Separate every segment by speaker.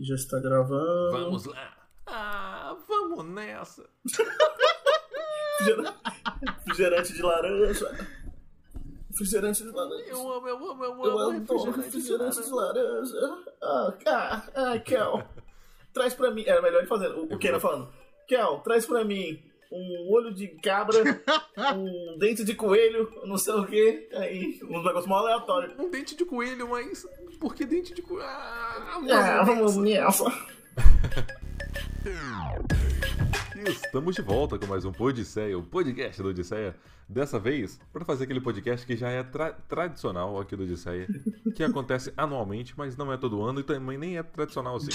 Speaker 1: Já está gravando.
Speaker 2: Vamos lá. Ah, vamos nessa.
Speaker 1: Refrigerante- Refrigerante de laranja. Refrigerante de laranja.
Speaker 2: Eu amo, eu amo, eu amo, É
Speaker 1: Eu adoro
Speaker 2: refrigerante de
Speaker 1: refrigerante de
Speaker 2: laranja.
Speaker 1: laranja. Ah, ah, ah, Kel. Traz pra mim. Era melhor ele fazendo. O, o Kenan falando. Kel, traz pra mim um olho de cabra, um dente de coelho, não sei o que. Aí, um negócio mal aleatório.
Speaker 2: Um dente de coelho, mas por que dente de coelho? Ah, vamos
Speaker 1: Ah, vamos
Speaker 2: nessa.
Speaker 1: nessa.
Speaker 2: Estamos de volta com mais um Podisseia, o podcast do Odisseia. Dessa vez, para fazer aquele podcast que já é tra- tradicional aqui do Odisseia, que acontece anualmente, mas não é todo ano e também nem é tradicional assim.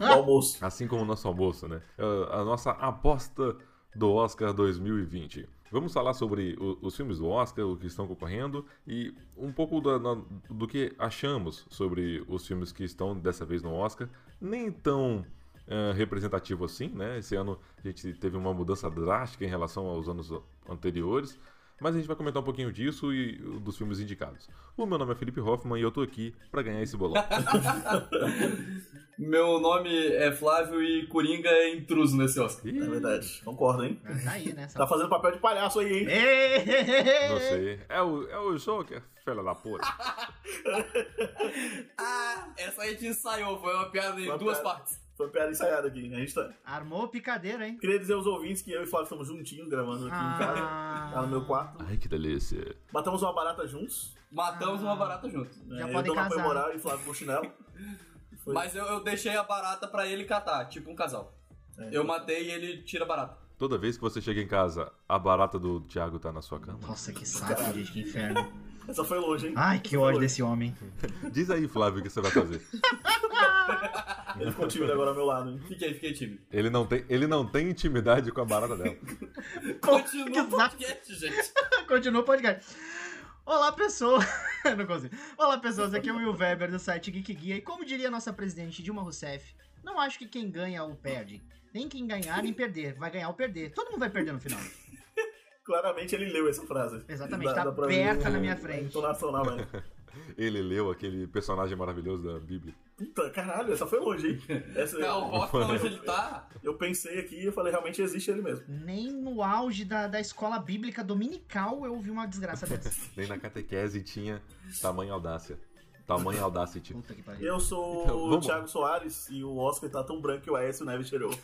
Speaker 1: O almoço.
Speaker 2: Assim como o nosso almoço, né? Ah, A nossa aposta do Oscar 2020. Vamos falar sobre o- os filmes do Oscar, o que estão concorrendo e um pouco da- na- do que achamos sobre os filmes que estão dessa vez no Oscar. Nem tão ah, representativo assim, né? Esse ano a gente teve uma mudança drástica em relação aos anos anteriores. Mas a gente vai comentar um pouquinho disso e dos filmes indicados. O meu nome é Felipe Hoffman e eu tô aqui pra ganhar esse bolão.
Speaker 3: Meu nome é Flávio e Coringa é intruso nesse Oscar.
Speaker 2: Ih,
Speaker 1: É verdade. Concordo, hein?
Speaker 4: Ah, Tá aí, né?
Speaker 1: Tá fazendo papel de palhaço aí, hein?
Speaker 2: Não sei. É o, é o Joker, filha da puta.
Speaker 3: Ah, essa a gente ensaiou, foi uma piada em
Speaker 1: Uma
Speaker 3: duas
Speaker 1: piada.
Speaker 3: partes.
Speaker 1: Foi piada ensaiada aqui. A gente tá.
Speaker 4: Armou o picadeira, hein?
Speaker 1: Queria dizer aos ouvintes que eu e o Flávio estamos juntinhos gravando aqui em casa.
Speaker 4: Ah,
Speaker 1: Tá no meu quarto.
Speaker 2: Ai, que delícia.
Speaker 1: Matamos uma barata juntos.
Speaker 3: Matamos uma barata junto.
Speaker 1: né?
Speaker 4: Já
Speaker 1: eu
Speaker 4: podem
Speaker 1: dou um apoio
Speaker 4: casar.
Speaker 1: moral e o Flávio com chinelo. Foi.
Speaker 3: Mas eu, eu deixei a barata pra ele catar, tipo um casal.
Speaker 1: É.
Speaker 3: Eu matei e ele tira a barata.
Speaker 2: Toda vez que você chega em casa, a barata do Thiago tá na sua cama.
Speaker 4: Nossa, que saco, gente, que inferno.
Speaker 1: Essa foi longe, hein?
Speaker 4: Ai, que ódio desse homem.
Speaker 2: Diz aí, Flávio, o que você vai fazer.
Speaker 4: Ah.
Speaker 1: Ele ficou tímido agora ao meu lado, hein?
Speaker 3: Fiquei, fiquei tímido.
Speaker 2: Ele não tem, ele não tem intimidade com a barata dela.
Speaker 3: Continua o
Speaker 4: Que saco.
Speaker 3: podcast, gente.
Speaker 4: Continua o podcast. Olá, pessoas. Eu Não consigo. Olá, pessoas. Aqui é o Will Weber do site Geek Guia. E como diria nossa presidente Dilma Rousseff, não acho que quem ganha ou perde. Nem quem ganhar nem perder. Vai ganhar ou perder. Todo mundo vai perder no final.
Speaker 1: Claramente ele leu essa frase.
Speaker 4: Exatamente,
Speaker 1: Dá-
Speaker 4: tá
Speaker 1: dá pra ver um
Speaker 4: aberta
Speaker 1: o-
Speaker 4: na minha
Speaker 1: a
Speaker 4: frente.
Speaker 1: Entonação na mão.
Speaker 2: Ele leu aquele personagem maravilhoso da Bíblia.
Speaker 1: Puta, caralho, essa foi longe, hein? Essa,
Speaker 3: Tá, o Rock onde ele tá.
Speaker 1: Eu pensei aqui e eu falei, realmente existe ele mesmo.
Speaker 4: Nem no auge da, da escola bíblica dominical eu vi uma desgraça dessa.
Speaker 2: Nem na catequese tinha tamanha audácia. Tamanha tipo. audacity.
Speaker 4: Puta que pariu.
Speaker 1: Eu sou
Speaker 2: Então,
Speaker 1: o
Speaker 2: vamos.
Speaker 1: Thiago Soares e o Oscar tá tão branco que o Aécio Neves cheirou.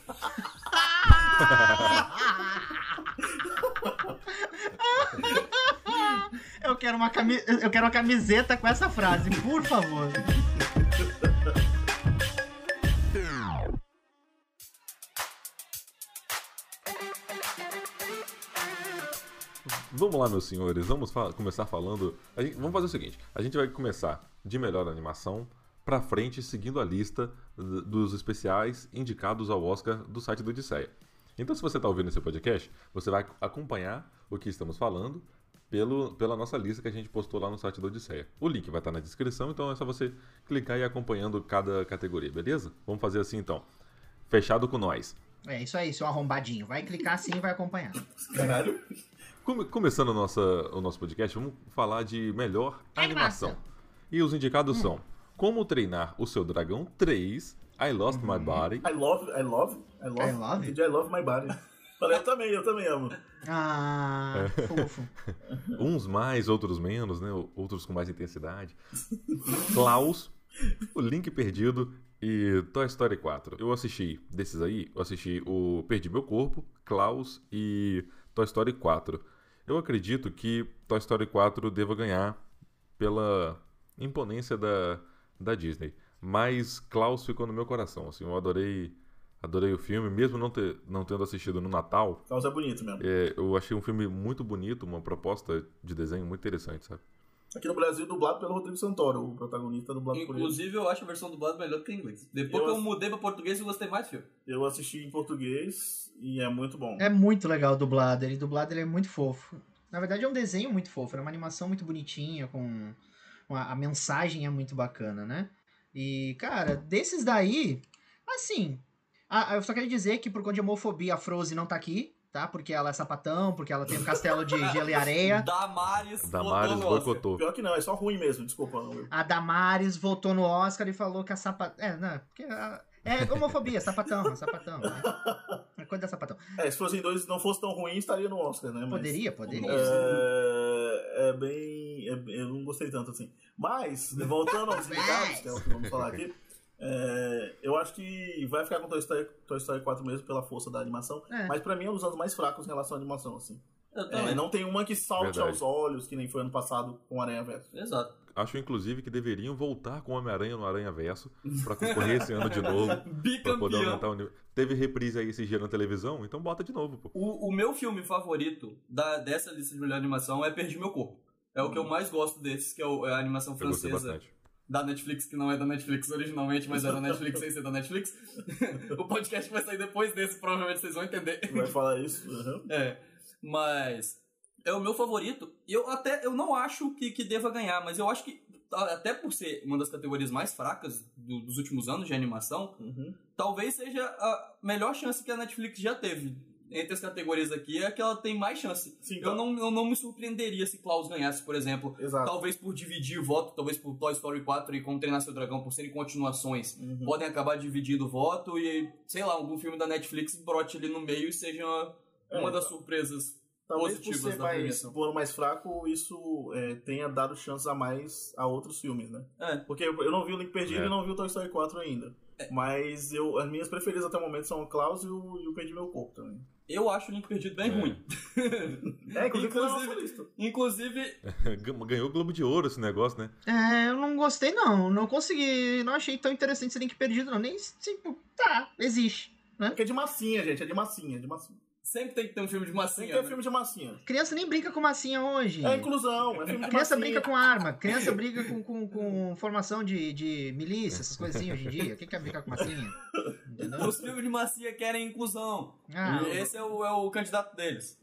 Speaker 4: Eu quero uma cami... eu quero uma camiseta com essa frase, por favor.
Speaker 2: Vamos lá, meus senhores, vamos fa- começar falando. a gente- vamos fazer o seguinte: a gente vai começar de melhor animação pra frente, seguindo a lista d- dos especiais indicados ao Oscar do site do Odisseia. Então, se você tá ouvindo esse podcast, você vai acompanhar o que estamos falando pelo, pela nossa lista que a gente postou lá no site do Odisseia. O link vai estar na descrição, então é só você clicar e ir acompanhando cada categoria, beleza? Vamos fazer assim então. Fechado com nós.
Speaker 4: É isso aí, seu arrombadinho. Vai clicar assim e vai acompanhar.
Speaker 1: Caralho.
Speaker 2: Come- começando a nossa- o nosso podcast, vamos falar de melhor
Speaker 4: Animação.
Speaker 2: animação. E os indicados são Como Treinar o Seu Dragão 3, I Lost My Body,
Speaker 1: I love, I love, I love.
Speaker 4: I love?
Speaker 1: Entendi, I love my body. Falei, eu também, eu também amo.
Speaker 4: Ah, fofo.
Speaker 2: uns mais, outros menos, né? Outros com mais intensidade. Klaus, O Link Perdido e Toy Story 4. Eu assisti desses aí, eu assisti o Perdi Meu Corpo, Klaus e Toy Story 4. Eu acredito que Toy Story 4 deva ganhar pela imponência da, da Disney. Mas Klaus ficou no meu coração, assim, eu adorei, adorei o filme, mesmo não, ter, não tendo assistido no Natal,
Speaker 1: Causa é bonito mesmo.
Speaker 2: é, eu achei um filme muito bonito, uma proposta de desenho muito interessante, sabe?
Speaker 1: Aqui no Brasil, dublado pelo Rodrigo Santoro, o protagonista dublado por ele.
Speaker 3: Inclusive, eu acho a versão dublada melhor do que a inglês. Depois
Speaker 1: Eu
Speaker 3: que eu
Speaker 1: ass-
Speaker 3: mudei pra português, eu gostei mais do filme.
Speaker 1: Eu assisti em português e é muito bom.
Speaker 4: É muito legal dublado. Ele dublado ele é muito fofo. Na verdade é um desenho muito fofo, é uma animação muito bonitinha com com a, a mensagem é muito bacana, né? E cara, desses daí, assim, a- a- eu só queria dizer que por conta de homofobia a Frozen não tá aqui. tá? Porque ela é sapatão, porque ela tem um castelo de gelo e areia.
Speaker 3: Damares,
Speaker 2: Damares
Speaker 3: botou no Oscar.
Speaker 2: boicotou.
Speaker 1: Pior que não, é só ruim mesmo, desculpa. Will.
Speaker 4: A Damares voltou no Oscar e falou que a sapatão. É, não, porque a- É homofobia, sapatão, é sapatão. Né? É coisa da sapatão.
Speaker 1: É, se fossem dois não fosse tão ruim, estaria no Oscar, né? Mas,
Speaker 4: Poderia, poderia.
Speaker 1: É, é bem. é- eu não gostei tanto assim. Mas, voltando aos recados, que é o que vamos falar aqui. é, eu acho que vai ficar com Toy Story, Toy Story 4 mesmo pela força da animação.
Speaker 4: É.
Speaker 1: Mas pra mim é um dos anos mais fracos em relação à animação, assim.
Speaker 3: Eu
Speaker 1: É,
Speaker 3: também.
Speaker 1: não tem uma que salte
Speaker 2: Verdade.
Speaker 1: aos olhos, que nem foi ano passado com Aranha Verso.
Speaker 3: Exato.
Speaker 2: Acho, inclusive, que deveriam voltar com Homem-Aranha no Aranha Verso pra concorrer esse ano de novo. Pra poder
Speaker 3: Bicampeão.
Speaker 2: aumentar o nível. Teve reprise aí esse dia na televisão, então bota de novo, pô.
Speaker 3: O, o meu filme favorito da, dessa lista de melhor animação é Perdi Meu Corpo. É o que eu mais gosto desses, que é, o- é a animação
Speaker 2: Hum. Eu gostei
Speaker 3: francesa
Speaker 2: bastante.
Speaker 3: da Netflix, que não é da Netflix originalmente, mas é da Netflix sem ser da Netflix. o podcast que vai sair depois desse, provavelmente vocês vão entender.
Speaker 1: Vai falar isso? Uhum.
Speaker 3: É, mas é o meu favorito. Eu até eu não acho que, que deva ganhar, mas eu acho que a- até por ser uma das categorias mais fracas do- dos últimos anos de animação,
Speaker 1: Uhum.
Speaker 3: talvez seja a melhor chance que a Netflix já teve. Entre as categorias aqui, é a que ela tem mais chance.
Speaker 1: Sim, tá.
Speaker 3: Eu não, eu não me surpreenderia se Klaus ganhasse, por exemplo.
Speaker 1: Exato.
Speaker 3: Talvez por dividir o voto, talvez por Toy Story 4 e Como Treinar Seu Dragão, por serem continuações.
Speaker 1: Uhum.
Speaker 3: Podem acabar dividindo o voto e, sei lá, algum filme da Netflix brote ali no meio e seja uma,
Speaker 1: É,
Speaker 3: uma
Speaker 1: tá.
Speaker 3: das surpresas.
Speaker 1: Talvez por
Speaker 3: positivas
Speaker 1: ser
Speaker 3: da
Speaker 1: mais,
Speaker 3: premiação.
Speaker 1: por ano mais fraco, isso é, tenha dado chances a mais a outros filmes, né?
Speaker 3: É.
Speaker 1: Porque eu eu não vi o Link Perdido
Speaker 2: É.
Speaker 1: e não vi o Toy Story 4 ainda. Mas eu, as minhas preferidas até o momento são o Klaus e o, e o Perdi Meu Corpo também.
Speaker 3: Eu acho o Link Perdido
Speaker 2: É.
Speaker 3: bem Tá ruim.
Speaker 1: É, inclusive, foi na nossa
Speaker 3: Inclusive-
Speaker 1: lista.
Speaker 3: Inclusive,
Speaker 2: Gan- Ganhou o Globo de Ouro esse negócio, né?
Speaker 4: É, eu não gostei, não. Não consegui. Não achei tão interessante esse link perdido, não. Nem tipo, tá, existe.
Speaker 1: Porque é de massinha, gente. É de massinha, é de massinha.
Speaker 3: sempre tem que ter um filme de
Speaker 1: Tem que
Speaker 3: massinha.
Speaker 1: ter
Speaker 3: né?
Speaker 1: filme de massinha.
Speaker 4: Criança nem brinca com massinha hoje.
Speaker 1: É inclusão, é filme de
Speaker 4: Criança
Speaker 1: massinha.
Speaker 4: brinca com arma, criança briga com, com, com formação de, de milícia, essas coisinhas hoje em dia. Quem quer brincar com massinha? Entendeu?
Speaker 3: Os filmes de massinha querem inclusão.
Speaker 4: Ah,
Speaker 3: e esse é o, é o candidato deles.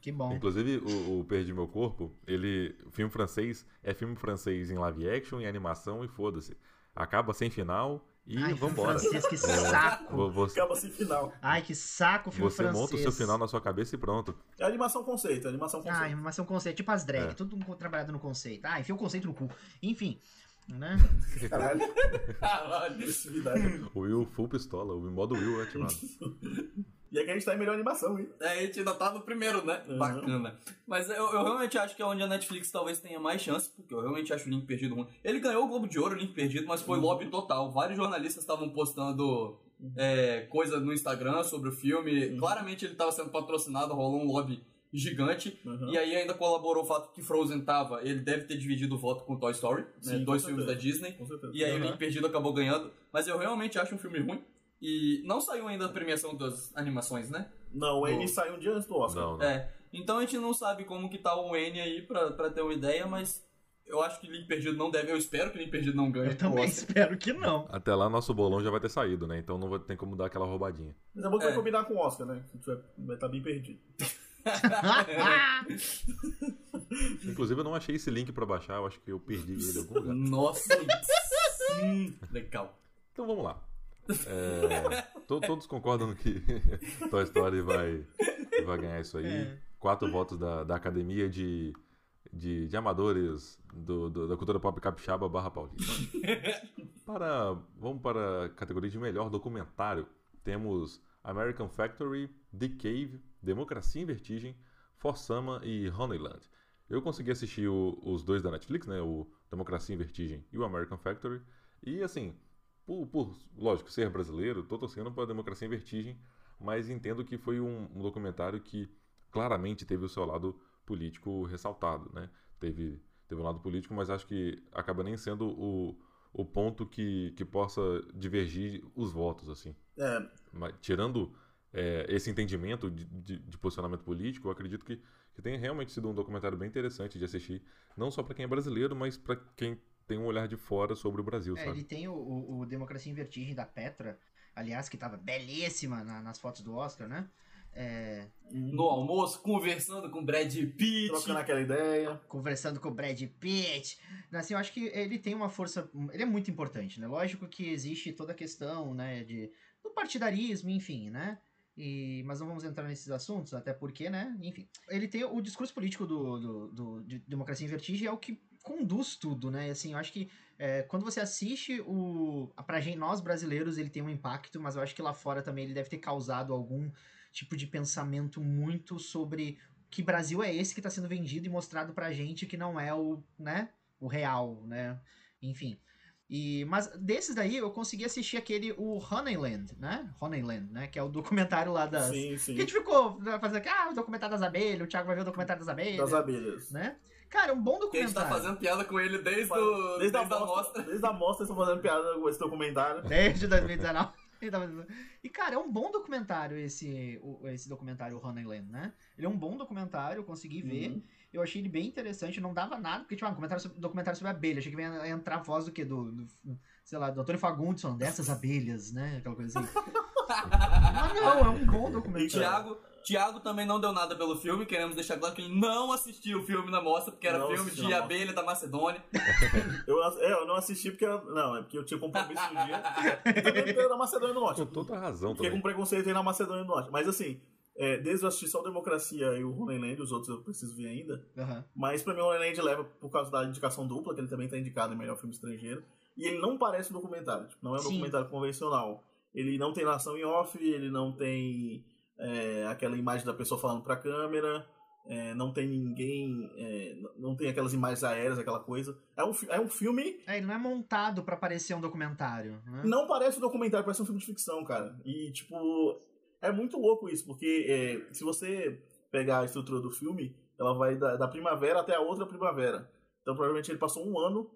Speaker 4: que bom.
Speaker 2: Inclusive, o, o Perdi Meu Corpo, ele. o Filme francês é filme francês em live action, em animação e foda-se. Acaba sem final e
Speaker 4: Ai, filme
Speaker 2: vambora.
Speaker 4: francês, que
Speaker 2: É,
Speaker 4: saco.
Speaker 2: vo- Você,
Speaker 1: Acaba assim final.
Speaker 4: Ai, que saco, um filme
Speaker 2: você
Speaker 4: francês.
Speaker 2: monta o seu final na sua cabeça e pronto.
Speaker 1: É animação conceito, é animação
Speaker 4: Ai,
Speaker 1: conceito.
Speaker 4: mas é um conceito, tipo as drag,
Speaker 2: É.
Speaker 4: tudo um co- trabalhado no conceito. Ah, enfia o conceito no cu. Enfim, né?
Speaker 1: um Caralho,
Speaker 3: Caralho.
Speaker 1: agressividade.
Speaker 2: O Will full pistola, o modo Will né, ativado.
Speaker 1: E é que a gente tá em melhor animação, hein?
Speaker 3: É, a gente ainda tá no primeiro, né?
Speaker 1: Uhum.
Speaker 3: Bacana. Mas eu, eu realmente acho que é onde a Netflix talvez tenha mais chance, porque eu realmente acho o Link Perdido ruim. Ele ganhou o Globo de Ouro, o Link Perdido, mas
Speaker 1: Uhum.
Speaker 3: foi lobby total. Vários jornalistas estavam postando é, coisa no Instagram sobre o filme.
Speaker 1: Uhum.
Speaker 3: Claramente ele tava sendo patrocinado, rolou um lobby gigante.
Speaker 1: Uhum.
Speaker 3: E aí ainda colaborou o fato que Frozen tava. Ele deve ter dividido o voto com Toy Story, né?
Speaker 1: Sim, com
Speaker 3: dois
Speaker 1: certeza.
Speaker 3: filmes da Disney.
Speaker 1: Com certeza.
Speaker 3: E aí o
Speaker 1: Uhum.
Speaker 3: Link Perdido acabou ganhando. Mas eu realmente acho um filme ruim. E não saiu ainda a premiação das animações, né?
Speaker 1: Não, ele
Speaker 3: Boa.
Speaker 1: saiu um dia antes do Oscar.
Speaker 2: Não, não.
Speaker 3: É, então a gente não sabe como que tá o N aí pra, pra ter uma ideia, mas eu acho que Link Perdido não deve, eu espero que Link Perdido não ganhe.
Speaker 4: Eu também
Speaker 3: Nossa.
Speaker 4: espero que não.
Speaker 2: Até lá nosso bolão já vai ter saído, né? Então não vai- tem como dar aquela roubadinha.
Speaker 1: Mas é bom que vai
Speaker 3: É.
Speaker 1: combinar com o Oscar, né? Que a gente vai vai estar bem perdido.
Speaker 2: Inclusive, eu não achei esse link pra baixar, eu acho que eu perdi ele em algum lugar.
Speaker 3: Nossa, sim, legal.
Speaker 2: Então vamos lá. É, to- todos concordam que Toy Story vai, vai ganhar isso aí.
Speaker 4: É.
Speaker 2: Quatro votos da, da academia de, de, de amadores do- do- da cultura pop capixaba barra paulista. para, vamos para a categoria de melhor documentário. Temos American Factory, The Cave, Democracia em Vertigem, For Sama e Honeyland. Eu consegui assistir o- os dois da Netflix, né? O Democracia em Vertigem e o American Factory. E assim, por, por, lógico, ser brasileiro, tô torcendo pra Democracia em Vertigem, mas entendo que foi um, um documentário que claramente teve o seu lado político ressaltado, né? Teve, teve um lado político, mas acho que acaba nem sendo o, o ponto que, que possa divergir os votos, assim.
Speaker 1: É,
Speaker 2: Mas, tirando é, esse entendimento de, de- de posicionamento político, eu acredito que, que tenha realmente sido um documentário bem interessante de assistir, não só pra quem é brasileiro, mas pra quem tem um olhar de fora sobre o Brasil,
Speaker 4: É,
Speaker 2: sabe?
Speaker 4: ele tem o, o- o Democracia em Vertigem da Petra, aliás, que tava belíssima na- nas fotos do Oscar, né? É,
Speaker 3: No almoço, conversando com Brad Pitt.
Speaker 1: Hum, trocando aquela ideia.
Speaker 4: conversando com o Brad Pitt. Assim, eu acho que ele tem uma força. Ele é muito importante, né? Lógico que existe toda a questão, né? De, do partidarismo, enfim, né? E, mas não vamos entrar nesses assuntos, até porque, né? Enfim. Ele tem o discurso político do, do, do- de Democracia em Vertigem, é o que conduz tudo, né? Assim, eu acho que é, quando você assiste o. a- Pra gente, nós brasileiros, ele tem um impacto, mas eu acho que lá fora também ele deve ter causado algum tipo de pensamento muito sobre que Brasil é esse que tá sendo vendido e mostrado pra gente que não é o, né? O real, né? Enfim. E, mas desses daí eu consegui assistir aquele o Honeyland, né? Honeyland, né? Que é o documentário lá das.
Speaker 1: Sim, sim.
Speaker 4: Que a gente ficou né, fazendo aqui, ah, o documentário das abelhas, o Thiago vai ver o documentário das abelhas,
Speaker 1: Das abelhas.
Speaker 4: né? Cara, é um bom
Speaker 3: Que a gente tá
Speaker 4: documentário.
Speaker 3: fazendo piada com ele desde, o,
Speaker 1: Desde a
Speaker 3: mostra.
Speaker 1: amostra. Desde a amostra eles estão fazendo piada com esse documentário.
Speaker 4: Desde 2019. ele tá fazendo. E, cara, é um bom documentário esse, o- esse documentário, o Honeyland, né? Ele é um bom documentário, eu consegui ver.
Speaker 1: Uhum.
Speaker 4: Eu achei ele bem interessante, não dava nada, porque tinha um documentário sobre, documentário sobre abelha. Achei que ia entrar a voz do quê? Do, do- sei lá, do Antônio Fagundes falando dessas abelhas, né? Aquela coisa assim. Mas não, é um bom
Speaker 3: E
Speaker 4: documentário.
Speaker 3: Thiago, Thiago também não deu nada pelo filme, queremos deixar claro que ele não assistiu o filme na mostra, porque era
Speaker 1: Não
Speaker 3: filme
Speaker 1: assistiu
Speaker 3: de
Speaker 1: na
Speaker 3: abelha da Macedônia.
Speaker 1: Eu, é, eu não assisti porque. eu- Não, é porque eu tinha compromisso no dia. E também porque era Macedônia do Norte.
Speaker 2: Com toda razão
Speaker 1: Fiquei com
Speaker 2: também.
Speaker 1: preconceito aí na Macedônia do Norte. Mas assim, é, desde eu assisti só Democracia e o Honeyland, os outros eu preciso ver ainda.
Speaker 4: Aham.
Speaker 1: Mas pra mim o Honeyland leva por causa da indicação dupla, que ele também tá indicado em melhor filme estrangeiro. E ele não parece um documentário, tipo, não é um
Speaker 4: Sim.
Speaker 1: documentário convencional. Ele não tem narração em off, ele não tem é, aquela imagem da pessoa falando pra câmera, é, não tem ninguém, é, n- não tem aquelas imagens aéreas, aquela coisa. É um, fi- é um filme
Speaker 4: É, ele não é montado pra parecer um documentário, né?
Speaker 1: não parece um documentário, parece um filme de ficção, cara. E, tipo, é muito louco isso, porque é, se você pegar a estrutura do filme, ela vai da, da primavera até a outra primavera. Então, provavelmente, ele passou um ano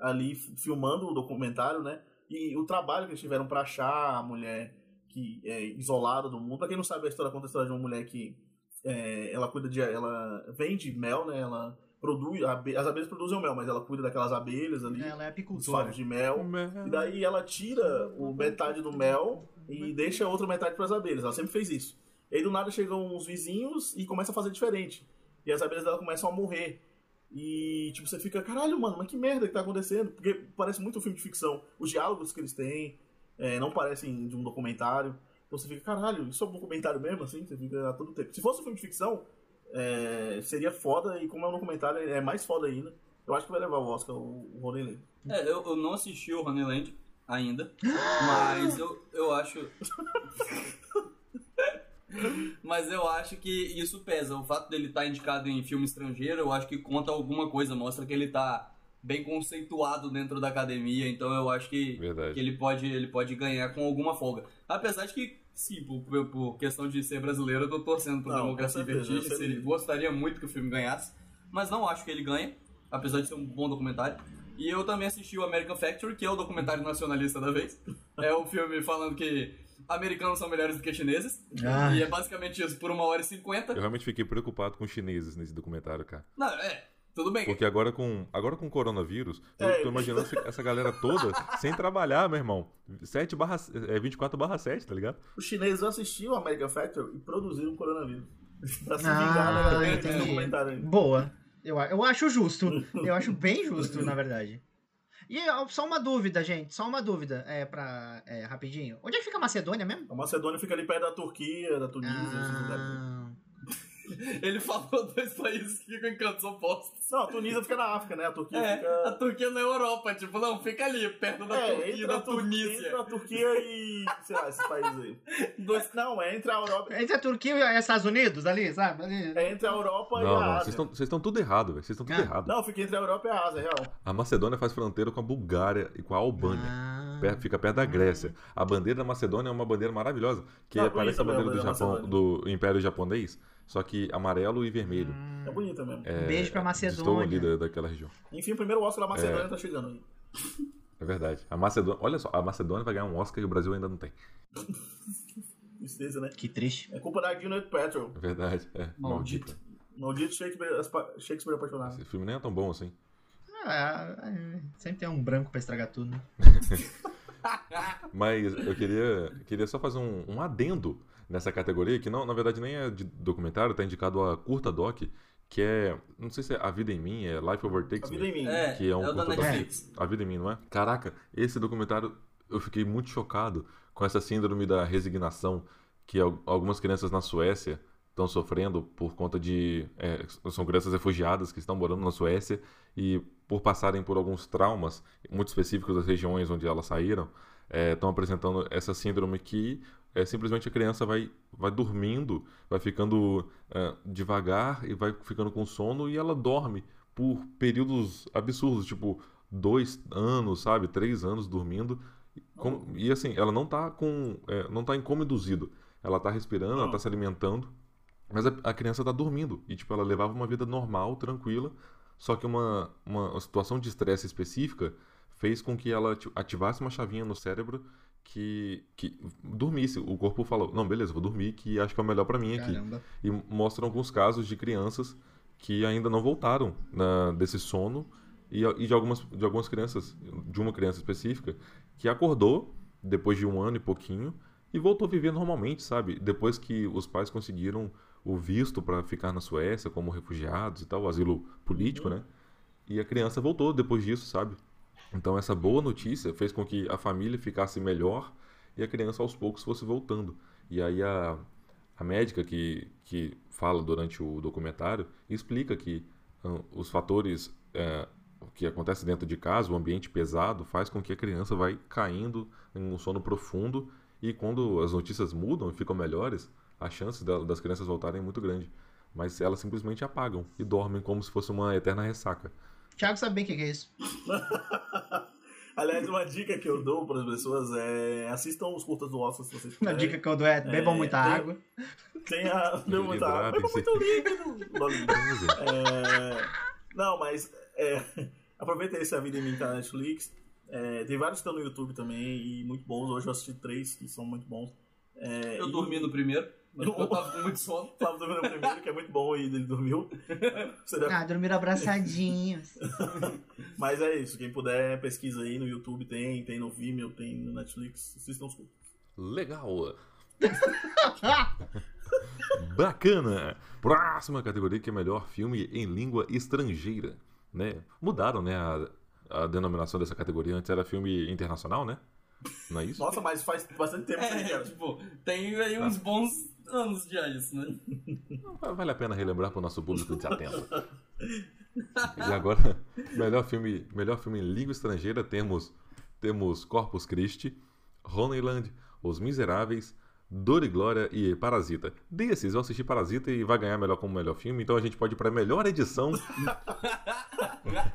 Speaker 1: ali f- filmando o documentário, né? E o trabalho que eles tiveram pra achar a mulher que é isolada do mundo. Pra quem não sabe, a história conta a história de uma mulher que é, ela cuida de. Ela vende mel, né? Ela produz. abe- As abelhas produzem o mel, mas ela cuida daquelas abelhas ali,
Speaker 4: Ela
Speaker 1: dos
Speaker 4: é apicultora.
Speaker 1: favos de mel. E daí ela tira o metade do mel e deixa a outra metade para as abelhas. Ela sempre fez isso. E aí do nada chegam uns vizinhos e começa a fazer diferente. E as abelhas dela começam a morrer. E tipo, você fica, caralho, mano, mas que merda que tá acontecendo? Porque parece muito um filme de ficção. Os diálogos que eles têm eh, não parecem de um documentário. Então você fica, caralho, isso é um documentário mesmo, assim? Você fica a todo tempo. Se fosse um filme de ficção, eh, seria foda. E como é um documentário, é mais foda ainda. Eu acho que vai levar o Oscar, o, o Rolê.
Speaker 3: É, eu, eu não assisti o Honeyland ainda, mas eu, eu acho. mas eu acho que isso pesa. O fato dele estar indicado em filme estrangeiro, eu acho que conta alguma coisa, mostra que ele tá bem conceituado dentro da academia, então eu acho que, que
Speaker 2: Verdade.
Speaker 3: ele, pode, ele pode ganhar com alguma folga. Apesar de que, sim, por, por- por questão de ser brasileiro, eu tô torcendo pro
Speaker 1: Não,
Speaker 3: Democracia
Speaker 1: com certeza,
Speaker 3: Vertigem,
Speaker 1: eu sei.
Speaker 3: seria- gostaria muito que o filme ganhasse, mas não acho que ele ganhe, apesar de ser um bom documentário. E eu também assisti o American Factory, que é o documentário nacionalista da vez. É o filme falando que americanos são melhores do que chineses.
Speaker 4: Ah.
Speaker 3: E é basicamente isso, por uma hora e
Speaker 2: Eu
Speaker 3: cinquenta.
Speaker 2: realmente fiquei preocupado com os chineses nesse documentário, cara.
Speaker 3: Não, é, tudo bem.
Speaker 2: Porque agora com, agora com o coronavírus, eu
Speaker 1: É.
Speaker 2: tô imaginando essa galera toda sem trabalhar, meu irmão. 7 barra, é, 24 barra 7, tá ligado?
Speaker 1: Os chineses assistiram a Mega Factory e produziram o coronavírus. pra se
Speaker 4: Ah,
Speaker 1: vingar, né? galera?
Speaker 4: entendi.
Speaker 1: Tem um documentário aí.
Speaker 4: Boa. Eu, a- eu acho justo. Eu acho bem justo, na verdade. E ó, só uma dúvida, gente. Só uma dúvida, é, pra, é, rapidinho. Onde é que fica a Macedônia mesmo?
Speaker 1: A Macedônia fica ali perto da Turquia, da Tunísia, esses lugares.
Speaker 4: Ah,
Speaker 3: Ele falou dois países que ficam em cantos opostos.
Speaker 1: Não, a Tunísia fica na África, né? A Turquia
Speaker 3: É, a
Speaker 1: fica.
Speaker 3: Turquia na Europa, tipo, não, fica ali, perto da
Speaker 1: É,
Speaker 3: Turquia,
Speaker 1: entre
Speaker 3: da
Speaker 1: a Tur-
Speaker 3: Tunísia.
Speaker 1: Entre a Turquia e. sei lá, esses países aí. Dois- Não, é entre a Europa.
Speaker 4: Entre a Turquia e os Estados Unidos, ali, sabe? Ali.
Speaker 1: É entre a Europa e a
Speaker 2: Não, não, vocês
Speaker 1: Ásia.
Speaker 2: estão- vocês estão tudo errado, velho. Vocês estão tudo
Speaker 4: Ah.
Speaker 2: errado.
Speaker 1: Não, fica entre a Europa e a Ásia, é real.
Speaker 2: A Macedônia faz fronteira com a Bulgária e com a Albânia.
Speaker 4: Ah.
Speaker 2: Perto- fica perto da Grécia. A bandeira da Macedônia é uma bandeira maravilhosa, que é
Speaker 1: Não,
Speaker 2: parece
Speaker 1: bonita
Speaker 2: a bandeira do,
Speaker 1: mesmo, é a bandeira
Speaker 2: Japão, do Império Japonês, só que amarelo e vermelho.
Speaker 1: É bonita mesmo.
Speaker 4: Um beijo pra
Speaker 2: Estou ali
Speaker 4: Macedônia.
Speaker 2: da, daquela região.
Speaker 1: Enfim, o primeiro Oscar da Macedônia tá chegando aí.
Speaker 2: É verdade. A Macedônia, olha só, a Macedônia vai ganhar um Oscar e o Brasil ainda não tem.
Speaker 1: Tristeza, né?
Speaker 4: Que triste.
Speaker 1: É culpa da Gwyneth Paltrow.
Speaker 2: É verdade. É, maldito.
Speaker 3: Maldito.
Speaker 1: Maldito Shakespeare, aspa- Shakespeare apaixonado.
Speaker 2: Esse filme nem é tão bom assim.
Speaker 4: Ah, é, sempre tem um branco pra estragar tudo. né?
Speaker 2: Mas eu queria, queria só fazer um, um adendo nessa categoria, que não, na verdade nem é de documentário, tá indicado a curta doc, que é, não sei se é A Vida em Mim, é Life
Speaker 1: A
Speaker 2: Overtakes Me.
Speaker 1: vida em mim.
Speaker 3: É,
Speaker 2: que é um
Speaker 3: é o da
Speaker 2: curta
Speaker 3: Netflix.
Speaker 2: A Vida em Mim, não é? Caraca, esse documentário eu fiquei muito chocado com essa síndrome da resignação que al- algumas crianças na Suécia estão sofrendo por conta de. é, são crianças refugiadas que estão morando na Suécia e por passarem por alguns traumas muito específicos das regiões onde elas saíram, é, estão apresentando essa síndrome que é simplesmente a criança vai, vai dormindo, vai ficando é, devagar e vai ficando com sono e ela dorme por períodos absurdos, tipo dois anos, sabe, três anos dormindo. Como- e assim, ela não tá com, é, não tá em coma induzido. Ela tá respirando, ela tá se alimentando, mas a, a criança tá dormindo e tipo ela levava uma vida normal, tranquila. Só que uma, uma, uma situação de estresse específica fez com que ela ati- ativasse uma chavinha no cérebro que, que dormisse. O corpo falou: Não, beleza, vou dormir, que acho que é o melhor pra mim aqui
Speaker 4: Caramba.
Speaker 2: e mostram alguns casos de crianças que ainda não voltaram na- desse sono e, e de, algumas, de algumas crianças, de uma criança específica, que acordou depois de um ano e pouquinho e voltou a viver normalmente, sabe? Depois que os pais conseguiram o visto para ficar na Suécia como refugiados e tal, o asilo político, né? E a criança voltou depois disso, sabe? Então essa boa notícia fez com que a família ficasse melhor e a criança aos poucos fosse voltando. E aí a, a médica que, que fala durante o documentário explica que hum, os fatores é, que acontecem dentro de casa, o ambiente pesado, faz com que a criança vai caindo em um sono profundo e quando as notícias mudam e ficam melhores, a chance da- das crianças voltarem é muito grande. Mas elas simplesmente apagam e dormem como se fosse uma eterna ressaca.
Speaker 4: Thiago sabe bem o que que é isso.
Speaker 1: Aliás, uma dica que eu dou para as pessoas é assistam os curtas do Oscar se vocês
Speaker 4: Uma
Speaker 1: quiserem.
Speaker 4: dica que eu dou é bebam
Speaker 1: É,
Speaker 4: muita
Speaker 1: tem-
Speaker 4: água.
Speaker 1: Tem a. Beba muito água. Beba
Speaker 2: Hidratem-se.
Speaker 1: muito líquido. Logo, É, um Não, mas é, aproveita aí se a vida em mim tá na Netflix. É, tem vários que estão no YouTube também e muito bons. Hoje eu assisti três que são muito bons. É,
Speaker 3: Eu
Speaker 1: e-
Speaker 3: dormi no primeiro, mas eu tava com muito sono.
Speaker 1: O Flávio dormiu no primeiro, que é muito bom, e ele dormiu. Você deve-
Speaker 4: Ah, dormiram abraçadinhos.
Speaker 1: Mas é isso, quem puder, pesquisa aí no YouTube, tem, tem no Vimeo, tem no Netflix, assistam os curtas.
Speaker 2: Legal!
Speaker 4: Ah,
Speaker 2: Bacana! Próxima categoria que é melhor filme em língua estrangeira, né? Mudaram, né, a, a denominação dessa categoria. Antes era filme internacional, né? Não é isso?
Speaker 1: Nossa, mas faz bastante tempo que eu
Speaker 3: É,
Speaker 1: quero.
Speaker 3: tipo, tem aí uns
Speaker 2: Tá.
Speaker 3: bons anos já isso, né?
Speaker 2: Não, Vale a pena relembrar para o nosso público desatento. E agora, melhor filme, melhor filme em língua estrangeira temos temos Corpus Christi, Honeyland, Os Miseráveis, Dor e Glória e Parasita. Desses, eu assisti Parasita e vai ganhar melhor como melhor filme, então a gente pode ir para melhor edição.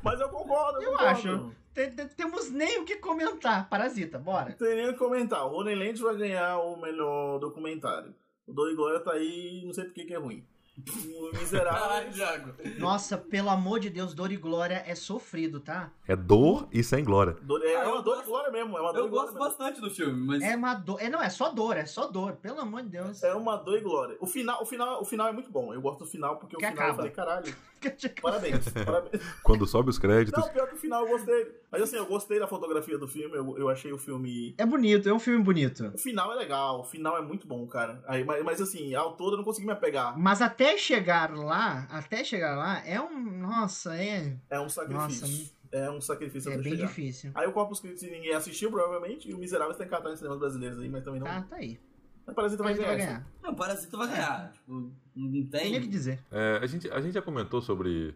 Speaker 1: Mas eu concordo, eu,
Speaker 4: Eu
Speaker 1: concordo.
Speaker 4: acho. Te- te- Temos nem o que comentar. Parasita, bora.
Speaker 1: Não tem nem o que comentar. O Rony Land vai ganhar o melhor documentário. O Dor e Glória tá aí, não sei porque que é ruim. O
Speaker 3: Caralho,
Speaker 1: Miserável. é
Speaker 3: Thiago.
Speaker 4: Nossa, pelo amor de Deus, Dor e Glória é sofrido, tá?
Speaker 2: É dor e sem glória.
Speaker 1: Dor- é,
Speaker 3: Ah, eu
Speaker 1: uma Dor e
Speaker 3: gosto-
Speaker 1: Glória mesmo, é uma Dor e
Speaker 3: Eu
Speaker 1: Glória
Speaker 3: gosto
Speaker 1: mesmo.
Speaker 3: bastante do filme, mas.
Speaker 4: É uma dor. É, não, é só dor, é só dor. Pelo amor de Deus.
Speaker 1: É uma Dor e Glória. O final, o, final, o final é muito bom. Eu gosto do final porque
Speaker 4: Que
Speaker 1: o final
Speaker 4: acaba.
Speaker 1: eu falei, caralho, parabéns, parabéns.
Speaker 2: Quando sobe os créditos,
Speaker 1: Não, pior que o final eu gostei. Mas assim, eu gostei da fotografia do filme, eu, eu achei o filme.
Speaker 4: É bonito, é um filme bonito.
Speaker 1: O final é legal, o final é muito bom, cara. Aí, mas, mas assim, ao todo eu não consegui me apegar.
Speaker 4: Mas até chegar lá, até chegar lá, é um. Nossa, é.
Speaker 1: É um sacrifício. é um sacrifício
Speaker 4: É
Speaker 1: até
Speaker 4: bem
Speaker 1: chegar.
Speaker 4: difícil.
Speaker 1: Aí o Corpus Christi ninguém assistiu, provavelmente, e o Miserável tem cartaz em cinemas brasileiros aí, mas também não.
Speaker 4: Tá, tá aí.
Speaker 1: Mas parece que vai
Speaker 4: Parasita
Speaker 1: ganhar.
Speaker 4: vai
Speaker 1: essa.
Speaker 4: ganhar.
Speaker 3: Não, Parasita
Speaker 4: É.
Speaker 3: vai ganhar. Tipo, não
Speaker 4: Tem nem o que
Speaker 3: tem.
Speaker 4: dizer.
Speaker 2: É, a, gente, a gente já comentou sobre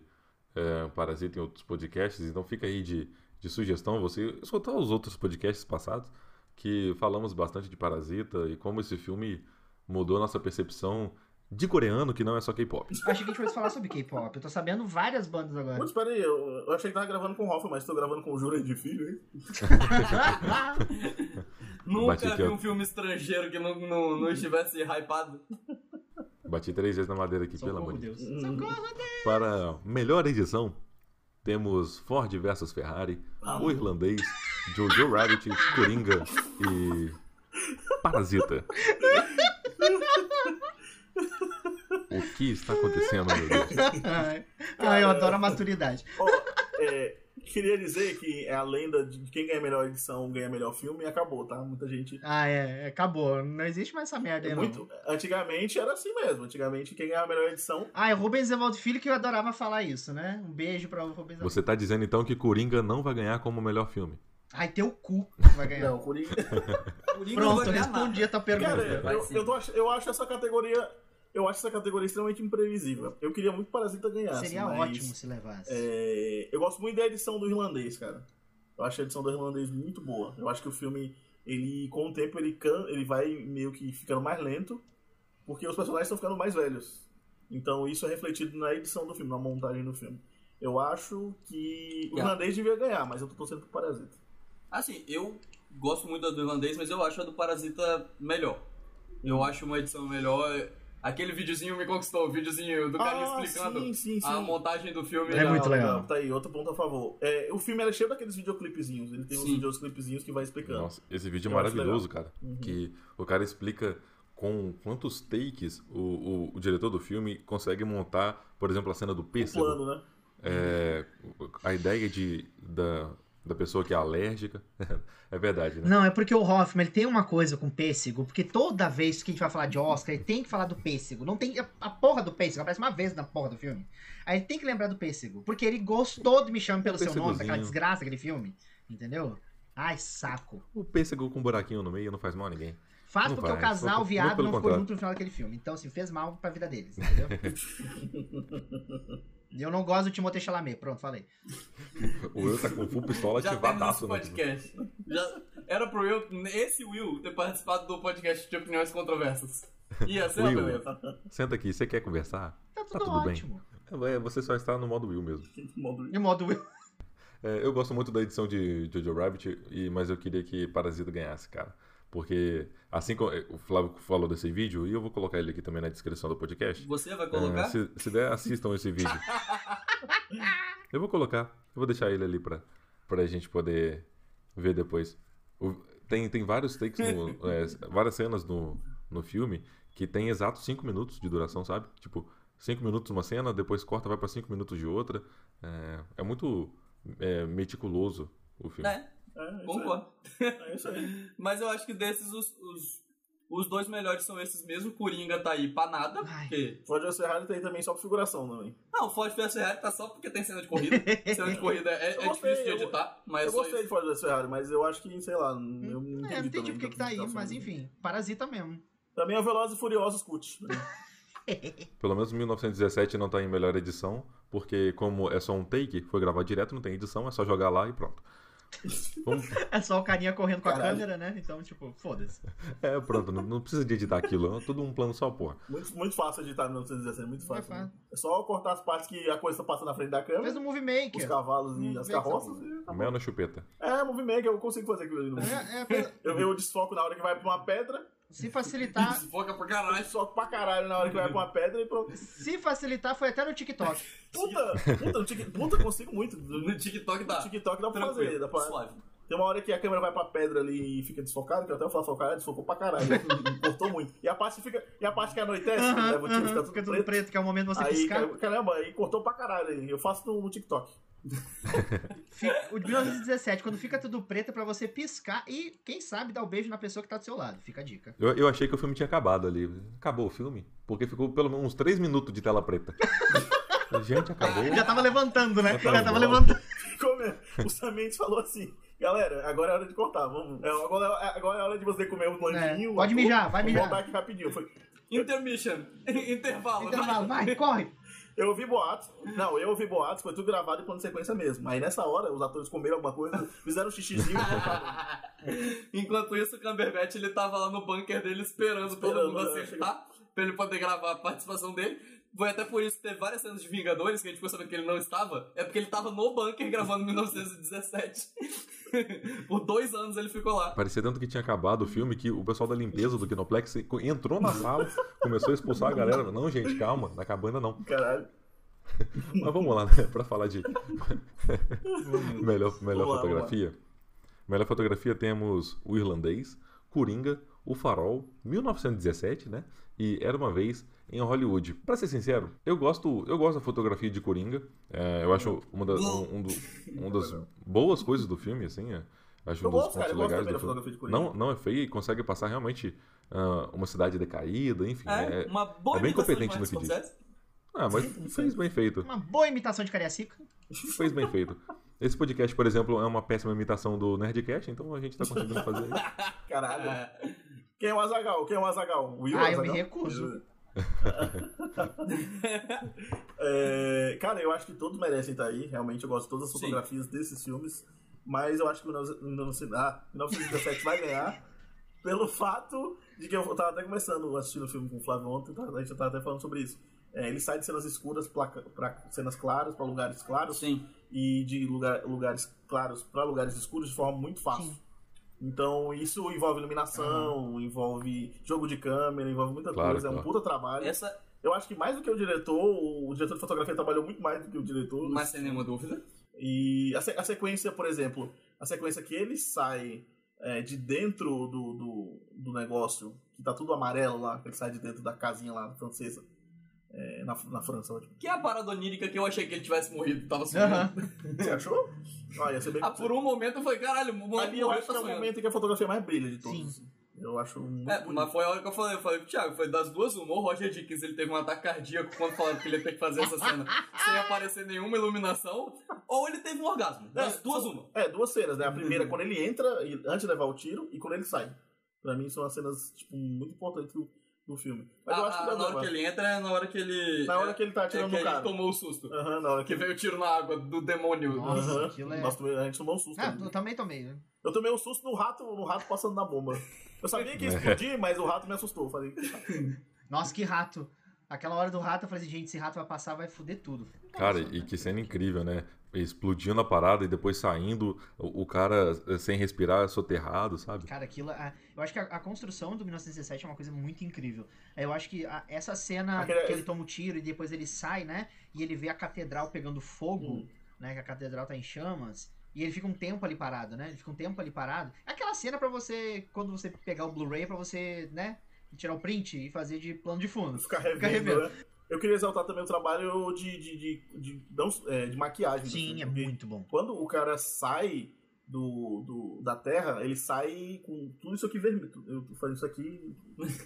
Speaker 2: é, Parasita em outros podcasts, então fica aí de, de sugestão você escutar os outros podcasts passados, que falamos bastante de Parasita e como esse filme mudou nossa percepção de coreano, que não é só K-pop.
Speaker 4: Achei que a gente fosse falar sobre K-pop. Eu tô sabendo várias bandas agora.
Speaker 1: Putz, pera aí, eu, eu achei que tava gravando com o Hoffman, mas tô gravando com o Júlio de Filho, hein?
Speaker 2: Bati
Speaker 3: Nunca
Speaker 2: aqui,
Speaker 3: vi
Speaker 2: ó.
Speaker 3: um filme estrangeiro que não, não,
Speaker 2: Hum.
Speaker 3: não estivesse hypado.
Speaker 2: Bati três vezes na madeira aqui, pelo amor
Speaker 4: Socorro,
Speaker 2: de Deus.
Speaker 4: Deus. Socorro, Deus.
Speaker 2: Para melhor edição, temos Ford versus Ferrari,
Speaker 1: Ah.
Speaker 2: O Irlandês, Jojo Rabbit, Coringa e Parasita. O que está acontecendo, meu Deus?
Speaker 4: Ah, eu adoro a maturidade.
Speaker 1: Ó, é, queria dizer que é a lenda de quem ganha melhor edição ganha melhor filme e acabou, tá? Muita gente é
Speaker 4: Ah, é. Acabou. Não existe mais essa
Speaker 2: É
Speaker 4: merda aí, não.
Speaker 1: Muito- antigamente era assim mesmo. Antigamente, quem ganhava a melhor edição.
Speaker 4: Ah, é o Rubens Evaldo Filho que eu adorava falar isso, né? Um beijo pra Rubens Evaldo.
Speaker 2: Você tá dizendo então que Coringa não vai ganhar como melhor filme?
Speaker 4: É. Ai, teu cu vai ganhar.
Speaker 1: Não, Coringa.
Speaker 3: O Link não
Speaker 4: Pronto,
Speaker 3: vai ganhar nada.
Speaker 4: respondi a tua pergunta.
Speaker 1: Cara,
Speaker 2: Vai
Speaker 1: eu,
Speaker 3: sim.
Speaker 1: eu, tô ach- eu acho essa categoria. Eu acho essa categoria extremamente imprevisível. Eu queria muito que o Parasita ganhasse.
Speaker 4: Seria
Speaker 1: é mas,
Speaker 4: ótimo se levasse.
Speaker 1: é, eu gosto muito da edição do irlandês, cara. Eu acho a edição do irlandês muito boa. Eu acho que o filme, ele, com o tempo, ele, can, ele vai meio que ficando mais lento, porque os personagens estão ficando mais velhos. Então isso é refletido na edição do filme, na montagem do filme. Eu acho que o
Speaker 3: Yeah.
Speaker 1: irlandês devia ganhar, mas eu tô torcendo pro Parasita.
Speaker 3: Assim, eu gosto muito da do irlandês, mas eu acho a do Parasita melhor. Eu
Speaker 4: Hum.
Speaker 3: acho uma edição melhor. Aquele videozinho me conquistou, o videozinho do
Speaker 4: Ah,
Speaker 3: cara explicando
Speaker 1: Ah, sim, sim, sim.
Speaker 3: a montagem do filme.
Speaker 4: É muito legal.
Speaker 1: Tá aí, outro ponto a favor. É, o filme era cheio daqueles videoclipezinhos. Ele tem uns
Speaker 3: Sim.
Speaker 1: videoclipezinhos que vai explicando.
Speaker 2: Nossa, esse vídeo é
Speaker 1: Eu acho
Speaker 2: maravilhoso, cara.
Speaker 1: Uhum.
Speaker 2: Que o cara explica com quantos takes o, o- o diretor do filme consegue montar, por exemplo, a cena do
Speaker 1: o
Speaker 2: pêssego.
Speaker 1: plano, né?
Speaker 2: É, a ideia de, da, da pessoa que é alérgica. é verdade, né?
Speaker 4: Não, é porque o Hoffman ele tem uma coisa com pêssego, porque toda vez que a gente vai falar de Oscar, ele tem que falar do pêssego. Não tem a, a porra do pêssego, aparece uma vez na porra do filme. Aí ele tem que lembrar do pêssego, porque ele gostou de Me Chame Pelo Seu Nome,
Speaker 2: pêssegozinho.
Speaker 4: daquela desgraça, aquele filme. Entendeu? Ai, saco.
Speaker 2: O pêssego com um buraquinho no meio não faz mal a ninguém.
Speaker 4: Faz
Speaker 2: Não
Speaker 4: porque
Speaker 2: vai,
Speaker 4: o
Speaker 2: só-
Speaker 4: casal
Speaker 2: muito
Speaker 4: viado
Speaker 2: pelo
Speaker 4: não ficou
Speaker 2: contrário.
Speaker 4: junto no final daquele filme. Então, assim, fez mal pra vida deles, entendeu? E Eu não gosto do Timothée Chalamet, pronto, falei.
Speaker 2: O Will tá com o full pistola
Speaker 3: Já temos esse
Speaker 2: ativadaço, né?
Speaker 3: podcast. Já- era pro Will, esse Will, ter participado do podcast de opiniões controversas. Ia ser uma
Speaker 2: Will.
Speaker 3: beleza.
Speaker 2: Senta aqui, você quer conversar?
Speaker 4: Tá tudo,
Speaker 2: tudo bem.
Speaker 4: ótimo.
Speaker 2: É, Você só está no modo Will mesmo.
Speaker 1: Modo-
Speaker 4: E o modo Will.
Speaker 2: É, eu gosto muito da edição de Jojo Rabbit, e- mas eu queria que Parasita ganhasse, cara. Porque, assim como é, o Flávio falou desse vídeo, e eu vou colocar ele aqui também na descrição do podcast.
Speaker 3: Você vai
Speaker 2: É,
Speaker 3: colocar?
Speaker 2: se, se der, assistam esse vídeo. eu vou colocar. Eu vou deixar ele ali pra, pra gente poder ver depois. O- tem, tem vários takes, no, é, várias cenas no, no filme que tem exatos 5 minutos de duração, sabe? Tipo, 5 minutos uma cena, depois corta, vai pra 5 minutos de outra. É, é muito é, meticuloso o filme.
Speaker 3: É,
Speaker 1: É, isso
Speaker 3: concordo.
Speaker 1: aí, é isso aí.
Speaker 3: Mas eu acho que desses, os, os, os dois melhores são esses mesmo. Coringa tá aí pra nada,
Speaker 4: Ai.
Speaker 3: porque...
Speaker 1: Ford vs Ferrari tem também só pra figuração também.
Speaker 3: Não, o Ford Fiesta Ferrari tá só porque tem cena de corrida. cena de corrida é, é
Speaker 1: Eu gostei,
Speaker 3: difícil de
Speaker 1: eu-
Speaker 3: editar, mas
Speaker 1: eu
Speaker 3: é só
Speaker 1: gostei
Speaker 3: isso.
Speaker 1: de Ford vs Ferrari, mas eu acho que, sei lá, eu não entendi,
Speaker 4: É, não entendi
Speaker 1: também
Speaker 4: porque que tá aí,
Speaker 1: tanto
Speaker 4: mas
Speaker 1: assim.
Speaker 4: enfim, parasita mesmo.
Speaker 1: Também é Velozes e Furiosos né? Cut.
Speaker 2: Pelo menos 1917 não tá em melhor edição, porque como é só um take, foi gravado direto, não tem edição, é só jogar lá e pronto. Vamos-
Speaker 4: É só o carinha correndo com a
Speaker 1: Caralho.
Speaker 4: câmera, né? Então, tipo, foda-se.
Speaker 2: É, pronto, não, não precisa de editar aquilo, é tudo um plano só, porra.
Speaker 1: Muito, muito fácil editar 1917, muito
Speaker 4: Vai
Speaker 1: fácil.
Speaker 4: lá.
Speaker 1: né? É só cortar as partes que a coisa passa na frente da câmera,
Speaker 4: Fez um Movie
Speaker 1: os
Speaker 4: Maker.
Speaker 1: cavalos e
Speaker 4: Hum,
Speaker 1: as
Speaker 4: vem cá.
Speaker 1: carroças. e-
Speaker 2: Mel na chupeta.
Speaker 1: É, movimento, eu consigo fazer aquilo ali. no-
Speaker 4: É, é, fez-
Speaker 1: Eu, eu desfoco na hora que vai pra uma pedra,
Speaker 4: se facilitar,
Speaker 3: Desfoca pra
Speaker 1: Eu
Speaker 3: caralho.
Speaker 1: soco pra caralho na hora que vai pra uma pedra e pronto.
Speaker 4: se facilitar foi até no TikTok.
Speaker 1: Puta, puta, no Tik- puta, consigo muito. No
Speaker 3: No TikTok dá.
Speaker 1: TikTok dá pra fazer.
Speaker 3: Tranquilo,
Speaker 1: Dá pra...
Speaker 3: suave.
Speaker 1: Tem uma hora que a câmera vai pra pedra ali e fica desfocada, que eu até falo, falo, caralho, desfocou pra caralho. né? Cortou muito. E a parte que fica. E a parte que anoitece, que
Speaker 4: Aham,
Speaker 1: né? leva o tiro,
Speaker 4: aham,
Speaker 1: fica tudo
Speaker 4: fica tudo
Speaker 1: preto.
Speaker 4: preto, que é o momento de você
Speaker 1: aí,
Speaker 4: piscar.
Speaker 1: cara- caramba, aí cortou pra caralho aí. Eu faço no, no TikTok.
Speaker 4: Fica- O de 1917, quando fica tudo preto, é pra você piscar e, quem sabe, dar o beijo na pessoa que tá do seu lado. Fica a dica.
Speaker 2: Eu, eu achei que o filme tinha acabado ali. Acabou o filme? Porque ficou pelo menos uns 3 minutos de tela preta. Gente, acabou.
Speaker 4: Já tava levantando,
Speaker 2: Já
Speaker 4: né?
Speaker 2: tava
Speaker 4: Já
Speaker 2: bom.
Speaker 4: tava levantando.
Speaker 1: Comer. é? O Samentes falou assim. Galera, agora é hora de cortar. Vamos. é, agora, é- agora é hora de você comer um
Speaker 4: É,
Speaker 1: lanchinho.
Speaker 4: pode
Speaker 1: atum.
Speaker 4: mijar, vai
Speaker 1: Vou
Speaker 4: mijar.
Speaker 1: Voltar aqui rapidinho. Foi,
Speaker 3: Intermission. Intervalo.
Speaker 4: Intervalo, vai, corre.
Speaker 1: Eu ouvi boatos. Não, eu ouvi boatos, foi tudo gravado em plano de sequência mesmo. Aí nessa hora, os atores comeram alguma coisa, fizeram um xixizinho.
Speaker 3: Enquanto isso, o Cumberbatch ele tava lá no bunker dele esperando todo
Speaker 1: Esperando,
Speaker 3: mundo
Speaker 1: né?
Speaker 3: acertar pra ele poder gravar a participação dele. Foi até por isso que teve várias cenas de Vingadores que a gente ficou sabendo que ele não estava. É porque ele tava no bunker gravando 1917. por dois anos ele ficou lá.
Speaker 2: Parecia tanto que tinha acabado o filme que o pessoal da limpeza do Kinoplex co- entrou na sala, começou a expulsar a galera. Não, gente, calma, não acabou ainda não.
Speaker 1: Caralho.
Speaker 2: Mas vamos lá, né? Pra falar de melhor, melhor
Speaker 1: Vamos lá,
Speaker 2: fotografia. Melhor fotografia temos o irlandês, Coringa, O Farol, 1917, né? E Era uma vez em Hollywood. Pra ser sincero, eu gosto, eu gosto da fotografia de Coringa. É, eu acho uma, da- um, um do- uma das boas coisas do filme, assim. é. Acho
Speaker 1: Eu
Speaker 2: um dos
Speaker 1: gosto, cara, eu
Speaker 2: pontos
Speaker 1: gosto
Speaker 2: legais
Speaker 1: também da
Speaker 2: do filme.
Speaker 1: fotografia de Coringa.
Speaker 2: Não, não é feia e consegue passar realmente ah, uma cidade decaída, enfim.
Speaker 3: É,
Speaker 2: é-
Speaker 3: uma boa
Speaker 2: é bem
Speaker 3: imitação de
Speaker 2: competente no que
Speaker 3: Martin
Speaker 2: diz.
Speaker 3: Scorsese.
Speaker 2: Ah, mas fez bem feito.
Speaker 4: Uma boa imitação de Cariacica.
Speaker 2: Fez bem feito. Esse podcast, por exemplo, é uma péssima imitação do Nerdcast, então a gente tá conseguindo fazer isso.
Speaker 1: Caralho. Quem é o Azagal? Quem é o Azagal? Will
Speaker 4: Ah, eu me
Speaker 1: Azaghal?
Speaker 4: recuso.
Speaker 1: É, cara, eu acho que todos merecem estar aí. Realmente, eu gosto de todas as
Speaker 3: Sim.
Speaker 1: fotografias desses filmes. Mas eu acho que o 19- ah, 1917 vai ganhar pelo fato de que eu tava até começando assistindo o filme com o Flávio ontem, tá? a gente tava até falando sobre isso. É, ele sai de cenas escuras pra, pra cenas claras, pra lugares claros,
Speaker 3: É, Sim.
Speaker 1: e de lugar- lugares claros pra lugares escuros de forma muito fácil.
Speaker 4: Sim.
Speaker 1: Então, isso envolve iluminação, envolve jogo de câmera, envolve muita
Speaker 2: Claro,
Speaker 1: coisa, é um
Speaker 2: claro.
Speaker 1: puta trabalho.
Speaker 3: Essa,
Speaker 1: Eu acho que mais do que o diretor, o diretor de fotografia trabalhou muito mais do que o diretor.
Speaker 3: mas sem nenhuma dúvida.
Speaker 1: E a, se- a sequência, por exemplo, a sequência que ele sai é, de dentro do, do, do negócio, que tá tudo amarelo lá, que ele sai de dentro da casinha lá francesa, é, na, na França, ótimo.
Speaker 3: Que é a parada onírica que eu achei que ele tivesse morrido, tava sonhando.
Speaker 4: Aham.
Speaker 1: Você achou? Ah, ia ser bem...
Speaker 3: Ah, por um momento eu falei, caralho, o maluco
Speaker 1: Ali eu
Speaker 3: morreu,
Speaker 1: acho
Speaker 3: tá
Speaker 1: que é o
Speaker 3: sonhando.
Speaker 1: momento em que a fotografia mais brilha de todos.
Speaker 4: Sim.
Speaker 1: Eu acho muito
Speaker 3: É,
Speaker 1: bonito.
Speaker 3: mas foi a hora que eu falei, eu falei, Thiago, foi das duas uma, ou o Roger Dickens ele teve um ataque cardíaco quando falaram que ele ia ter que fazer essa cena sem aparecer nenhuma iluminação, ou ele teve um orgasmo. Das
Speaker 1: É,
Speaker 3: duas
Speaker 1: são-
Speaker 3: uma.
Speaker 1: É, duas cenas, né? A
Speaker 3: Uhum.
Speaker 1: primeira quando ele entra, e- antes de levar o tiro, e quando ele sai. Pra mim são as cenas, tipo, muito importantes do, do filme. Mas eu
Speaker 3: Ah,
Speaker 1: acho que
Speaker 3: ah,
Speaker 1: dá
Speaker 3: na hora que
Speaker 1: ele...
Speaker 3: ele entra é na hora que ele.
Speaker 1: Na hora
Speaker 3: é-
Speaker 1: que ele tá
Speaker 3: é que
Speaker 1: atirando no
Speaker 3: ele
Speaker 1: cara.
Speaker 3: tomou o susto.
Speaker 1: Aham, na hora que
Speaker 3: Que veio o tiro na água do demônio.
Speaker 4: Nossa,
Speaker 1: Aham.
Speaker 4: aquilo é-
Speaker 1: Nossa, a gente tomou um susto.
Speaker 4: Ah,
Speaker 1: ali.
Speaker 4: eu também tomei. né?
Speaker 1: Eu tomei um susto no rato, no rato passando na bomba. Eu sabia
Speaker 4: É.
Speaker 1: que ia explodir, mas o rato me assustou. Eu Falei,
Speaker 4: Nossa, que rato. Aquela hora do rato, eu falei assim, gente, esse rato vai passar, vai foder tudo.
Speaker 2: Cara, e que cena incrível, né? Explodindo a parada e depois saindo, o, o cara eh, sem respirar, soterrado, sabe?
Speaker 4: Cara, aquilo... a- eu acho que a, a construção do 1917 é uma coisa muito incrível. Eu acho que a- essa cena
Speaker 1: Aquele-
Speaker 4: que ele toma o tiro e depois ele sai, né? E ele vê a catedral pegando fogo, né? Que a catedral tá em chamas. E ele fica um tempo ali parado, né? Ele fica um tempo ali parado. É Aquela cena pra você, quando você pegar o Blu-ray, pra você, né? Tirar o print e fazer de plano de fundo.
Speaker 1: ficar revendo, né? Eu queria exaltar também o trabalho de, de, de, de, não- é, de maquiagem. do
Speaker 4: Sim,
Speaker 1: filme,
Speaker 4: é
Speaker 1: porque
Speaker 4: muito bom.
Speaker 1: Quando o cara sai do, do- da terra, ele sai com tudo isso aqui vermelho. Eu tô falando isso aqui,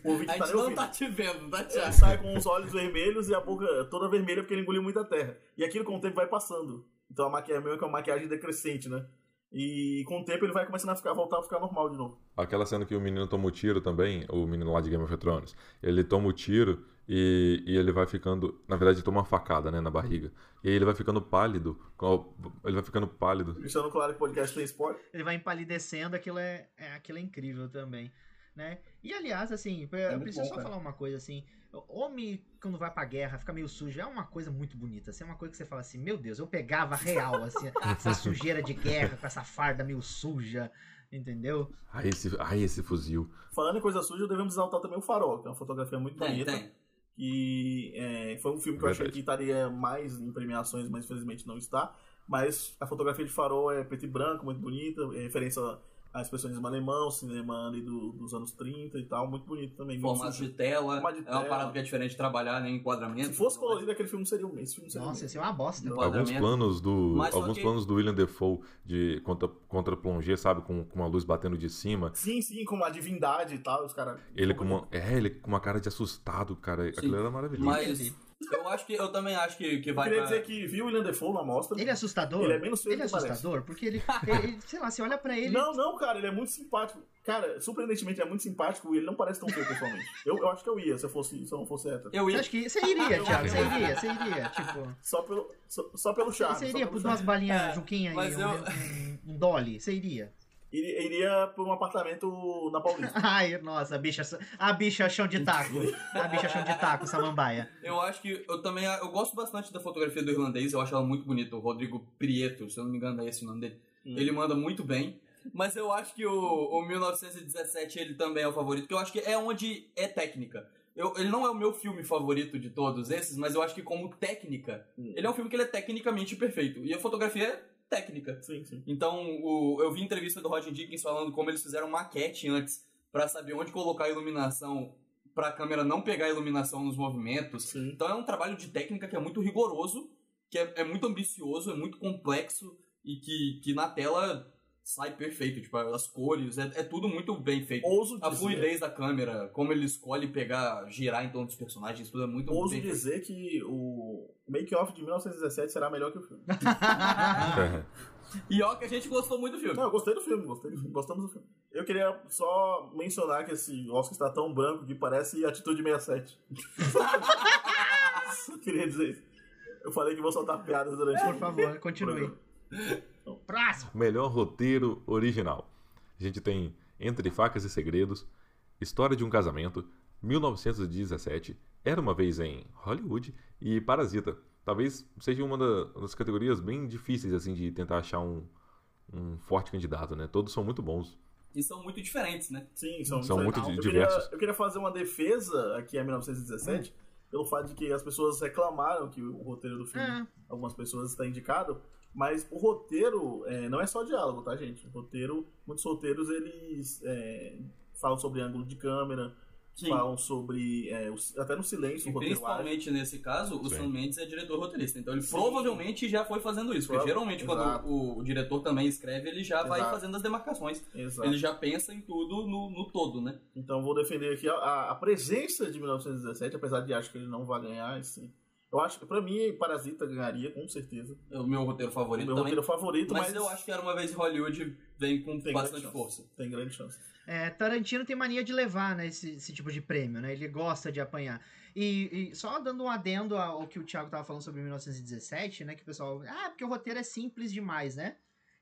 Speaker 1: o ouvinte
Speaker 3: A
Speaker 1: tá nem
Speaker 3: gente não
Speaker 1: ouvindo. É,
Speaker 3: tá te vendo, tá,
Speaker 1: Ele
Speaker 3: Thiago?
Speaker 1: sai com os olhos vermelhos e a boca toda vermelha porque ele engoliu muita terra. E aquilo com o tempo vai passando. Então a maquiagem meio que é uma maquiagem decrescente, né? E com o tempo ele vai começando a ficar, voltar a ficar normal de novo.
Speaker 2: Aquela cena que o menino toma o tiro também, o menino lá de Game of Thrones, ele toma o tiro e, e ele vai ficando. Na verdade, toma uma facada, né, na barriga. E aí ele vai ficando pálido. com- Ele vai ficando pálido.
Speaker 1: Deixando claro que o podcast tem spoiler.
Speaker 4: ele vai empalidecendo, aquilo é, é- aquilo é incrível também, né? E aliás, assim, eu
Speaker 3: muito
Speaker 4: preciso
Speaker 3: bom,
Speaker 4: só
Speaker 3: cara.
Speaker 4: falar uma coisa assim, homem quando vai pra guerra fica meio sujo, é uma coisa muito bonita, assim, é uma coisa que você fala assim, meu Deus, eu pegava real, assim, essa sujeira de guerra com essa farda meio suja, entendeu?
Speaker 2: Ai, esse, ai, esse fuzil.
Speaker 1: Falando em coisa suja, devemos exaltar também o Farol, que é uma fotografia muito
Speaker 3: Tem,
Speaker 1: bonita.
Speaker 3: tem.
Speaker 1: E é, foi um filme que eu achei
Speaker 2: Verdade.
Speaker 1: que estaria mais em premiações, mas infelizmente não está. Mas a fotografia de Farol é preto e branco, muito bonita, é referência ao expressionismo alemão, cinema ali do- dos anos 30 e tal, muito bonito também. muito
Speaker 3: Formato
Speaker 1: sujo.
Speaker 3: de tela.
Speaker 1: Formato de
Speaker 3: É uma
Speaker 1: tela.
Speaker 3: parada que é diferente de trabalhar, né? Enquadramento.
Speaker 1: Se fosse colorido, aquele filme seria um. Esse filme seria um.
Speaker 4: Nossa, isso é uma bosta.
Speaker 1: Não.
Speaker 2: Alguns
Speaker 3: Enquadramento.
Speaker 2: planos do.
Speaker 3: Mas só
Speaker 2: alguns
Speaker 3: que-
Speaker 2: planos do William Defoe de contra, contra plongé, sabe? Com, com uma luz batendo de cima.
Speaker 1: Sim, sim, com uma divindade e tal, os caras.
Speaker 2: Ele com uma. É, ele com uma cara de assustado, cara. Aquilo era maravilhoso.
Speaker 3: Mas eu acho que eu também acho que, que
Speaker 1: Eu
Speaker 3: vai
Speaker 1: queria
Speaker 3: pra-
Speaker 1: dizer que viu o William Defoe na mostra.
Speaker 4: Ele é assustador?
Speaker 1: Ele é menos feio
Speaker 4: Ele é
Speaker 1: do que parece.
Speaker 4: assustador, porque ele, ele- ele- sei lá, você olha pra ele,
Speaker 1: Não, não, cara, ele é muito simpático. Cara, surpreendentemente, ele é muito simpático e ele não parece tão feio pessoalmente. eu, eu acho que eu ia se eu, fosse, se eu não fosse hétero.
Speaker 3: Eu
Speaker 4: você
Speaker 3: ia.
Speaker 4: acha que você iria,
Speaker 1: Eu-
Speaker 4: Thiago, você iria, você iria, tipo...
Speaker 1: Só pelo, só, só pelo charme.
Speaker 4: Você
Speaker 1: É só
Speaker 4: iria
Speaker 1: pelo
Speaker 4: por
Speaker 1: charme.
Speaker 4: duas balinhas
Speaker 3: É,
Speaker 4: Juquinha
Speaker 3: mas
Speaker 4: e um,
Speaker 3: eu-
Speaker 4: um, um Dolly? Você iria?
Speaker 1: Iria, iria por um apartamento na Paulista.
Speaker 4: Ai, nossa, a bicha, a bicha chão de taco. A bicha chão de taco, samambaia.
Speaker 3: Eu acho que eu também eu gosto bastante da fotografia do irlandês, eu acho ela muito bonita, o Rodrigo Prieto, se eu não me engano é esse o nome dele. Ele manda muito bem, mas eu acho que o, o 1917 ele também é o favorito, porque eu acho que é onde é técnica. Eu- ele não é o meu filme favorito de todos esses, mas eu acho que como técnica,
Speaker 1: Hum.
Speaker 3: ele é um filme que ele é tecnicamente perfeito e a fotografia é técnica.
Speaker 1: Sim, sim.
Speaker 3: Então, o- eu vi entrevista do Roger Dickens falando como eles fizeram maquete antes pra saber onde colocar a iluminação pra câmera não pegar a iluminação nos movimentos.
Speaker 1: Sim.
Speaker 3: Então, é um trabalho de técnica que é muito rigoroso, que é, é muito ambicioso, é muito complexo e que, que na tela sai perfeito. Tipo, as cores, é, é tudo muito bem feito.
Speaker 1: Ouso
Speaker 3: A
Speaker 1: dizer,
Speaker 3: fluidez da câmera, como ele escolhe pegar, girar em torno dos personagens, tudo é muito
Speaker 1: ouso
Speaker 3: bem feito.
Speaker 1: dizer que o make-off de 1917 será melhor que o filme.
Speaker 2: É,
Speaker 3: E ó que a gente gostou muito do filme.
Speaker 1: Não, eu gostei do filme, gostei do filme, gostamos do filme. Eu queria só mencionar que esse Oscar está tão branco que parece Atitude 67. só queria dizer isso. Eu falei que vou soltar piadas durante
Speaker 4: Por
Speaker 1: o
Speaker 4: favor, continue.
Speaker 1: programa.
Speaker 4: Próximo.
Speaker 2: Melhor roteiro original. A gente tem Entre Facas e Segredos, História de um Casamento, 1917, Era uma Vez em Hollywood e Parasita. Talvez seja uma da- das categorias bem difíceis assim de tentar achar um, um forte candidato, né? Todos são muito bons.
Speaker 3: E são muito diferentes, né?
Speaker 1: Sim, são,
Speaker 2: São muito
Speaker 1: eu
Speaker 2: diversos.
Speaker 1: Queria, eu queria fazer uma defesa aqui a 1917 pelo fato de que as pessoas reclamaram que o roteiro do filme,
Speaker 3: Ah.
Speaker 4: É.
Speaker 1: algumas pessoas está indicado, mas o roteiro é, não é só diálogo, tá, gente? O roteiro, muitos roteiros eles é, falam sobre ângulo de câmera,
Speaker 3: Sim.
Speaker 1: falam sobre é, o- até no silêncio
Speaker 3: E
Speaker 1: é o roteiro age.
Speaker 3: principalmente nesse caso, o
Speaker 2: Sim.
Speaker 3: Sam Mendes é diretor roteirista. Então ele
Speaker 1: Sim.
Speaker 3: provavelmente já foi fazendo isso. Porque
Speaker 1: Prova-
Speaker 3: geralmente quando
Speaker 1: Exato.
Speaker 3: o, o diretor também escreve, ele já vai
Speaker 1: Exato.
Speaker 3: fazendo as demarcações.
Speaker 1: Exato.
Speaker 3: Ele já pensa em tudo no, no todo, né?
Speaker 1: Então vou defender aqui a- a, a presença de 1917, apesar de acho que ele não vai ganhar esse. Eu acho que pra mim Parasita ganharia com certeza.
Speaker 3: É O meu roteiro
Speaker 1: O
Speaker 3: favorito
Speaker 1: meu
Speaker 3: também.
Speaker 1: roteiro favorito,
Speaker 3: mas,
Speaker 1: mas,
Speaker 3: eu acho que era uma vez em Hollywood vem com
Speaker 1: Tem
Speaker 3: bastante
Speaker 1: grande
Speaker 3: força.
Speaker 1: tem grande chance.
Speaker 4: É, Tarantino tem mania de levar né, esse, esse tipo de prêmio, né? Ele gosta de apanhar. E, e só dando um adendo ao que o Thiago tava falando sobre 1917, né? Que o pessoal. Ah, porque o roteiro é simples demais, né?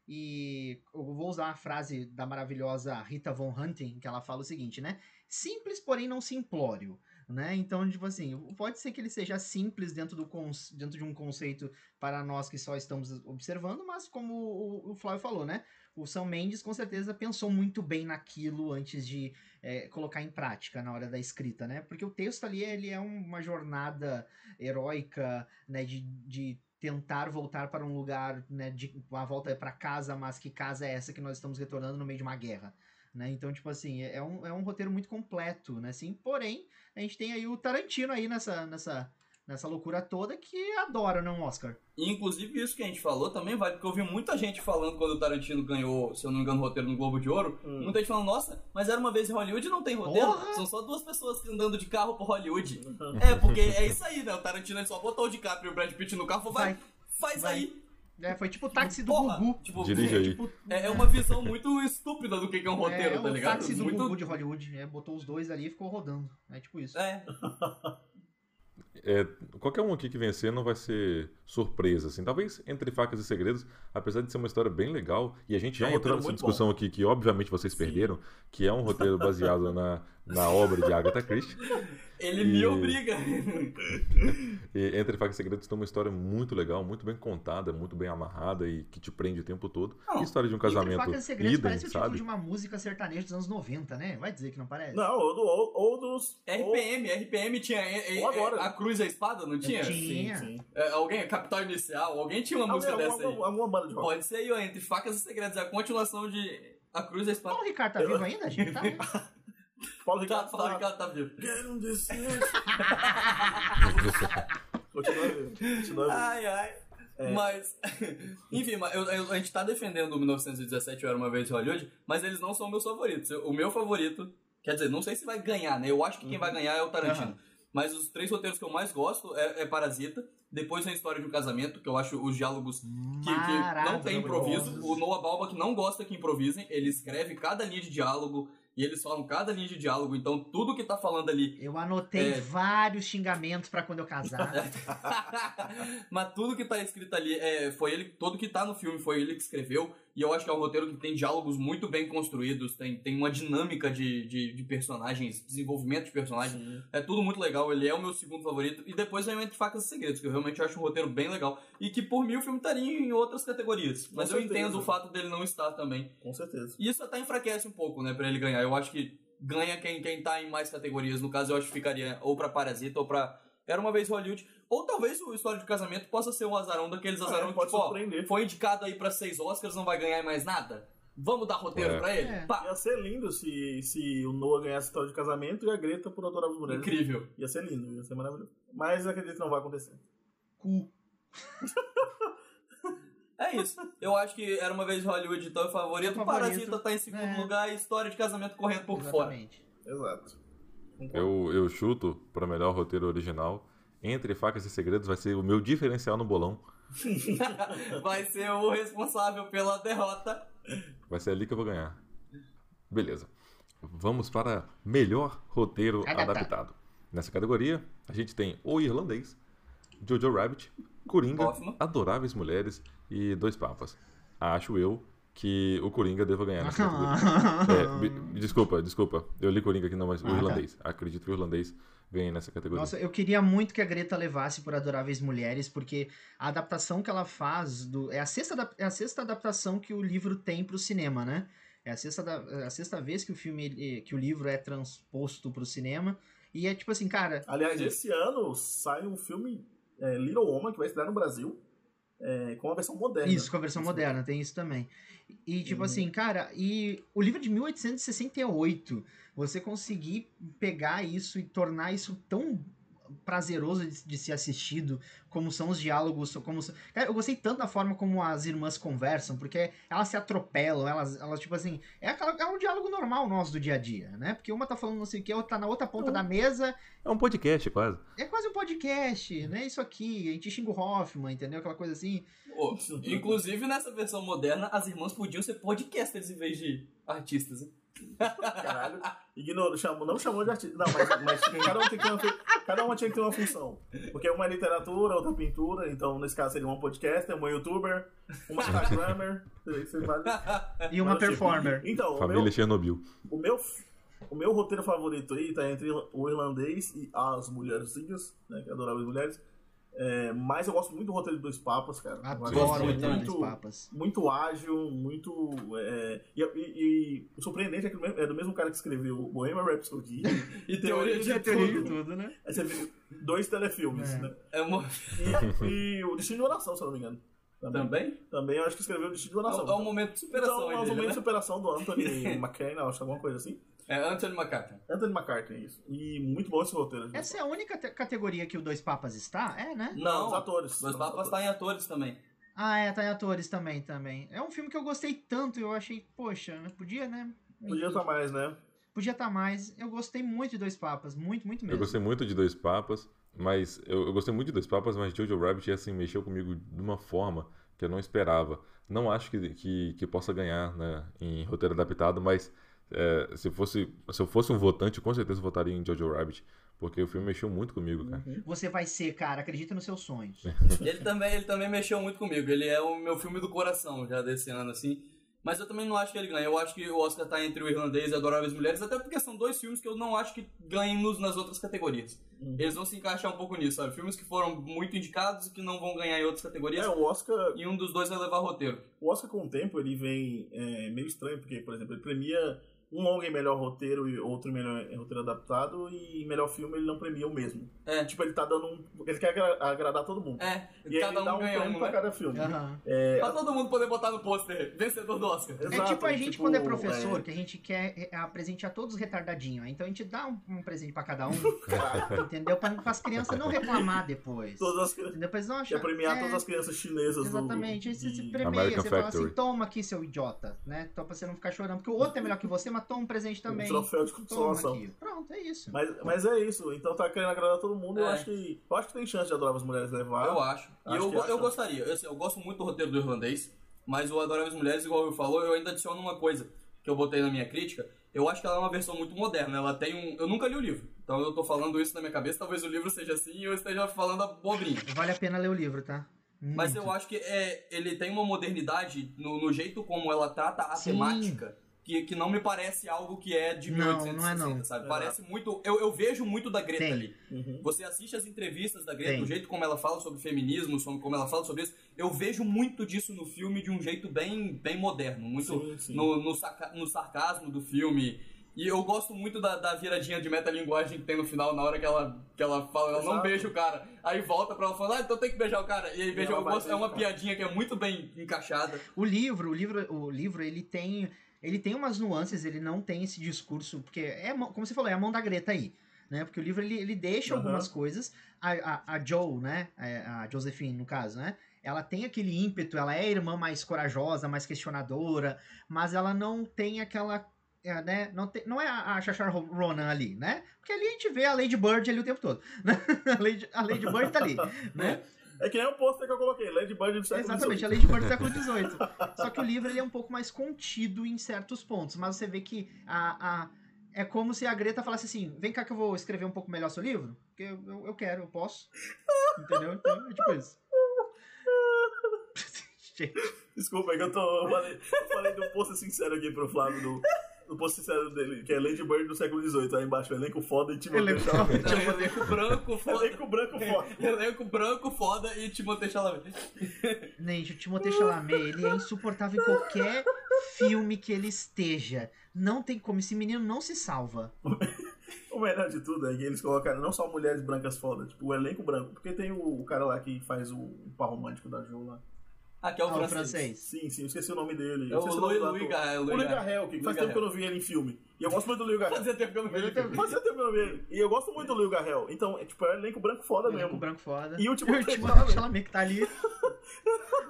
Speaker 4: E eu vou usar a frase da maravilhosa Rita Von Hunting, que ela fala o seguinte, né? Simples, porém não simplório. Né? Então, tipo assim, pode ser que ele seja simples dentro, do cons- dentro de um conceito para nós que só estamos observando, mas como o- o Flávio falou, né? o Sam Mendes com certeza pensou muito bem naquilo antes de eh, colocar em prática na hora da escrita, né? Porque o texto ali ele é uma jornada heróica, né? De, de tentar voltar para um lugar, né? De uma volta para casa, mas que casa é essa que nós estamos retornando no meio de uma guerra? Né? Então, tipo assim, é é um, é um roteiro muito completo, né? Assim, porém, a gente tem aí o Tarantino aí nessa, nessa, nessa loucura toda que adora, né? Um Oscar.
Speaker 3: E, inclusive, isso que a gente falou também vai, porque eu vi muita gente falando quando o Tarantino ganhou, se eu não me engano, o roteiro no Globo de Ouro.
Speaker 1: Hum.
Speaker 3: Muita gente falando, nossa, mas era uma vez em Hollywood e não tem roteiro.
Speaker 4: Porra!
Speaker 3: São só duas pessoas andando de carro por Hollywood. É, porque é isso aí, né? O Tarantino ele só botou o DiCaprio e o Brad Pitt no carro e falou, vai, faz
Speaker 4: vai.
Speaker 3: aí.
Speaker 4: É, foi tipo o táxi do
Speaker 3: Porra!
Speaker 4: Gugu.
Speaker 3: Tipo,
Speaker 2: Dirige aí.
Speaker 4: Tipo,
Speaker 3: É, é uma visão muito estúpida do que que é um roteiro,
Speaker 4: é,
Speaker 3: tá
Speaker 4: o
Speaker 3: ligado?
Speaker 4: táxi do
Speaker 3: muito...
Speaker 4: Gugu de Hollywood. É, botou os dois ali e ficou rodando. É tipo isso.
Speaker 3: É,
Speaker 2: É, qualquer um aqui que vencer não vai ser surpresa, assim. Talvez Entre Facas e Segredos, apesar de ser uma história bem legal, e a gente já
Speaker 1: É um
Speaker 2: entrou
Speaker 1: roteiro
Speaker 2: nessa
Speaker 1: muito
Speaker 2: discussão aqui que obviamente vocês
Speaker 1: Sim.
Speaker 2: perderam, que é um roteiro baseado na, na obra de Agatha Christie.
Speaker 3: ele
Speaker 2: E-
Speaker 3: me obriga.
Speaker 2: E Entre Facas e Segredos tem uma história muito legal, muito bem contada, muito bem amarrada e que te prende o tempo todo.
Speaker 3: Não,
Speaker 2: E história de um
Speaker 4: Entre
Speaker 2: casamento
Speaker 4: facas e segredos
Speaker 2: idem,
Speaker 4: parece o título
Speaker 2: sabe?
Speaker 4: de uma música sertaneja dos anos 90, né? Vai dizer que não parece?
Speaker 1: Não, ou, do, ou, ou dos.
Speaker 3: É
Speaker 1: ou-
Speaker 3: RPM, RPM tinha é, é,
Speaker 1: Ou agora.
Speaker 3: é, a Cruz e a Espada, não tinha?
Speaker 4: Tinha.
Speaker 1: Sim, sim.
Speaker 3: É, alguém, Capital Inicial, alguém tinha uma música
Speaker 1: Alguma,
Speaker 3: dessa aí.
Speaker 1: alguma, alguma banda de rock.
Speaker 3: Pode ser aí, ó, entre facas e segredos, é a continuação de A Cruz e a
Speaker 4: O
Speaker 3: Espada.
Speaker 4: Paulo Ricardo tá vivo ainda, gente? Tá, né?
Speaker 1: Paulo
Speaker 3: Tá,
Speaker 1: Ricardo
Speaker 3: fala
Speaker 1: tá.
Speaker 3: que ela tá viva.
Speaker 1: Quero um desejo. Continua vivo. Continua vivo.
Speaker 3: Ai, ai. É. Mas, enfim, mas eu- eu- a gente tá defendendo o 1917 Eu Era Uma Vez em Hollywood, mas eles não são meus favoritos. Eu- O meu favorito, quer dizer, não sei se vai ganhar, né? Eu acho que quem vai ganhar é o Tarantino. Mas os três roteiros que eu mais gosto é, é Parasita, depois a história de um casamento, que eu acho os diálogos que, que não tem improviso. O Noah Baumbach não gosta que improvisem, ele escreve cada linha de diálogo e eles falam cada linha de diálogo, então tudo que tá falando ali.
Speaker 4: Eu anotei
Speaker 3: É.
Speaker 4: vários xingamentos pra quando eu casar.
Speaker 3: Mas tudo que tá escrito ali é, foi ele, tudo que tá no filme foi ele que escreveu, e eu acho que é um roteiro que tem diálogos muito bem construídos, tem, tem uma dinâmica de, de, de personagens, desenvolvimento de personagens.
Speaker 1: Sim.
Speaker 3: É tudo muito legal, ele é o meu segundo favorito. E depois vem o Entre Facas e Segredos, que eu realmente acho um roteiro bem legal. E que por mim o filme estaria em outras categorias. Mas eu
Speaker 1: certeza.
Speaker 3: entendo o fato dele não estar também.
Speaker 1: Com certeza.
Speaker 3: E isso até enfraquece um pouco, né, pra ele ganhar. Eu acho que ganha quem, quem tá em mais categorias. No caso, eu acho que ficaria ou pra Parasita ou pra. Era uma vez Hollywood. Ou talvez o História de Casamento possa ser um azarão daqueles azarão
Speaker 1: É,
Speaker 3: que,
Speaker 1: pode
Speaker 3: tipo, ó,
Speaker 1: surpreender.
Speaker 3: foi indicado aí pra seis Oscars, não vai ganhar mais nada. Vamos dar roteiro
Speaker 2: É.
Speaker 3: pra ele?
Speaker 4: É.
Speaker 3: Pá!
Speaker 1: Ia ser lindo se, se o Noah ganhasse história de casamento e a Greta por adorável mulher.
Speaker 3: Incrível.
Speaker 1: Ia ser lindo, ia ser maravilhoso. Mas eu acredito que não vai acontecer.
Speaker 4: Cu.
Speaker 3: É isso. Eu acho que era uma vez Hollywood, então é favorito.
Speaker 4: Seu
Speaker 3: O
Speaker 4: favorito.
Speaker 3: Parasita tá em segundo
Speaker 4: É.
Speaker 3: lugar e História de Casamento correndo por fora.
Speaker 4: Exatamente.
Speaker 1: Exato.
Speaker 4: um
Speaker 2: Eu, eu chuto pra melhor roteiro original. Entre Facas e Segredos vai ser o meu diferencial no bolão.
Speaker 3: Vai ser o responsável pela derrota.
Speaker 2: Vai ser ali que eu vou ganhar. Beleza. Vamos para melhor roteiro
Speaker 4: Adaptado.
Speaker 2: adaptado. Nessa categoria, a gente tem O Irlandês, Jojo Rabbit, Coringa,
Speaker 3: Hoffman.
Speaker 2: Adoráveis Mulheres e Dois Papas. Acho eu que o Coringa deva ganhar nessa categoria.
Speaker 4: Ah.
Speaker 2: É, me- desculpa, desculpa. Eu li Coringa aqui, não, mas
Speaker 4: Ah,
Speaker 2: o
Speaker 4: tá.
Speaker 2: irlandês. Acredito que o irlandês ganhe nessa categoria.
Speaker 4: Nossa, eu queria muito que a Greta levasse por Adoráveis Mulheres, porque a adaptação que ela faz do é a sexta adap- é a sexta adaptação que o livro tem pro cinema, né? É a sexta da- é a sexta vez que o filme ele- que o livro é transposto pro cinema e é tipo assim, cara,
Speaker 1: Aliás, esse ano sai um filme é, Little Woman que vai estrear no Brasil é, com a versão moderna.
Speaker 4: Isso, com a versão moderna, tem isso também. E, tipo
Speaker 1: Uhum.
Speaker 4: assim, cara, e o livro de 1868, você conseguir pegar isso e tornar isso tão prazeroso de, de ser assistido, como são os diálogos, como... são- Cara, eu gostei tanto da forma como as irmãs conversam, porque elas se atropelam, elas, elas tipo assim, é, aquela- é um diálogo normal nosso do dia a dia, né? Porque uma tá falando não sei o que, a outra tá na outra ponta da mesa,
Speaker 2: É um podcast, quase.
Speaker 4: é quase um podcast, né? Isso aqui, a gente xinga o Hoffman, entendeu? Aquela coisa assim...
Speaker 3: Ô, inclusive, nessa versão moderna, as irmãs podiam ser podcasters em vez de artistas. hein?
Speaker 1: Caralho. Ignoro, chamou, não chamou de artista. Não, mas, mas cada, um tem que ter uma, fun- cada uma tinha que ter uma função. Porque uma é literatura, outra é pintura. Então, nesse caso, seria uma podcaster, uma youtuber, uma instagrammer. sei- sei lá.
Speaker 4: E uma
Speaker 1: Mas, tipo,
Speaker 4: performer.
Speaker 1: Então, o
Speaker 2: Família
Speaker 1: meu,
Speaker 2: Chernobyl.
Speaker 1: o, meu, o meu roteiro favorito aí tá entre o irlandês e as mulherzinhas, né? Que eu adorava as mulheres. É, mas eu gosto muito do roteiro dos papas, cara. Eu acho
Speaker 4: Adoro o
Speaker 3: muito,
Speaker 4: Antônio
Speaker 3: muito.
Speaker 4: dos Papas.
Speaker 1: muito ágil, muito. é, e, e- e o surpreendente é que é do mesmo cara que escreveu Bohemian Rhapsody.
Speaker 3: E teoria de tudo.
Speaker 4: tudo, né?
Speaker 1: Aí você vê dois telefilmes,
Speaker 4: É.
Speaker 1: né?
Speaker 3: É uma...
Speaker 1: E, e o Destino de Oração, se eu não me engano. Também. Também,
Speaker 3: Também?
Speaker 1: eu acho que escreveu o Destino de
Speaker 3: É,
Speaker 1: Oração.
Speaker 3: um- é um momento de superação
Speaker 1: Tá então, é um
Speaker 3: aí dele,
Speaker 1: momento de
Speaker 3: né?
Speaker 1: superação do Anthony McCain, acho, alguma coisa assim.
Speaker 3: É Anthony McCartney.
Speaker 1: Anthony McCartney, isso. E muito bom esse roteiro. gente.
Speaker 4: Essa é a única te- categoria que o Dois Papas está? É, né?
Speaker 1: os
Speaker 3: Não,
Speaker 1: atores.
Speaker 3: Dois
Speaker 1: Os
Speaker 3: Papas
Speaker 1: atores.
Speaker 3: tá em atores também.
Speaker 4: Ah, é, tá em atores também, também. É um filme que eu gostei tanto, eu achei, poxa, né? podia, né?
Speaker 1: Podia estar mais, né?
Speaker 4: Podia tá mais. Eu gostei muito de Dois Papas, muito, muito
Speaker 2: Eu
Speaker 4: mesmo.
Speaker 2: gostei muito de Dois Papas, mas eu, eu gostei muito de Dois Papas, mas Jojo Rabbit assim mexeu comigo de uma forma que eu não esperava. Não acho que, que, que possa ganhar né, em roteiro adaptado, mas é, se fosse se eu fosse um votante, eu com certeza votaria em Jojo Rabbit, porque o filme mexeu muito comigo, cara.
Speaker 3: Uhum.
Speaker 4: Você vai ser, cara, acredita nos seus sonhos.
Speaker 3: Ele também, ele também mexeu muito comigo. Ele é o meu filme do coração já desse ano, assim. Mas eu também não acho que ele ganha. Eu acho que o Oscar tá entre o Irlandês e Adoráveis Mulheres, até porque são dois filmes que eu não acho que ganhem nos, nas outras categorias.
Speaker 1: Uhum.
Speaker 3: Eles vão se encaixar um pouco nisso, sabe? Filmes que foram muito indicados e que não vão ganhar em outras categorias.
Speaker 1: É, o Oscar,
Speaker 3: E um dos dois vai levar roteiro.
Speaker 1: o Oscar com o tempo ele vem é, meio estranho, porque, por exemplo, ele premia um longa em melhor roteiro e outro em melhor em roteiro adaptado, e em melhor filme ele não premia o mesmo.
Speaker 3: É.
Speaker 1: Tipo, ele tá dando um. Ele quer agra- agradar todo mundo.
Speaker 3: É,
Speaker 1: E
Speaker 3: cada
Speaker 1: ele dá
Speaker 3: um
Speaker 1: um
Speaker 3: ganha
Speaker 1: prêmio
Speaker 3: um,
Speaker 1: pra
Speaker 3: né?
Speaker 1: cada filme.
Speaker 4: Aham.
Speaker 3: Pra todo mundo poder botar no pôster, vencedor do Oscar.
Speaker 4: É tipo a
Speaker 1: Exato,
Speaker 4: gente
Speaker 1: tipo,
Speaker 4: quando é professor,
Speaker 1: é.
Speaker 4: que a gente quer é, apresentear todos retardadinho. Então a gente dá um, um presente pra cada um,
Speaker 1: Cara,
Speaker 4: entendeu? Pra, as crianças não reclamar depois.
Speaker 1: todas as crianças.
Speaker 4: Entendeu? Pra eles não
Speaker 1: Quer
Speaker 4: acharem.
Speaker 1: premiar
Speaker 4: É.
Speaker 1: todas as crianças chinesas do-
Speaker 4: Exatamente, aí você se
Speaker 1: de-
Speaker 4: premia,
Speaker 2: American
Speaker 4: você fala
Speaker 2: Factory.
Speaker 4: assim, toma aqui, seu idiota, né? Então pra você não ficar chorando, porque o outro é melhor que você, mas toma um presente também.
Speaker 1: Um troféu de
Speaker 4: toma
Speaker 1: consolação.
Speaker 4: aqui. Pronto, é isso.
Speaker 1: Mas, mas é isso, então tá querendo agradar todo mundo. Eu,
Speaker 3: É.
Speaker 1: acho que, eu acho que tem chance de adorar as mulheres levar.
Speaker 3: Eu acho. E
Speaker 1: Acho
Speaker 3: eu,
Speaker 1: que
Speaker 3: go-
Speaker 1: acho.
Speaker 3: eu gostaria. Eu, assim, eu gosto muito do roteiro do irlandês, mas o Adoráveis Mulheres, igual eu falou, eu ainda adiciono uma coisa que eu botei na minha crítica. Eu acho que ela é uma versão muito moderna. Ela tem um. Eu nunca li o livro. Então eu tô falando isso na minha cabeça. Talvez o livro seja assim e eu esteja falando a bobrinha.
Speaker 4: Vale a pena ler o livro, tá?
Speaker 3: Mas
Speaker 4: Muito.
Speaker 3: eu acho que é, ele tem uma modernidade no, no jeito como ela trata a
Speaker 4: Sim.
Speaker 3: temática. Que, que não me parece algo que é de
Speaker 4: Não,
Speaker 3: 1860,
Speaker 4: não é não.
Speaker 3: sabe?
Speaker 1: É.
Speaker 3: Parece muito... Eu, eu vejo muito da Greta
Speaker 4: Tem.
Speaker 3: ali.
Speaker 1: Uhum.
Speaker 3: Você assiste as entrevistas da Greta,
Speaker 4: Tem.
Speaker 3: o jeito como ela fala sobre feminismo, sobre como ela fala sobre isso. Eu vejo muito disso no filme de um jeito bem, bem moderno, muito
Speaker 1: Sim, sim.
Speaker 3: no, no, saca- no sarcasmo do filme. E eu gosto muito da, da viradinha de metalinguagem que tem no final, na hora que ela, que ela fala, ela não
Speaker 1: Exato.
Speaker 3: beija o cara. Aí volta pra ela falar, ah, então tem que beijar o cara. E aí beija
Speaker 1: ela
Speaker 3: o
Speaker 1: vai
Speaker 3: rosto. É
Speaker 1: beijar
Speaker 3: uma
Speaker 1: o cara.
Speaker 3: piadinha que é muito bem encaixada.
Speaker 4: O livro, o livro, o livro, ele tem, ele tem umas nuances, ele não tem esse discurso, porque é, a mão- como você falou, é a mão da Greta aí, né? Porque o livro ele, ele deixa
Speaker 1: Aham.
Speaker 4: algumas coisas, a, a, a Joe, né? É, A Josephine, no caso, né? Ela tem aquele ímpeto, ela é a irmã mais corajosa, mais questionadora, mas ela não tem aquela. é, né? Não, tem- não é a a Chachar Ro- Ronan ali, né? Porque ali a gente vê a Lady Bird ali o tempo todo. né? A Lady, a Lady Bird tá ali, né?
Speaker 1: É que nem o pôster que eu coloquei, Ladybird do século
Speaker 4: Exatamente, a
Speaker 1: XVIII.
Speaker 4: Lady Bird do é século XVIII. Só que o livro ele é um pouco mais contido em certos pontos, mas você vê que a, a- é como se a Greta falasse assim: vem cá que eu vou escrever um pouco melhor seu livro, porque eu, eu, eu quero, eu posso. Entendeu? Então é tipo isso. Gente,
Speaker 1: Desculpa, é que eu tô. Eu falei, eu falei do pôster sincero aqui pro Flávio, do, do pôster sincero dele, que é Ladybird do século XVIII. Aí embaixo, elenco foda e Timothée
Speaker 4: Elenco
Speaker 1: Chalamet.
Speaker 3: Não, um elenco branco foda.
Speaker 1: Elenco branco foda.
Speaker 3: Elenco branco foda e Timothée Chalamet.
Speaker 4: Gente, o Timothée Chalamet, ele é insuportável em qualquer filme que ele esteja. Não tem como, esse menino não se salva.
Speaker 1: O melhor de tudo é que eles colocaram não só mulheres brancas foda, tipo, o elenco branco. Porque tem o, o cara lá que faz o, o par romântico da Jo lá.
Speaker 3: Aqui é o
Speaker 4: Ah, o
Speaker 3: francês.
Speaker 4: francês.
Speaker 1: Sim, sim, eu esqueci o nome dele.
Speaker 3: É
Speaker 1: eu
Speaker 3: o
Speaker 1: esqueci nome
Speaker 3: Louis
Speaker 1: do
Speaker 3: Louis
Speaker 1: ator.
Speaker 3: Garrel.
Speaker 1: O Louis Garrel, que
Speaker 3: Louis
Speaker 1: faz tempo que eu
Speaker 3: Garrel.
Speaker 1: não vi ele em filme. E eu gosto muito do Louis Garrel.
Speaker 3: Fazia tempo que eu não
Speaker 4: Fazia tempo.
Speaker 3: vi.
Speaker 1: Fazia tempo que eu não vi ele. E eu gosto muito do Louis Garrel. Então, é tipo, é elenco branco foda
Speaker 4: Elenco
Speaker 1: mesmo.
Speaker 4: branco né? foda.
Speaker 1: E o Timothée
Speaker 4: Chalamet.
Speaker 1: Chalamet.
Speaker 4: que tá ali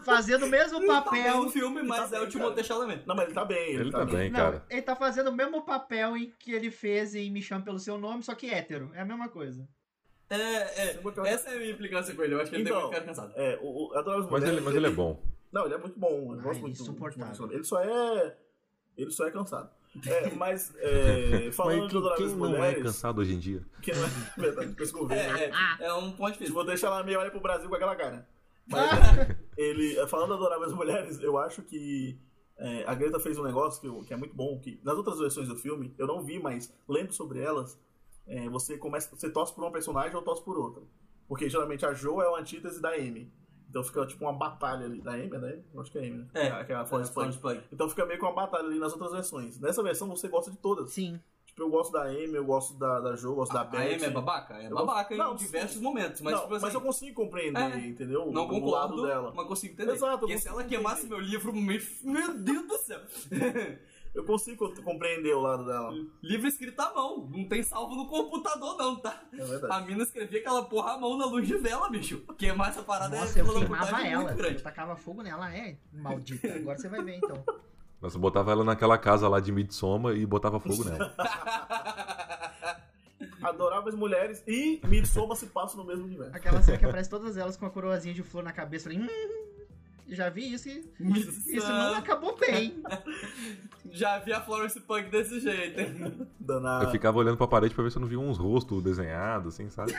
Speaker 4: fazendo o mesmo
Speaker 3: Papel
Speaker 4: papel.
Speaker 3: no tá filme, mas
Speaker 1: Tá
Speaker 3: é o
Speaker 1: bem,
Speaker 3: Timothée Chalamet.
Speaker 1: Não, mas ele tá bem. Ele,
Speaker 2: Ele tá bem,
Speaker 4: Não,
Speaker 2: cara.
Speaker 4: ele tá fazendo o mesmo papel em que ele fez em Me Chame Pelo Seu Nome, só que hétero. É a mesma coisa.
Speaker 3: É, é. Essa é a minha implicância com ele. Eu acho que ele
Speaker 1: Então.
Speaker 3: tem que ficar cansado.
Speaker 1: É, o, o, adoro as
Speaker 2: Mas
Speaker 1: mulheres.
Speaker 2: ele, mas ele é bom.
Speaker 1: Não, ele é muito bom. Eu
Speaker 4: Ah,
Speaker 1: gosto
Speaker 4: ele
Speaker 1: muito.
Speaker 4: é
Speaker 1: do- do
Speaker 4: insuportável.
Speaker 1: Timothée Chalamet. Ele só é. Ele só é cansado. É, mas, é, falando
Speaker 2: mas
Speaker 1: do
Speaker 2: quem,
Speaker 1: Adoráveis
Speaker 2: quem não é
Speaker 1: Mulheres,
Speaker 2: cansado hoje em dia?
Speaker 1: que não é verdade, com esse governo, né?
Speaker 3: É,
Speaker 4: Ah.
Speaker 3: é, é um ponto
Speaker 1: Se
Speaker 3: difícil.
Speaker 1: vou deixar ela meio olha pro Brasil com aquela cara. Mas
Speaker 4: Ah,
Speaker 1: ele, falando de adoráveis mulheres, eu acho que é, a Greta fez um negócio que, eu- que é muito bom, que nas outras versões do filme, eu não vi, mas lendo sobre elas, é, você começa, você torce por uma personagem ou torce por outra. Porque geralmente a Jo é uma antítese da Amy. Então fica tipo uma batalha ali. Da Amy, né? Eu acho que é a Amy, né?
Speaker 3: É,
Speaker 1: que é a Florence Pugh.
Speaker 3: Florence Pugh.
Speaker 1: Então fica meio que uma batalha ali nas outras versões. Nessa versão você gosta de todas.
Speaker 4: Sim.
Speaker 1: Tipo, eu gosto da Amy, eu gosto da, da Jo, eu gosto da
Speaker 3: A
Speaker 1: Beth.
Speaker 3: Amy é babaca? É
Speaker 1: Eu
Speaker 3: babaca
Speaker 1: gosto- não,
Speaker 3: em diversos momentos, mas
Speaker 1: não,
Speaker 3: tipo assim,
Speaker 1: mas eu consigo compreender,
Speaker 3: É.
Speaker 1: entendeu?
Speaker 3: não
Speaker 1: O lado
Speaker 3: concordo,
Speaker 1: dela.
Speaker 3: mas consigo entender.
Speaker 1: Exato, eu
Speaker 3: Porque se
Speaker 1: consigo
Speaker 3: ela queimasse meu livro, me- meu Deus do céu.
Speaker 1: Eu consigo compreender o lado dela.
Speaker 3: livro escrito à mão, não tem salvo no computador não, tá?
Speaker 1: É verdade.
Speaker 3: A mina escrevia aquela porra à mão na luz de vela, bicho. Queimar essa parada
Speaker 4: Nossa,
Speaker 3: é
Speaker 4: eu
Speaker 3: uma
Speaker 4: queimava
Speaker 3: vontade
Speaker 4: ela.
Speaker 3: muito
Speaker 4: Eu
Speaker 3: grande.
Speaker 4: tacava fogo nela, é maldita. Agora você vai ver, então.
Speaker 2: Nós botava ela naquela casa lá de Midsommar e botava fogo nela.
Speaker 1: Adoráveis mulheres e Midsommar se passa no mesmo universo.
Speaker 4: Aquela cena que aparece todas elas com a coroazinha de flor na cabeça. Falei, hum, já vi isso e isso não é acabou bem.
Speaker 3: Já vi a Florence Punk desse jeito, hein?
Speaker 2: Eu
Speaker 1: Danada.
Speaker 2: ficava olhando pra parede pra ver se eu não via uns rostos desenhados, assim, sabe?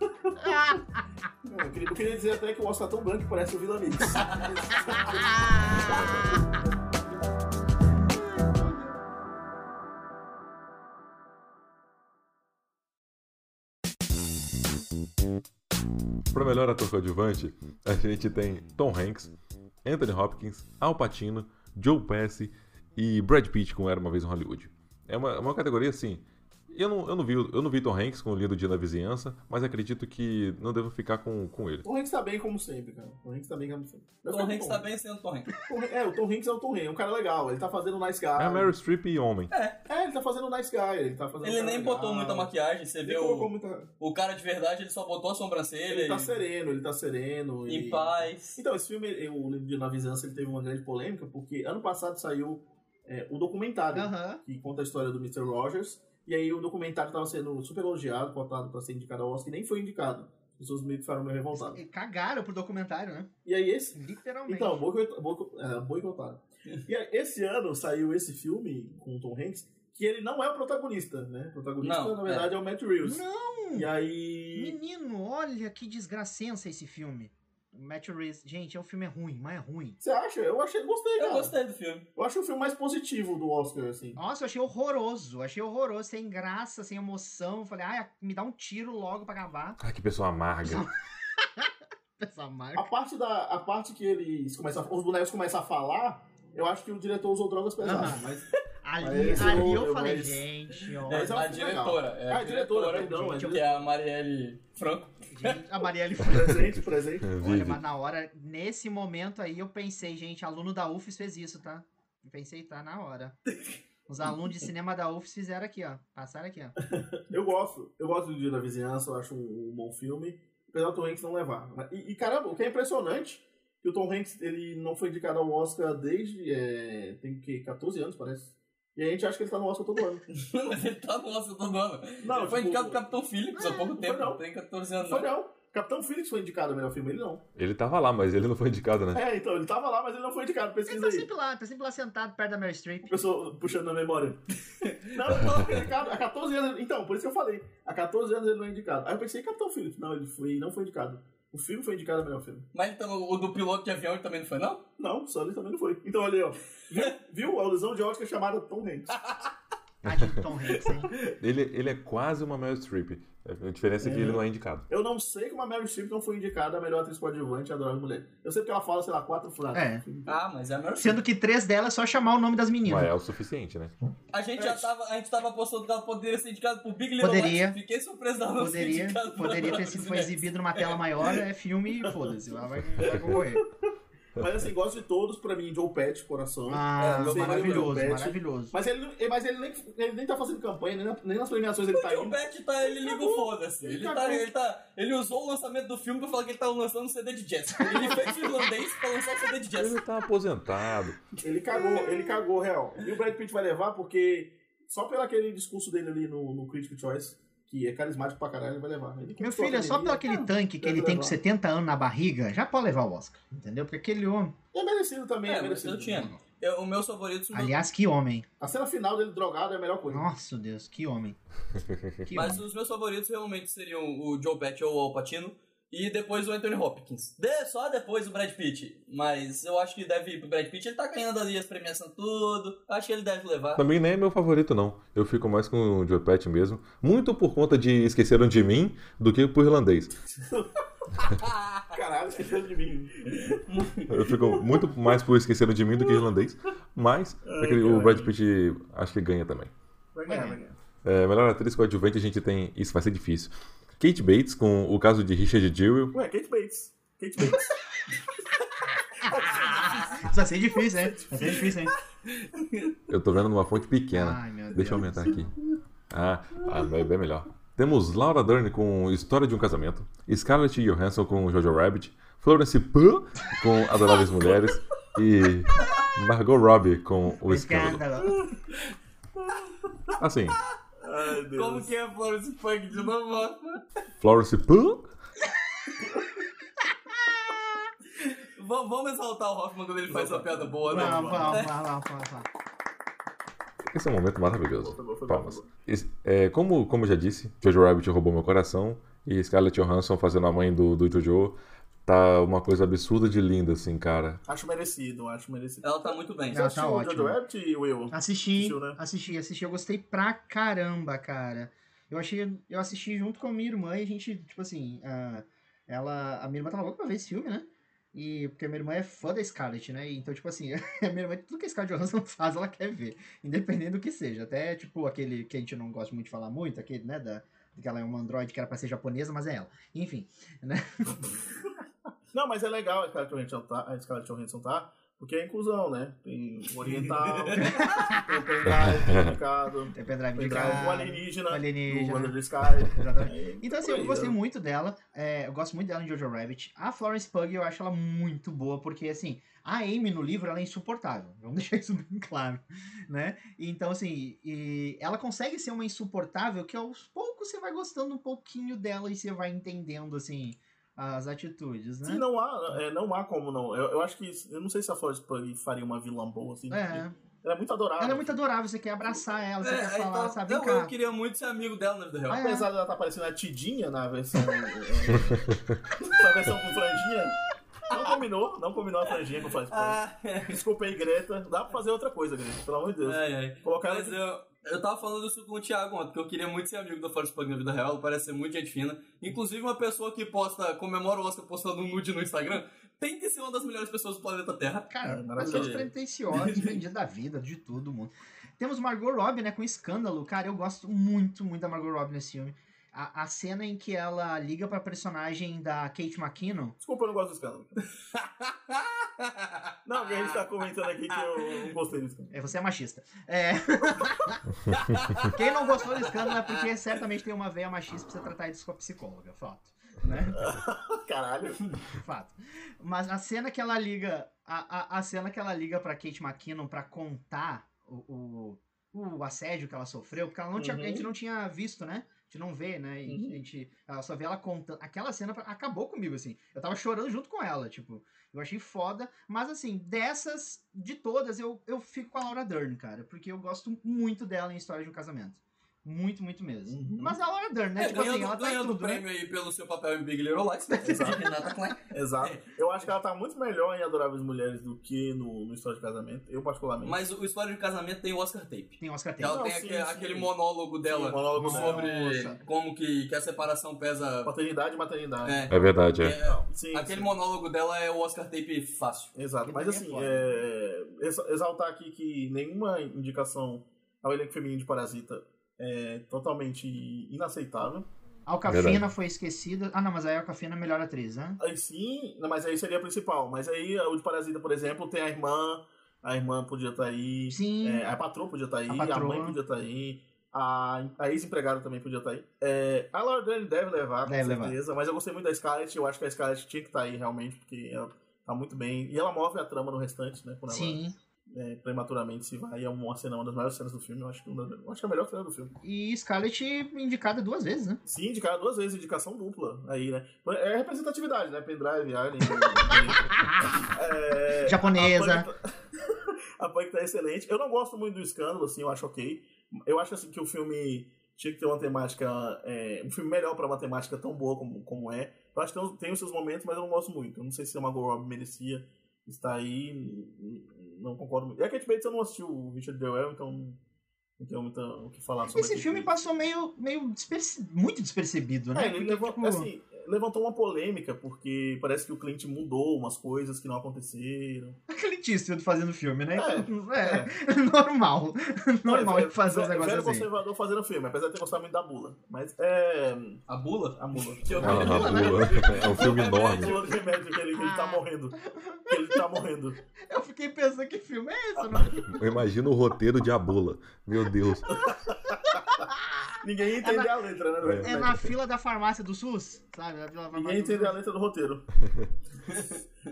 Speaker 1: Eu queria- eu queria dizer até que o Oscar tá tão branco que parece o Vila Mix.
Speaker 2: Pra melhor ator coadjuvante, a gente tem Tom Hanks, Anthony Hopkins, Al Pacino, Joe Pesci e Brad Pitt com Era Uma Vez em Hollywood. É uma, é uma categoria assim... Eu não, eu, não vi, o- eu não vi Tom Hanks com o Lido Dia na Vizinhança, mas acredito que não devo ficar com, com ele.
Speaker 1: Tom Hanks tá bem como sempre, cara. Tom Hanks tá bem como sempre. Eu
Speaker 3: Tom
Speaker 1: fico com
Speaker 3: Hanks tá bem sendo Tom Hanks.
Speaker 1: Tom Hanks- É, o Tom Hanks é o Tom Hanks, é um cara legal. Ele tá fazendo um nice guy.
Speaker 2: É a Meryl Streep e homem.
Speaker 1: É, ele tá fazendo um nice guy. Ele, tá fazendo um
Speaker 3: Ele
Speaker 1: cara
Speaker 3: nem
Speaker 1: legal.
Speaker 3: botou muita maquiagem, você
Speaker 1: Ele
Speaker 3: vê
Speaker 1: colocou
Speaker 3: o,
Speaker 1: muita...
Speaker 3: o cara de verdade, ele só botou a sobrancelha
Speaker 1: Ele tá
Speaker 3: e,
Speaker 1: sereno, ele tá sereno.
Speaker 3: em
Speaker 1: ele-
Speaker 3: paz.
Speaker 1: Então, esse filme, eh, o livro de Na Vizinhança, ele teve uma grande polêmica, porque ano passado saiu eh, o documentário
Speaker 4: Aham.
Speaker 1: que conta a história do Mr. Rogers. E aí o documentário estava sendo super elogiado, cotado para ser indicado ao Oscar, e nem foi indicado. As pessoas meio que ficaram meio revoltadas.
Speaker 4: Cagaram pro documentário, né?
Speaker 1: E aí esse...
Speaker 4: Literalmente.
Speaker 1: Então, boicot- boico- é, boicotaram. E aí, esse ano saiu esse filme com o Tom Hanks, que ele não é o protagonista, né? O protagonista,
Speaker 3: Não,
Speaker 1: na verdade, é. o Matt Reeves.
Speaker 4: Não,
Speaker 1: E
Speaker 4: Hum.
Speaker 1: aí...
Speaker 4: menino, olha que desgracença esse filme. Matt Reeves. Gente, é um filme é ruim, mas é ruim.
Speaker 1: Você acha? Eu achei, gostei, cara.
Speaker 3: Eu gostei do filme.
Speaker 1: Eu acho o filme mais positivo do Oscar, assim.
Speaker 4: Nossa, eu achei horroroso. Achei horroroso, sem graça, sem emoção. Falei, ai, me dá um tiro logo pra acabar
Speaker 2: Ai, que pessoa amarga.
Speaker 4: essa
Speaker 1: A
Speaker 4: marca.
Speaker 1: parte, da, a parte que eles começam, os bonecos começam a falar, eu acho que o diretor usou drogas
Speaker 3: Ah,
Speaker 1: pesadas.
Speaker 4: Aham.
Speaker 1: mas-
Speaker 4: Ali,
Speaker 1: Mas eu-
Speaker 4: ali eu,
Speaker 1: eu-
Speaker 4: falei,
Speaker 1: mas-
Speaker 4: gente,
Speaker 1: Mas
Speaker 4: olha.
Speaker 1: é um
Speaker 3: a
Speaker 1: filme
Speaker 3: diretora. É
Speaker 1: Ah, a diretora, perdão, é
Speaker 3: que é a Marielle Franco.
Speaker 4: gente, a Marielle
Speaker 1: Presente, presente.
Speaker 2: É,
Speaker 4: Olha,
Speaker 2: Vive.
Speaker 4: mas na hora, nesse momento aí, eu pensei, gente, aluno da UFES fez isso, tá? Eu pensei, tá, na hora. Os alunos de cinema da UFES fizeram aqui, ó. Passaram aqui, ó.
Speaker 1: Eu gosto. Eu gosto do Dia da Vizinhança, eu acho um, um bom filme. apesar do Tom Hanks não levar. E, e, caramba, o que é impressionante, que o Tom Hanks ele não foi indicado ao Oscar desde, é, tem o quê, 14 anos, parece. E a gente acha que ele tá no Oscar todo ano.
Speaker 3: Mas ele tá no Oscar todo ano.
Speaker 1: Não,
Speaker 3: ele foi
Speaker 1: tipo,
Speaker 3: indicado Capitão Phillips há pouco
Speaker 1: não
Speaker 3: tempo,
Speaker 1: foi não.
Speaker 3: não tem 14 anos.
Speaker 1: Foi
Speaker 3: Não.
Speaker 1: não. Capitão Phillips foi indicado ao melhor filme, ele não.
Speaker 2: Ele tava lá, mas ele não foi indicado, né?
Speaker 1: É, então, ele tava lá, mas ele não foi indicado.
Speaker 4: Ele
Speaker 1: Pesquisa
Speaker 4: tá
Speaker 1: aí.
Speaker 4: sempre lá, tá sempre lá sentado perto da Mary Streep.
Speaker 1: O pessoal puxando na memória. Não, ele tava foi indicado. Há 14 anos. ele- Então, por isso que eu falei. Há 14 anos ele não é indicado. Aí eu pensei, Capitão Phillips. Não, ele foi, não foi indicado. O filme foi indicado ao melhor filme.
Speaker 3: Mas então o do piloto de avião ele também não foi, não?
Speaker 1: Não, o Sully também não foi. Então, olha aí, ó. Viu? Viu? A ilusão de ótica chamada Tom Hanks.
Speaker 4: Tadinho do Tom Hanks, hein?
Speaker 2: Ele, ele é quase uma Meryl Streep. A diferença é que
Speaker 1: É.
Speaker 2: ele não é indicado.
Speaker 1: Eu não sei como a Mary Streep não foi indicada a melhor atriz coadjuvante e adorável mulher. Eu sei porque ela fala, sei lá, quatro frases.
Speaker 4: É.
Speaker 3: Ah, mas é a melhor
Speaker 4: Sendo que três delas é só chamar o nome das meninas.
Speaker 2: Mas é o suficiente, né?
Speaker 3: A gente já tava, a gente tava apostando que ela poderia ser indicada pro Big Little
Speaker 4: Poderia.
Speaker 3: Lies. Fiquei surpreso dela não ser
Speaker 4: Poderia,
Speaker 3: indicada pro
Speaker 4: poderia ter
Speaker 3: Lies,
Speaker 4: sido
Speaker 3: né?
Speaker 4: foi exibido numa tela maior, é filme e foda-se, lá vai, vai concorrer.
Speaker 1: Mas assim, gosto de todos, pra mim, Joe Pet, coração.
Speaker 4: Ah,
Speaker 3: É, meu
Speaker 4: maravilhoso,
Speaker 1: marido é o Pet.
Speaker 4: maravilhoso.
Speaker 1: Mas, ele, não- mas ele, nem, ele nem tá fazendo campanha, nem, na- nem nas premiações ele tá
Speaker 3: E o
Speaker 1: indo.
Speaker 3: Beck tá, ele liga o foda-se. Ele,
Speaker 1: Acabou.
Speaker 3: tá, ele, tá, ele usou o lançamento do filme pra falar que ele tava lançando um CD de jazz. Ele fez o irlandês pra lançar o CD de jazz.
Speaker 2: Ele tá aposentado.
Speaker 1: Ele cagou, ele cagou, real. E o Brad Pitt vai levar porque, só pelo aquele discurso dele ali no, no Critical Choice, que é carismático pra caralho, ele vai levar. Ele
Speaker 4: Meu
Speaker 1: conquistou a
Speaker 4: filho, é só pelo
Speaker 1: academia.
Speaker 4: aquele tanque que ele tem com 70 anos na barriga, já pode levar o Oscar, entendeu? Porque aquele homem.
Speaker 1: É merecido também, é,
Speaker 3: É, mas
Speaker 1: merecido.
Speaker 3: eu tinha. Eu- o meu favorito são
Speaker 4: Aliás, que homem.
Speaker 1: A cena final dele drogado é a melhor coisa.
Speaker 4: Nossa, Deus, que homem. Que
Speaker 3: Mas
Speaker 4: homem.
Speaker 3: os meus favoritos realmente seriam o Joe Pesci ou o Al Pacino e depois o Anthony Hopkins. De- só depois o Brad Pitt. Mas eu acho que deve ir pro Brad Pitt. Ele tá ganhando ali as premiações tudo. Acho que ele deve levar.
Speaker 2: Também nem é meu favorito, não. Eu fico mais com o Joe Pet mesmo. Muito por conta de esqueceram de mim do que por irlandês.
Speaker 1: Caralho, esqueceu de mim.
Speaker 2: Eu fico muito mais por esqueceram de mim do que irlandês. Mas aquele- o Brad Pitt acho que ganha também.
Speaker 1: Vai ganhar, vai ganhar.
Speaker 2: É, melhor atriz coadjuvante a gente tem. Isso vai ser difícil. Kate Bates com o caso de Richard Jewell.
Speaker 1: Ué, Kate Bates. Kate Bates.
Speaker 4: Isso vai ser difícil, hein? Vai ser difícil, hein?
Speaker 2: Eu tô vendo numa fonte pequena.
Speaker 4: Ai, meu Deus.
Speaker 2: Deixa eu aumentar aqui. Ah, ah bem, bem melhor. Temos Laura Dern com História de um Casamento, Scarlett Johansson com Jojo Rabbit, Florence Pugh com Adoráveis Mulheres e Margot Robbie com O Escândalo.
Speaker 4: Escândalo.
Speaker 2: Assim,
Speaker 1: Ai, Deus.
Speaker 3: Como que é Florence Punk de novo? V-
Speaker 2: Florence Pugh
Speaker 3: Vamos exaltar o Hoffman quando ele faz uma piada boa, né?
Speaker 4: Vamos, vamos, vamos, vamos, vamos.
Speaker 2: Esse é um momento maravilhoso.
Speaker 1: Foi bom, foi bom,
Speaker 2: Palmas.
Speaker 1: foi bom.
Speaker 2: Esse- é, como, como eu já disse, Jojo Rabbit roubou meu coração. E Scarlett Johansson fazendo a mãe do, do Jojo tá uma coisa absurda de linda, assim, cara.
Speaker 1: Acho merecido, acho merecido.
Speaker 3: Ela tá muito bem.
Speaker 4: Ela tá
Speaker 1: Assistiu o
Speaker 4: ótima.
Speaker 1: Jojo Rabbit, Will?
Speaker 4: Assisti,
Speaker 1: Assistiu, né?
Speaker 4: assisti, assisti. Eu gostei pra caramba, cara. Eu achei, eu assisti junto com a minha irmã e a gente, tipo assim, ah, ela, a minha irmã tava louca pra ver esse filme, né? E porque a minha irmã é fã da Scarlett, né? Então, tipo assim, a minha irmã, tudo que a Scarlett Johansson faz, ela quer ver, independente do que seja. Até, tipo, aquele que a gente não gosta muito de falar muito, aquele, né, da que ela é uma androide que era pra ser japonesa, mas é ela. Enfim,
Speaker 1: Não, mas é legal a Scarlett Johansson tá, a Scarlett Johansson tá porque é inclusão, né? Tem o oriental, tem o pendrive indicado,
Speaker 4: tem é pendrive de
Speaker 1: pendrive, o
Speaker 4: cara,
Speaker 1: alienígena,
Speaker 4: o alienígena.
Speaker 1: do Under the Sky.
Speaker 4: Exatamente.
Speaker 1: É,
Speaker 4: Então, assim,
Speaker 1: por
Speaker 4: eu
Speaker 1: aí,
Speaker 4: gostei
Speaker 1: né?
Speaker 4: muito dela. é, eu gosto muito dela em Jojo Rabbit. A Florence Pugh, eu acho ela muito boa, porque, assim, a Amy no livro, ela é insuportável. Vamos deixar isso bem claro, né? Então, assim, e ela consegue ser uma insuportável que aos poucos você vai gostando um pouquinho dela e você vai entendendo, assim, as atitudes, né?
Speaker 1: Sim, não há, é, não há como não. Eu, eu acho que, eu não sei se a Florence Pugh faria uma vilã boa, assim. porque
Speaker 4: É,
Speaker 1: Ela é muito adorável.
Speaker 4: ela é muito adorável, você quer abraçar ela, você
Speaker 3: É,
Speaker 4: quer
Speaker 3: aí
Speaker 4: falar,
Speaker 3: tá-
Speaker 4: sabe?
Speaker 3: não,
Speaker 4: Vem cá.
Speaker 3: eu queria muito ser amigo dela na vida real.
Speaker 4: Ah, é.
Speaker 1: Apesar dela estar parecendo a Tidinha na versão. é, na versão com franjinha. Não combinou, não combinou a franjinha com o Florence Pugh.
Speaker 3: Ah, é.
Speaker 1: Desculpa aí, Greta. Dá pra fazer outra coisa, Greta, pelo amor de Deus.
Speaker 3: Ai, ai.
Speaker 1: Colocar ela
Speaker 3: Ah, É. Mas eu, eu tava falando isso com o Thiago ontem, que eu queria muito ser amigo da Force Pug na vida real, ela parece ser muito gente fina. Inclusive, uma pessoa que posta, comemora o Oscar postando um nude no Instagram, tem que ser uma das melhores pessoas do planeta Terra.
Speaker 4: Cara,
Speaker 1: É,
Speaker 4: pessoa
Speaker 1: maravilhoso.
Speaker 4: despretensiosa, desprendida da vida, de todo mundo. Temos Margot Robbie, né, com escândalo. Cara, eu gosto muito, muito da Margot Robbie nesse filme. A, a cena em que ela liga pra personagem da Kate McKinnon.
Speaker 1: Desculpa, eu não gosto do escândalo. Não, porque a gente tá comentando aqui que eu não gostei do escândalo.
Speaker 4: É, você é machista. É. Quem não gostou do escândalo é porque certamente tem uma veia machista pra você tratar isso com a psicóloga, fato. né?
Speaker 1: Caralho.
Speaker 4: Fato. Mas a cena que ela liga. A, a, a cena que ela liga pra Kate McKinnon pra contar o, o, o assédio que ela sofreu, porque ela não tinha,
Speaker 1: Uhum.
Speaker 4: a gente não tinha visto, né? A gente não vê, né? E
Speaker 1: Uhum.
Speaker 4: a gente ela só vê ela contando. Aquela cena pra- acabou comigo, assim. Eu tava chorando junto com ela, tipo. Eu achei foda. Mas, assim, dessas, de todas, eu, eu fico com a Laura Dern, cara. Porque eu gosto muito dela em História de um Casamento. Muito, muito mesmo.
Speaker 1: Uhum.
Speaker 4: Mas a Laura Dern, né?
Speaker 3: É,
Speaker 4: tipo assim,
Speaker 3: ganhando
Speaker 4: ela tá em
Speaker 3: ganhando o
Speaker 4: tudo, né?
Speaker 3: prêmio aí pelo seu papel em Big Little Lies, né?
Speaker 1: Exato.
Speaker 3: Renata Klein.
Speaker 1: Exato. Eu acho que ela tá muito melhor em Adoráveis Mulheres do que no, no História de Casamento, eu particularmente.
Speaker 3: Mas o História de Casamento tem o Oscar Tape.
Speaker 4: Tem Oscar Taylor.
Speaker 3: Ela
Speaker 1: Não,
Speaker 3: tem
Speaker 1: sim,
Speaker 3: aquele,
Speaker 1: sim.
Speaker 3: aquele monólogo dela
Speaker 1: Sim, monólogo dela.
Speaker 3: sobre
Speaker 4: Nossa.
Speaker 3: como que, que a separação pesa.
Speaker 1: Paternidade e maternidade.
Speaker 3: É,
Speaker 2: É verdade, é.
Speaker 3: é,
Speaker 1: Sim,
Speaker 3: aquele
Speaker 1: sim.
Speaker 3: monólogo dela é o Oscar Tape fácil.
Speaker 1: Exato.
Speaker 4: Que
Speaker 1: Mas
Speaker 4: daí é
Speaker 1: assim,
Speaker 4: foda.
Speaker 1: é, ex- exaltar aqui que nenhuma indicação ao elenco feminino de Parasita é totalmente inaceitável.
Speaker 4: Alcafina
Speaker 2: Verdade.
Speaker 4: foi esquecida. Ah, não, mas aí a Alcafina é a melhor atriz, né?
Speaker 1: Aí sim, não, mas aí seria a principal. Mas aí o de Parasita, por exemplo, tem a irmã, a irmã podia estar aí,
Speaker 4: Sim.
Speaker 1: é, a patroa podia estar aí,
Speaker 4: Uhum. A
Speaker 1: a,
Speaker 4: patroa.
Speaker 1: mãe podia estar aí. A, a ex-empregada também podia estar aí. É, a Laura Dern deve levar, com
Speaker 4: Deve levar.
Speaker 1: certeza. Mas eu gostei muito da Scarlett. Eu acho que a Scarlett tinha que estar aí, realmente, porque ela tá muito bem. E ela move a trama no restante, né? Quando ela-
Speaker 4: Sim.
Speaker 1: é, prematuramente se vai. É uma cena, uma das maiores cenas do filme. Eu acho que, uma das- eu acho que é a melhor cena do filme.
Speaker 4: E Scarlett é indicada duas vezes, né?
Speaker 1: Sim, indicaram duas vezes, indicação dupla aí, né? É representatividade, né? Pendrive, Alien. é,
Speaker 4: Japonesa.
Speaker 1: A Punk, tá- a Punk tá excelente. Eu não gosto muito do escândalo, assim, eu acho ok. Eu acho assim que o filme tinha que ter uma temática. é, um filme melhor pra uma temática tão boa como, como é. Eu acho que tem, tem os seus momentos, mas eu não gosto muito. Eu não sei se o Margot Robbie merecia estar aí. n- n- Não concordo muito. E a Kate Bates eu não assisti o Richard Jewell, então não tenho muito o que falar sobre a
Speaker 4: Esse
Speaker 1: Kate
Speaker 4: filme
Speaker 1: Bates.
Speaker 4: passou meio, meio desperce- muito despercebido, né?
Speaker 1: É, ele
Speaker 4: Porque,
Speaker 1: levou-
Speaker 4: tipo,
Speaker 1: assim, levantou uma polêmica, porque parece que o cliente mudou umas coisas que não aconteceram.
Speaker 4: aquele título fazendo filme, né?
Speaker 1: É,
Speaker 4: Então, é, normal. Normal
Speaker 1: É,
Speaker 4: ele fazer
Speaker 1: velho-
Speaker 4: uns negócios
Speaker 1: velho
Speaker 4: assim.
Speaker 1: conservador fazendo filme, apesar de ter gostado muito da bula. Mas é.
Speaker 3: A bula?
Speaker 1: A mula.
Speaker 3: Que eu-
Speaker 2: Ah, a Bula. É um filme
Speaker 1: A
Speaker 2: enorme.
Speaker 1: mula do remédio que ele, que ele tá morrendo. Que ele tá morrendo.
Speaker 4: Eu fiquei pensando que filme é
Speaker 1: Ah,
Speaker 4: esse, né?
Speaker 2: Eu imagino o roteiro de A Bula. Meu Deus.
Speaker 1: Ninguém entende a letra, né, velho?
Speaker 4: É na fila da farmácia do SUS, sabe? Na fila da farmácia
Speaker 1: Ninguém
Speaker 4: do SUS.
Speaker 1: entende a letra do roteiro.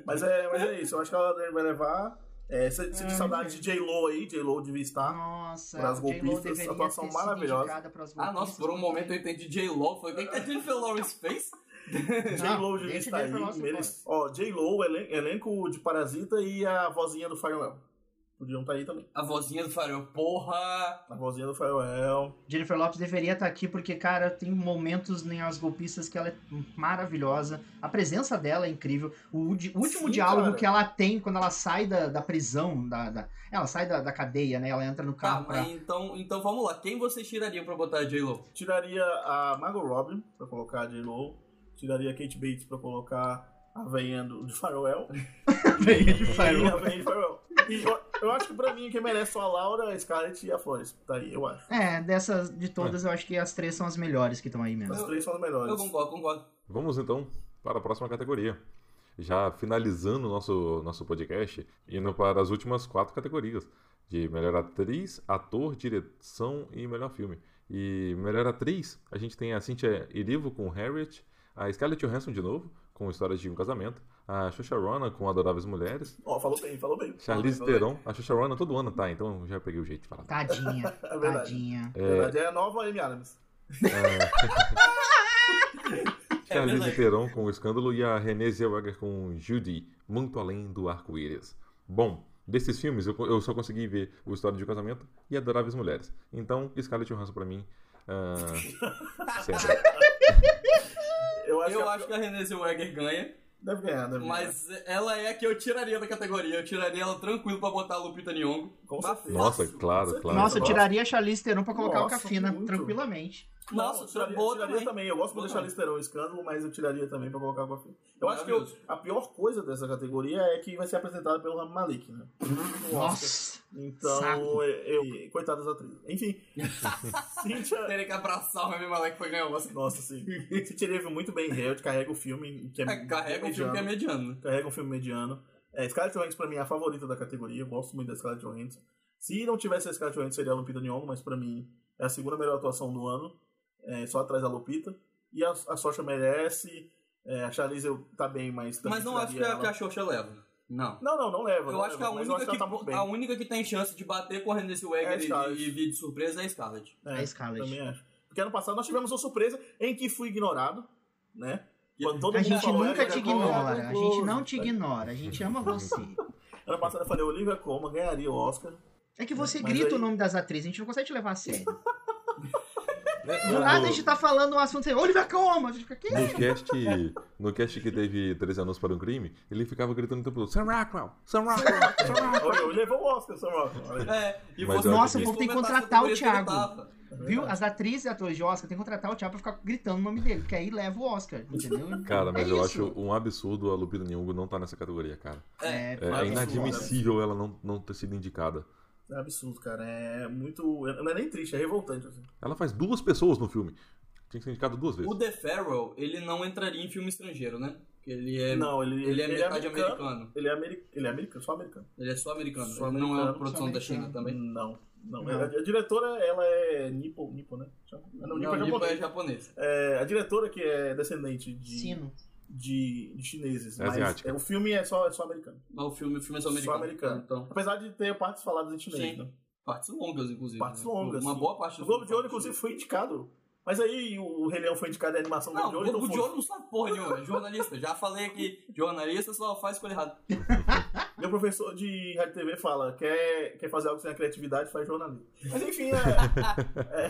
Speaker 1: mas, é, mas é isso, eu acho que ela vai levar. É, sente
Speaker 4: Ai,
Speaker 1: saudade de J-Lo aí, J-Lo devia estar.
Speaker 4: Nossa,
Speaker 1: Pras
Speaker 4: o J.Lo
Speaker 1: golpistas,
Speaker 4: deveria
Speaker 1: atuação
Speaker 4: ter sido
Speaker 1: maravilhosa.
Speaker 4: indicada pras
Speaker 3: Ah, nossa, por um
Speaker 4: golpistas,
Speaker 3: momento eu entendi J-Lo. Foi o que que a Jennifer Lawrence fez?
Speaker 1: J-Lo devia
Speaker 4: deixa
Speaker 1: estar aí.
Speaker 4: ele falar assim,
Speaker 1: merece- Ó, J-Lo, elen- elenco de Parasita e a vozinha do Firewell. Podiam estar aí também.
Speaker 3: A vozinha do Farol, porra!
Speaker 1: A vozinha do Firewell.
Speaker 4: Jennifer Lopes deveria estar aqui porque, cara, tem momentos em As Golpistas que ela é maravilhosa. A presença dela é incrível. O, di- o último
Speaker 1: Sim,
Speaker 4: diálogo
Speaker 1: cara.
Speaker 4: que ela tem quando ela sai da, da prisão, da, da- ela sai da, da cadeia, né? Ela entra no
Speaker 3: Tá,
Speaker 4: carro pra...
Speaker 3: mas então, então vamos lá. Quem vocês tirariam pra botar a J-Lo?
Speaker 1: Tiraria a Margot Robbie pra colocar a J-Lo. Tiraria a Kate Bates pra colocar a veinha do, de Farewell.
Speaker 4: de
Speaker 1: E a
Speaker 4: Firewall.
Speaker 1: veinha de Farewell. E eu, eu acho que pra mim quem merece são a Laura, a Scarlett e a Flores. Tá aí, eu acho.
Speaker 4: É, dessas de todas, eu acho que as três são as melhores que estão aí mesmo.
Speaker 1: As
Speaker 3: Eu-
Speaker 1: três são as
Speaker 3: Eu
Speaker 1: melhores.
Speaker 3: concordo, concordo.
Speaker 2: Vamos então para a próxima categoria. Já finalizando o nosso, nosso podcast, indo para as últimas quatro categorias: de melhor atriz, ator, direção e melhor filme. E melhor atriz, a gente tem a Cynthia Erivo com Harriet, a Scarlett Johansson de novo, com Histórias de um Casamento, a Saoirse Ronan com Adoráveis Mulheres,
Speaker 1: Ó, falou bem, falou bem.
Speaker 2: Charlize
Speaker 1: Falou bem, falou
Speaker 2: Theron, a Saoirse Ronan todo ano tá, então já peguei o jeito de falar.
Speaker 4: Tá. Tadinha,
Speaker 1: bem. É verdade.
Speaker 4: tadinha.
Speaker 1: É verdade, é a nova Amy Adams.
Speaker 2: Charlize
Speaker 4: É
Speaker 3: verdade.
Speaker 2: Theron com o escândalo e a Renée Zellweger com Judy, muito além do arco-íris. Bom, desses filmes eu, co- eu só consegui ver o História de um Casamento e Adoráveis Mulheres. Então, Scarlett Johansson pra mim. ah, sempre.
Speaker 1: Eu acho,
Speaker 3: Eu
Speaker 1: que,
Speaker 3: acho que a Renée Zellweger ganha,
Speaker 1: deve ganhar, né, deve ganhar.
Speaker 3: mas ela é a que eu tiraria da categoria. Eu tiraria ela tranquilo pra botar a Lupita Nyong'o.
Speaker 1: Com
Speaker 3: Mas
Speaker 1: certeza.
Speaker 2: Nossa,
Speaker 3: fácil.
Speaker 2: claro, claro.
Speaker 4: Nossa, eu
Speaker 1: Nossa.
Speaker 4: tiraria a Charlize Theron pra colocar
Speaker 1: Nossa,
Speaker 4: o Cafina,
Speaker 1: muito.
Speaker 4: tranquilamente.
Speaker 3: Nossa,
Speaker 1: eu tiraria,
Speaker 3: boa
Speaker 1: tiraria
Speaker 3: também.
Speaker 1: também. Eu gosto muito
Speaker 3: Boa
Speaker 1: do Charlize Theron escândalo, mas eu tiraria também pra colocar com a filha. Eu acho que eu-
Speaker 3: Maravilhoso.
Speaker 1: a pior coisa dessa categoria é que vai ser apresentada pelo Rami Malik, né? No Oscar.
Speaker 4: Nossa, Saco.
Speaker 1: Então, eu, eu... Coitado das atrizes. Enfim, Cynthia...
Speaker 3: Teria que abraçar o Rami Malek que foi ganhar o Oscar.
Speaker 1: Nossa, sim. Cynthia Erivo muito bem Harriet, carrega o filme, que é,
Speaker 3: É, Carrega o filme que é
Speaker 1: mediano.
Speaker 3: mediano. né?
Speaker 1: Carrega um filme mediano. É, Scarlett Johansson, pra mim, é a favorita da categoria. Eu gosto muito da Scarlett Johansson. Se não tivesse a Scarlett Johansson, seria a Lupita Nyong'o, mas pra mim é a segunda melhor atuação do ano. É, só atrás da Lupita. E a, a Sasha merece. É, a Charlize eu- tá bem, mas... também
Speaker 3: Mas não acho que
Speaker 1: tiraria
Speaker 3: a, que
Speaker 1: ela.
Speaker 3: a Xoxa leva. Não.
Speaker 1: Não, não, não leva.
Speaker 3: Eu
Speaker 1: não
Speaker 3: acho que a
Speaker 1: leva, mas eu
Speaker 3: única
Speaker 1: acho que
Speaker 3: que,
Speaker 1: ela tá muito bem.
Speaker 3: a única que tem chance de bater correndo nesse Wagner
Speaker 1: É a Scarlett.
Speaker 3: e, e vir de surpresa é a Scarlett.
Speaker 1: É,
Speaker 4: a Scarlett.
Speaker 1: Também acho. Porque ano passado nós tivemos uma surpresa em que fui ignorado, né? Quando todo
Speaker 4: A
Speaker 1: mundo
Speaker 4: gente
Speaker 1: falou,
Speaker 4: nunca
Speaker 1: "Olha,
Speaker 4: te
Speaker 1: Olivia Colman,
Speaker 4: ignora, a gente não te
Speaker 1: tá?
Speaker 4: ignora, a gente ama você.
Speaker 1: Ano passado eu falei, Olivia Colman ganharia o Oscar.
Speaker 4: É que você
Speaker 1: Mas
Speaker 4: grita
Speaker 1: aí-
Speaker 4: o nome das atrizes, a gente não consegue te levar a sério.
Speaker 2: Né?
Speaker 4: Do
Speaker 2: No-
Speaker 4: nada a gente tá falando um assunto assim, Olivia Colman, a gente fica, que
Speaker 2: No cast, no cast que teve Três Anos para um Crime, ele ficava gritando o tempo todo: Sam Rockwell! Sam Rockwell! Sam Rockwell!
Speaker 1: Olha, levou o Oscar, Sam Rockwell. Olha aí.
Speaker 3: É, e
Speaker 2: Mas
Speaker 3: você-
Speaker 2: eu acho
Speaker 4: Nossa, o
Speaker 2: que-
Speaker 4: povo tem que
Speaker 3: comentar
Speaker 4: contratar o
Speaker 3: sobre ele
Speaker 4: Thiago.
Speaker 3: tava.
Speaker 4: Viu? As atrizes e atores de Oscar tem que contratar o Thiago pra ficar gritando o nome dele, porque aí leva o Oscar, entendeu?
Speaker 2: Cara, mas
Speaker 4: É
Speaker 2: eu
Speaker 4: isso.
Speaker 2: acho um absurdo a Lupita Nyong'o não estar nessa categoria, cara.
Speaker 3: É,
Speaker 4: É,
Speaker 2: É,
Speaker 1: Ah,
Speaker 2: é
Speaker 1: isso,
Speaker 2: inadmissível ela não, não ter sido indicada.
Speaker 1: É absurdo, cara. É muito. Não é nem triste, é revoltante. Assim.
Speaker 2: Ela faz duas pessoas no filme. Tinha que ser indicada duas vezes.
Speaker 3: o The Farrell, ele não entraria em filme estrangeiro, né? Porque ele é,
Speaker 1: Não, ele,
Speaker 3: ele é metade americano.
Speaker 1: Ele é, ameri- ele é americano, só americano.
Speaker 3: Ele é só americano.
Speaker 1: Só
Speaker 3: ele não é uma
Speaker 1: americano,
Speaker 3: produção
Speaker 4: só
Speaker 3: da China
Speaker 4: americano.
Speaker 3: também.
Speaker 1: Não, não.
Speaker 4: Não.
Speaker 1: A, a diretora, ela é Nippo, Nippo né? Não, Nippo é
Speaker 3: Nippo
Speaker 1: japonês.
Speaker 3: é japonês.
Speaker 1: É, a diretora que é descendente de,
Speaker 4: sino.
Speaker 1: de, de chineses,
Speaker 2: É
Speaker 1: mas
Speaker 2: asiática.
Speaker 1: é, o filme é só, é só americano.
Speaker 3: Mas o filme, o filme é só
Speaker 1: Só
Speaker 3: americano.
Speaker 1: americano.
Speaker 3: Então,
Speaker 1: Apesar de ter partes faladas em chinês,
Speaker 3: Sim.
Speaker 1: né?
Speaker 3: partes longas, inclusive.
Speaker 1: Partes
Speaker 3: né?
Speaker 1: longas,
Speaker 3: Uma
Speaker 1: sim.
Speaker 3: boa parte
Speaker 1: O
Speaker 3: do
Speaker 1: Globo de
Speaker 3: filme.
Speaker 1: Ouro, inclusive, foi indicado. Mas aí o Rei Leão foi indicado em animação do
Speaker 3: Não,
Speaker 1: Globo de Ouro,
Speaker 3: o
Speaker 1: então
Speaker 3: Globo de
Speaker 1: foi.
Speaker 3: Ouro não sabe porra nenhuma. É jornalista. Já falei aqui. Jornalista só faz coisa errada.
Speaker 1: Meu professor de rádio e TV fala: quer, quer fazer algo sem a criatividade, faz jornalismo. Mas enfim,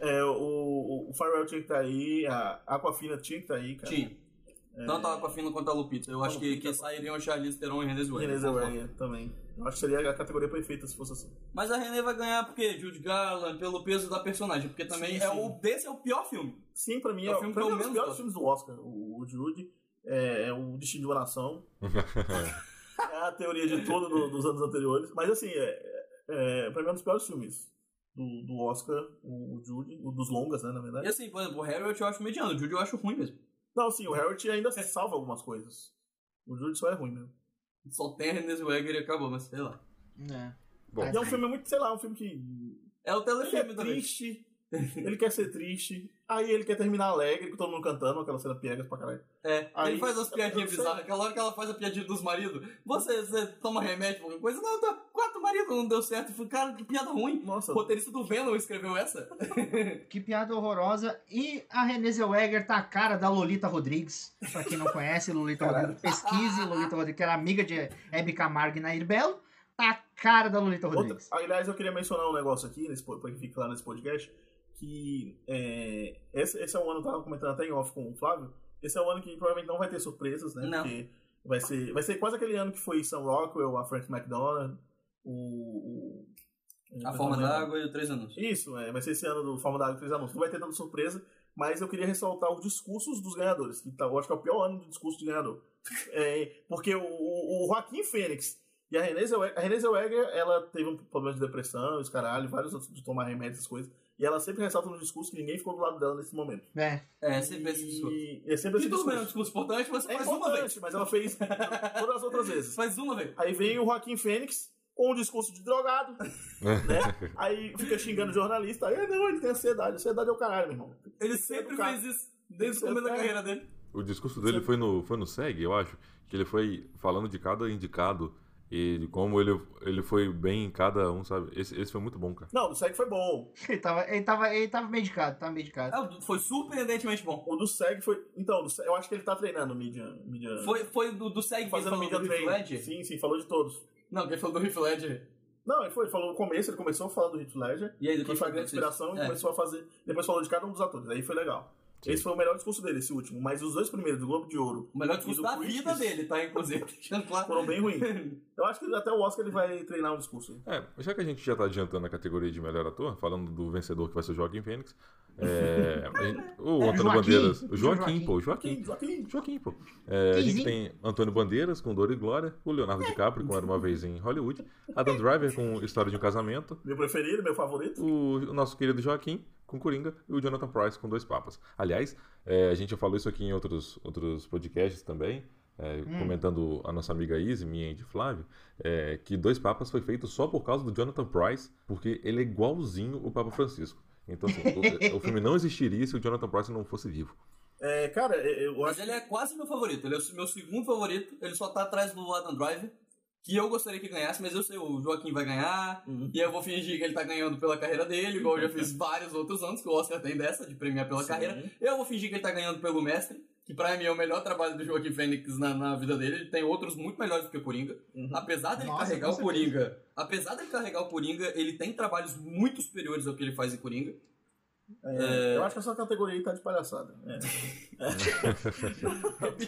Speaker 1: é, é, é, o, o Farewell tinha que estar aí, a Aquafina tinha que estar aí, cara. é,
Speaker 3: Tinha. Tanto a Aquafina quanto a Lupita. Eu acho que, que
Speaker 1: tá
Speaker 3: sairiam a Charlize Theron e René Zellweger.
Speaker 1: Beleza, Ryan também. Eu acho que seria a categoria perfeita se fosse assim.
Speaker 3: Mas a René vai ganhar porque Jude Garland, pelo peso da personagem. Porque também
Speaker 1: Sim,
Speaker 3: é
Speaker 1: sim.
Speaker 3: o, desse é o pior filme.
Speaker 1: Sim, pra mim
Speaker 3: É
Speaker 1: é,
Speaker 3: o
Speaker 1: o
Speaker 3: filme
Speaker 1: pra
Speaker 3: que
Speaker 1: mim é um
Speaker 3: eu
Speaker 1: dos
Speaker 3: menos
Speaker 1: piores
Speaker 3: gosto.
Speaker 1: filmes do Oscar. O, o Jude é, é o Destino de uma Nação. é a teoria de todo do- dos anos anteriores. Mas assim, é, é, pra mim é um dos piores filmes do, do Oscar, o, o Jude, o dos longas, né, na verdade.
Speaker 3: E assim, por exemplo, o Harriet eu acho mediano, o Jude eu acho ruim mesmo.
Speaker 1: Não, sim, o Harriet ainda salva algumas coisas. O Jude só é ruim mesmo.
Speaker 3: Só tem a René Zellweger e acabou, mas sei lá.
Speaker 4: né?
Speaker 2: Bom,
Speaker 1: E é um filme muito, sei lá, um filme que.
Speaker 3: É o
Speaker 1: Ele é
Speaker 3: telefilme também.
Speaker 1: triste, ele quer ser triste, aí ele quer terminar alegre, com todo mundo cantando, aquela cena piegas pra caralho.
Speaker 3: É,
Speaker 1: Aí-
Speaker 3: ele faz as piadinhas
Speaker 1: eu sei.
Speaker 3: bizarras. Aquela hora que ela faz a piadinha dos maridos, você, você toma remédio, alguma coisa. Não, tá, quatro maridos não deu certo. Eu falei, Cara, que piada ruim.
Speaker 1: Nossa,
Speaker 3: O roteirista do Venom escreveu essa.
Speaker 4: Que piada horrorosa. E a Renée Zellweger tá a cara da Lolita Rodrigues. Pra quem não conhece, Lolita Rodrigues, pesquise Lolita Rodrigues, que era amiga de Hebe Camargo e Nair Belo. Tá a cara da Lolita
Speaker 3: Então,
Speaker 1: Outra,
Speaker 4: Rodrigues.
Speaker 1: aliás, eu queria mencionar um negócio aqui, nesse, po- pra que fique claro nesse podcast, que é, esse, esse é um ano, eu tava comentando até em off com o Flávio, esse é um ano que provavelmente não vai ter surpresas, né?
Speaker 3: Não.
Speaker 1: Porque vai ser, vai ser quase aquele ano que foi Sam Rockwell, a Frank McDonald, o... o-
Speaker 3: A Forma
Speaker 1: é
Speaker 3: da Água e o Três Anos.
Speaker 1: né? tá, é um
Speaker 4: É.
Speaker 3: É, sempre esse discurso.
Speaker 1: E, e é sempre esse
Speaker 3: E tudo bem, é um
Speaker 1: discurso.
Speaker 3: discurso importante, mas
Speaker 1: É
Speaker 3: faz uma vez.
Speaker 1: importante, mas ela fez todas as outras vezes.
Speaker 3: Faz uma vez.
Speaker 1: Aí vem o Joaquim Fênix com um discurso de drogado,
Speaker 2: é.
Speaker 1: né? Aí fica xingando o jornalista. Aí, não, ele tem ansiedade. Ansiedade é o caralho, meu irmão.
Speaker 3: Ele sempre
Speaker 1: Educado.
Speaker 3: fez isso desde o começo da
Speaker 1: É.
Speaker 3: carreira dele.
Speaker 2: o discurso dele foi no, foi no SEG, eu acho, que ele foi falando de cada indicado e de como ele, ele foi bem em cada um, sabe? Esse, esse foi muito bom, cara.
Speaker 1: Não, do SEG foi bom.
Speaker 4: Ele tava, ele tava, ele tava medicado, tava
Speaker 1: É
Speaker 4: medicado.
Speaker 3: Ah, Foi surpreendentemente bom.
Speaker 1: O do SEG foi. Então, do SEG, eu acho que ele tá treinando mídia. mídia...
Speaker 3: Foi, foi do, do SEG que ele
Speaker 1: fazendo
Speaker 3: falou do
Speaker 1: mídia
Speaker 3: Heath
Speaker 1: training.
Speaker 3: Ledger?
Speaker 1: Sim, sim, falou de todos.
Speaker 3: Não, que ele falou do Heath Ledger.
Speaker 1: Não, ele foi, ele falou no começo, ele começou a falar do Heath Ledger,
Speaker 3: E aí
Speaker 1: que
Speaker 3: depois
Speaker 1: foi a grande inspiração, e
Speaker 3: É.
Speaker 1: começou a fazer. Depois falou de cada um dos atores, aí foi legal.
Speaker 2: Sim.
Speaker 1: Esse foi o melhor discurso dele, esse último. Mas os dois primeiros, do Globo de Ouro,
Speaker 3: É. O melhor
Speaker 1: E
Speaker 3: discurso
Speaker 1: do
Speaker 3: da
Speaker 1: Critics.
Speaker 3: vida dele, tá? Inclusive, deixando claro.
Speaker 1: foram bem ruins. Eu acho que até o Oscar ele vai treinar um discurso.
Speaker 2: É, já que a gente já tá adiantando a categoria de melhor ator, falando do vencedor que vai ser o Joaquim Fênix, é, a gente- o
Speaker 4: É,
Speaker 2: Antônio
Speaker 4: Joaquim.
Speaker 2: Bandeiras. O
Speaker 4: Joaquim.
Speaker 2: Joaquim, pô, o
Speaker 1: Joaquim,
Speaker 2: Joaquim.
Speaker 1: Joaquim.
Speaker 2: Joaquim, pô. É, a gente
Speaker 4: Quinzinho.
Speaker 2: tem Antônio Bandeiras com Dor e Glória, o
Speaker 4: É.
Speaker 2: Leonardo DiCaprio com Era Uma Vez em Hollywood, Adam Driver com História de um Casamento,
Speaker 1: Meu preferido, meu favorito.
Speaker 2: o o nosso querido Joaquim com Coringa e o Jonathan Price com Dois Papas. Aliás, é, a gente já falou isso aqui em outros, outros podcasts também, é, comentando a nossa amiga Izzy, minha e de Flávio, é, que Dois Papas foi feito só por causa do Jonathan Price, porque ele é igualzinho o Papa Francisco. Então, assim, o, o filme não existiria se o Jonathan Price não fosse vivo.
Speaker 1: É, cara, eu eu
Speaker 3: Mas
Speaker 1: acho.
Speaker 3: ele é quase meu favorito. Ele é o meu segundo favorito. Ele só tá atrás do Adam Driver, que eu gostaria que ganhasse, mas eu sei, o Joaquim vai ganhar.
Speaker 1: Uhum.
Speaker 3: E eu vou fingir que ele tá ganhando pela carreira dele, igual eu já fiz vários outros anos, que o Oscar tem dessa, de premiar pela
Speaker 1: Sim.
Speaker 3: carreira. Eu vou fingir que ele tá ganhando pelo mestre, que pra mim é o melhor trabalho do Joaquim Fênix na, na vida dele. Ele tem outros muito melhores do que o Coringa.
Speaker 1: Uhum.
Speaker 3: Apesar dele
Speaker 4: Nossa,
Speaker 3: carregar
Speaker 4: com
Speaker 3: o Coringa, apesar dele carregar o Coringa, ele tem trabalhos muito superiores ao que ele faz em Coringa.
Speaker 1: É, Eu acho que essa categoria aí tá de palhaçada. É.
Speaker 3: Repetindo piada,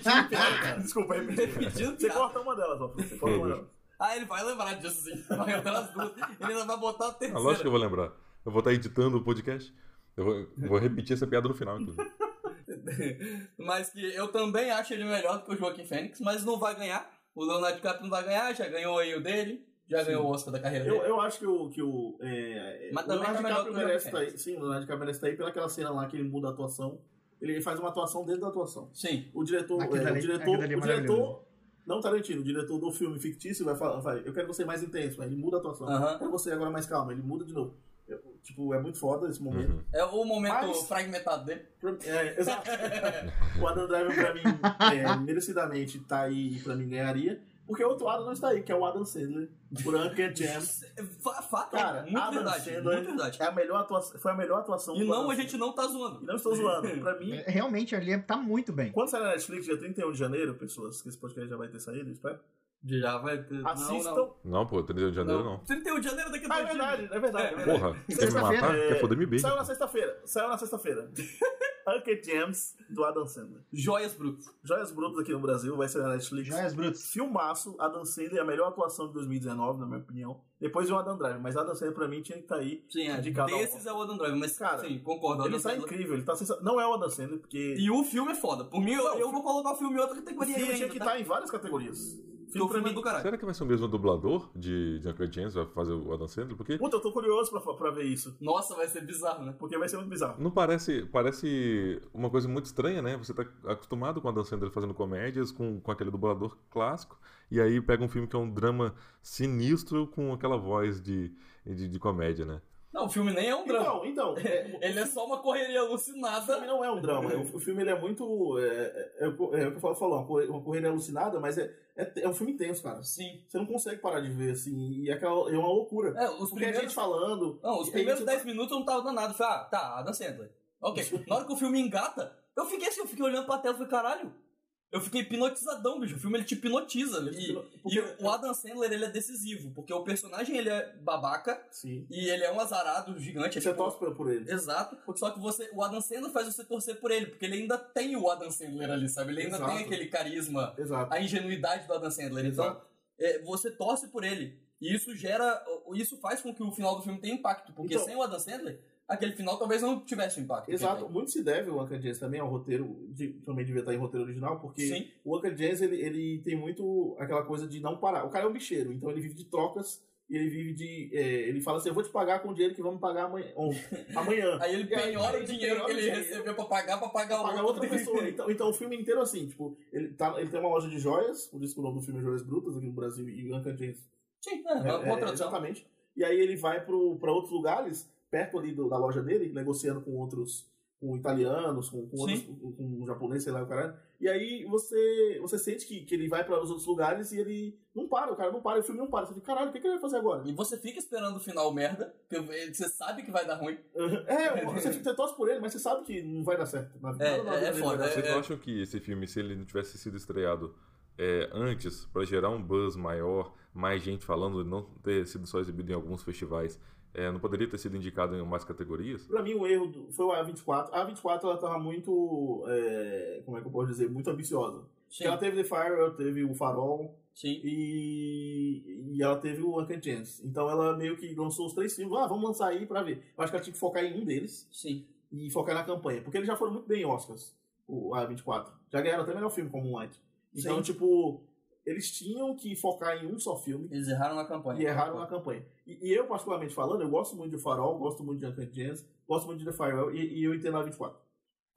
Speaker 3: Tá, cara. Tá.
Speaker 1: Desculpa, repetindo.
Speaker 3: Repetindo
Speaker 1: Você
Speaker 3: piada.
Speaker 1: corta uma delas, ó. Você corta uma delas.
Speaker 3: Ah, ele vai lembrar disso sim. Vai lembrar as duas. Ele ainda vai botar a
Speaker 2: Ah,
Speaker 3: terceira.
Speaker 2: lógico que eu vou lembrar. Eu vou estar editando o podcast. Eu vou, eu vou repetir essa piada no final, inclusive.
Speaker 3: mas que eu também acho ele melhor do que o Joaquim Fênix, mas não vai ganhar. O Leonardo DiCaprio não vai ganhar, já ganhou aí o dele, já ganhou o Oscar da carreira
Speaker 1: Eu,
Speaker 3: dele.
Speaker 1: eu acho que o. Que o é,
Speaker 3: É. Mas
Speaker 1: o
Speaker 3: também
Speaker 1: Leonardo
Speaker 3: tá melhor
Speaker 1: DiCaprio
Speaker 3: que o
Speaker 1: merece
Speaker 3: Joaquim
Speaker 1: estar aí. Sim, o Leonardo DiCaprio merece estar aí pela aquela cena lá que ele muda a atuação. Ele faz uma atuação dentro da atuação.
Speaker 3: Sim.
Speaker 1: O diretor.
Speaker 4: Aquilo
Speaker 1: é,
Speaker 4: ali-
Speaker 1: o diretor.
Speaker 4: aquilo ali é
Speaker 1: o diretor
Speaker 4: maravilhoso.
Speaker 1: não Tarantino, o diretor do filme fictício vai falar, vai, eu quero você mais intenso, mas ele muda a atuação. Eu
Speaker 3: Aham.
Speaker 1: quero você agora mais calmo, ele muda de novo. Eu- tipo, é muito foda esse momento.
Speaker 2: Uhum.
Speaker 3: É o momento
Speaker 1: Mas-
Speaker 3: fragmentado dele.
Speaker 1: Pra- É, exato. o Adam Driver, pra mim, é, merecidamente tá aí e pra mim ganharia. Porque o outro Adam não está aí, que é o Adam Sandler. Por Uncut Jam.
Speaker 3: Fa- Fato,
Speaker 1: Cara,
Speaker 3: muito
Speaker 1: Adam
Speaker 3: verdade,
Speaker 1: Sandler
Speaker 3: muito verdade.
Speaker 1: É a É um melhor atua- foi a melhor atuação
Speaker 3: E
Speaker 1: do
Speaker 3: não,
Speaker 1: Adam
Speaker 3: a gente não tá zoando.
Speaker 1: E não estou zoando. Pra mim,
Speaker 4: É, Realmente, ali tá muito bem.
Speaker 1: quando sair na Netflix, dia 31 de janeiro, pessoas, que esse podcast já vai ter saído, espero.
Speaker 3: Já vai ter... não,
Speaker 1: Assistam.
Speaker 3: Não,
Speaker 2: Não, pô, 31 de janeiro não.
Speaker 3: 31 de janeiro daqui
Speaker 1: Ah,
Speaker 3: a
Speaker 1: é
Speaker 3: dois dias.
Speaker 1: verdade, é verdade. É verdade.
Speaker 2: Porra, quer me matar?
Speaker 4: Sexta-feira,
Speaker 2: Quer foder me beijo.
Speaker 1: Saiu na sexta-feira. Saiu na sexta-feira. Uncut Gems, do Adam Sandler.
Speaker 3: Joias brutas.
Speaker 1: Joias Brutas aqui no Brasil, vai ser na Netflix.
Speaker 4: Joias Brutas.
Speaker 1: Filmaço, Adam Sandler é a melhor atuação de 2019, na minha opinião. Depois o Adam Driver, mas Adam Sandler pra mim tinha que estar aí.
Speaker 3: Sim, é.
Speaker 1: Indicado ao
Speaker 3: Desses é o Adam Driver, mas
Speaker 1: um. Cara,
Speaker 3: sim, concordo.
Speaker 1: Ele
Speaker 3: Adam
Speaker 1: tá
Speaker 3: Sandler-
Speaker 1: incrível, ele tá sensacional. Não é o Adam Sandler, porque
Speaker 3: E o filme é foda. Por mim, eu,
Speaker 1: Não,
Speaker 3: eu vou colocar o filme em outra
Speaker 1: o
Speaker 3: categoria
Speaker 1: filme tinha
Speaker 3: ainda,
Speaker 1: que
Speaker 3: tá?
Speaker 1: estar em várias categorias.
Speaker 3: Porque o
Speaker 1: Filme pra
Speaker 3: filme é
Speaker 1: mim.
Speaker 3: do caralho.
Speaker 2: Será que vai ser o mesmo dublador de Junker James vai fazer o Adam Sandler? Porque
Speaker 1: Puta, eu tô curioso pra, pra ver isso.
Speaker 3: Nossa, vai ser bizarro, né?
Speaker 1: Porque vai ser muito bizarro.
Speaker 2: não parece parece uma coisa muito estranha, né? Você tá acostumado com o Adam Sandler fazendo comédias, com, com aquele dublador clássico, e aí pega um filme que é um drama sinistro com aquela voz de, de, de comédia, né?
Speaker 3: Não, o filme nem é um drama.
Speaker 1: Então, então. é,
Speaker 3: Ele é só uma correria
Speaker 1: o filme
Speaker 3: alucinada.
Speaker 1: não é um drama. O, o filme ele é muito. É, é, é o que- é o que eu falo, falo, uma corre- uma corrida alucinada, mas é, é, é um filme intenso, cara.
Speaker 3: Sim.
Speaker 1: Você não consegue parar de ver, assim. E é, aquela- é uma loucura.
Speaker 3: É, os
Speaker 1: Porque a gente
Speaker 3: primeiros...
Speaker 1: falando.
Speaker 3: Não, os
Speaker 1: e aí
Speaker 3: primeiros
Speaker 1: você-
Speaker 3: 10 minutos eu não tava danado. Eu Falei, ah, tá, Adam Sandler. Ok. Na hora que o filme engata, eu fiquei assim, eu fiquei olhando pra tela e falei, caralho. Eu fiquei hipnotizadão, bicho. O filme, ele te hipnotiza. E,
Speaker 1: Porque-
Speaker 3: e o Adam Sandler, ele é decisivo. Porque o personagem, ele é babaca.
Speaker 1: Sim.
Speaker 3: E ele é um azarado gigante. é
Speaker 1: Você
Speaker 3: tipo-
Speaker 1: torce por- por ele.
Speaker 3: Exato. Só que você, o Adam Sandler faz você torcer por ele, porque ele ainda tem o Adam Sandler ali, sabe? Ele ainda
Speaker 1: Exato.
Speaker 3: tem aquele carisma,
Speaker 1: Exato.
Speaker 3: a ingenuidade do Adam Sandler. Então, é, você torce por ele. E isso gera. Isso faz com que o final do filme tenha impacto. Porque
Speaker 1: Então-
Speaker 3: sem o Adam Sandler, aquele final talvez não tivesse o impacto. que
Speaker 1: Exato,
Speaker 3: ele
Speaker 1: muito se deve o Uncle James também ao roteiro, de- também devia estar em roteiro original, porque
Speaker 3: tem. Sim.
Speaker 1: o Uncle James ele, ele tem muito aquela coisa de não parar. O cara é um bicheiro, então ele vive de trocas e ele vive de. é, ele fala assim: eu vou te pagar com o dinheiro que vamos pagar amanhã. ou- amanhã.
Speaker 3: Aí é ele
Speaker 1: E aí,
Speaker 3: penhora o
Speaker 1: ele
Speaker 3: dinheiro que
Speaker 1: penhora o
Speaker 3: ele
Speaker 1: dinheiro.
Speaker 3: recebeu pra pagar, pra pagar,
Speaker 1: pagar
Speaker 3: o outro
Speaker 1: outra pessoa. Então, então o filme inteiro assim, tipo, ele, tá, ele tem uma loja de joias, por isso que o nome do filme é Joias Brutas aqui no Brasil, e o Uncle James
Speaker 3: Sim, é, uma
Speaker 1: É,
Speaker 3: boa
Speaker 1: é,
Speaker 3: tradução.
Speaker 1: exatamente. E aí ele vai pro, pra outros lugares, perto ali do- da loja dele, negociando com outros, com italianos, com, com, outros, com, com japonês, sei lá, o caralho. E aí você, você sente que, que ele vai para os outros lugares e ele não para, o cara não para, o filme não para. Você fica, caralho, o que, que ele vai fazer agora?
Speaker 3: E você fica esperando o final merda, porque você sabe que vai dar ruim.
Speaker 1: É, você, você torce por ele, mas você sabe que não vai dar certo. Na,
Speaker 3: É,
Speaker 1: nada na vida
Speaker 3: é- é
Speaker 1: dele
Speaker 3: foda,
Speaker 1: vai dar
Speaker 3: é-
Speaker 1: certo.
Speaker 2: Vocês não acham que esse filme, se ele não tivesse sido estreado é, antes, pra gerar um buzz maior, mais gente falando, não ter sido só exibido em alguns festivais, é, não poderia ter sido indicado em mais categorias?
Speaker 1: Pra mim, o erro do- foi o A24. A A24, ela tava muito, é, como é que eu posso dizer, muito ambiciosa.
Speaker 3: Sim,
Speaker 1: Ela teve The Fire, ela teve o Farol,
Speaker 3: sim.
Speaker 1: E, e ela teve o Uncut Gems. Então ela meio que lançou os três filmes. Ah, vamos lançar aí pra ver. Eu acho que ela tinha que focar em um deles
Speaker 3: Sim.
Speaker 1: e focar na campanha. Porque eles já foram muito bem em Oscars, o A24. Já ganharam até melhor filme como Light. Então,
Speaker 3: Sim.
Speaker 1: tipo, eles tinham que focar em um só filme
Speaker 3: Eles erraram na campanha.
Speaker 1: e erraram na campanha. E, e eu, particularmente falando, eu gosto muito de Farol, gosto muito de Uncut Gems, gosto muito de The Firewall e, e eu entendo a A24.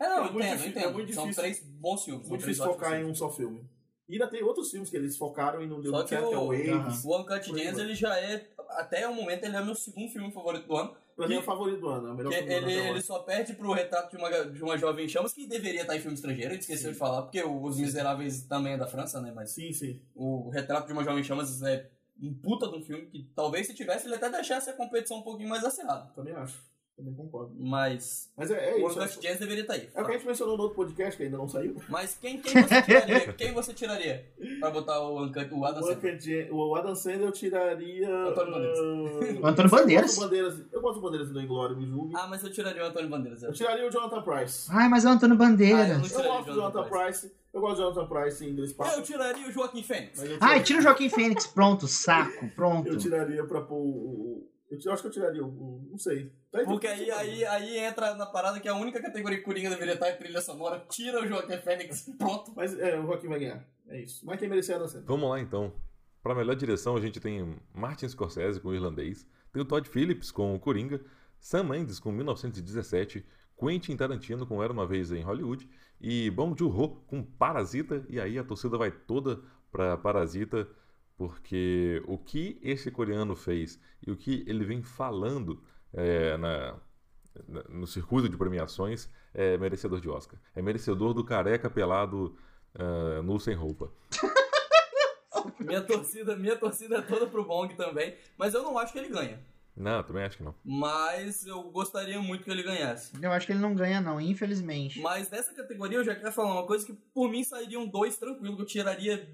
Speaker 3: É, não,
Speaker 1: É
Speaker 3: eu
Speaker 1: muito
Speaker 3: entendo,
Speaker 1: difícil,
Speaker 3: eu entendo.
Speaker 1: é muito
Speaker 3: São
Speaker 1: difícil.
Speaker 3: três bons filmes. são
Speaker 1: Muito
Speaker 3: três
Speaker 1: difícil
Speaker 3: ótimos
Speaker 1: focar em
Speaker 3: filmes.
Speaker 1: um só filme. E ainda tem outros filmes que eles focaram e não deu
Speaker 3: Só
Speaker 1: muito
Speaker 3: que
Speaker 1: certo, que é o
Speaker 3: o,
Speaker 1: Waves.
Speaker 3: o Uncut
Speaker 1: Por
Speaker 3: Gems,
Speaker 1: enquanto.
Speaker 3: ele já é, até o momento, ele é meu segundo filme favorito do ano.
Speaker 1: Pra mim é
Speaker 3: Que-
Speaker 1: o favorito do ano. É o melhor
Speaker 3: Porque
Speaker 1: filme do ano
Speaker 3: ele,
Speaker 1: até
Speaker 3: ele
Speaker 1: agora.
Speaker 3: só perde pro retrato de uma, de uma jovem em chamas que deveria estar em filme estrangeiro, ele esqueceu de falar, porque o Os Miseráveis também é da França, né? Mas
Speaker 1: Sim, sim.
Speaker 3: o retrato de uma jovem em chamas é um puta de um filme que talvez se tivesse ele até deixasse a competição um pouquinho mais acirrada.
Speaker 1: Também acho. Também concordo.
Speaker 3: Mas
Speaker 1: Mas é, é
Speaker 3: o
Speaker 1: isso.
Speaker 3: World of
Speaker 1: É,
Speaker 3: Jazz deveria estar aí.
Speaker 1: é o que a gente mencionou no outro podcast que ainda não saiu.
Speaker 3: Mas quem, quem você tiraria? quem você tiraria pra botar o, Uncut- o Adam
Speaker 1: O
Speaker 3: Sandler?
Speaker 1: Uncut Gem- O Adam Sandler eu tiraria.
Speaker 3: Ah, Antônio Bandeiras.
Speaker 1: ah,
Speaker 4: O Antônio Bandeiras?
Speaker 1: Eu gosto do Bandeiras, eu gosto do Bandeiras do Inglório, me julgue.
Speaker 3: Ah, mas eu tiraria o Antônio Bandeiras.
Speaker 1: Eu
Speaker 3: Eu,
Speaker 1: tiraria o Jonathan Price.
Speaker 4: Ai, mas é o Antônio
Speaker 3: Ah, eu não
Speaker 4: Bandeiras.
Speaker 1: Eu
Speaker 3: tiraria
Speaker 1: gosto do Jonathan Price. Eu gosto do Jonathan Price em inglês
Speaker 3: eu tiraria o Joaquim Fênix.
Speaker 4: Ai, tira o Joaquim Fênix. Pronto, saco. Pronto.
Speaker 1: Eu tiraria pra pôr o. o- Eu ti- acho que eu tiraria o. o- Não sei. Tá
Speaker 3: Porque aí, aí, aí entra na parada que é a única categoria que Coringa deveria estar é trilha sonora. Tira o Joaquim Fênix e pronto.
Speaker 1: Mas é, o Joaquim vai ganhar. É isso. Mas quem merecer é a dançando.
Speaker 2: Vamos lá então. Pra melhor direção, a gente tem Martin Scorsese com o irlandês, tem o Todd Phillips com o Coringa, Sam Mendes com 1917, Quentin Tarantino com Era uma Vez em Hollywood e Bong Joon-ho com Parasita. E aí a torcida vai toda pra Parasita, porque o que esse coreano fez e o que ele vem falando é, na- na- no circuito de premiações é merecedor de Oscar. É merecedor do careca pelado ah, nu sem roupa.
Speaker 3: Minha torcida, minha torcida é toda pro Bong também. Mas eu não acho que ele ganha.
Speaker 2: Não, também acho que não.
Speaker 3: Mas eu gostaria muito que ele ganhasse.
Speaker 4: Eu acho que ele não ganha, não, infelizmente.
Speaker 3: Mas dessa categoria eu já quero falar uma coisa que por mim sairiam dois tranquilo, que eu tiraria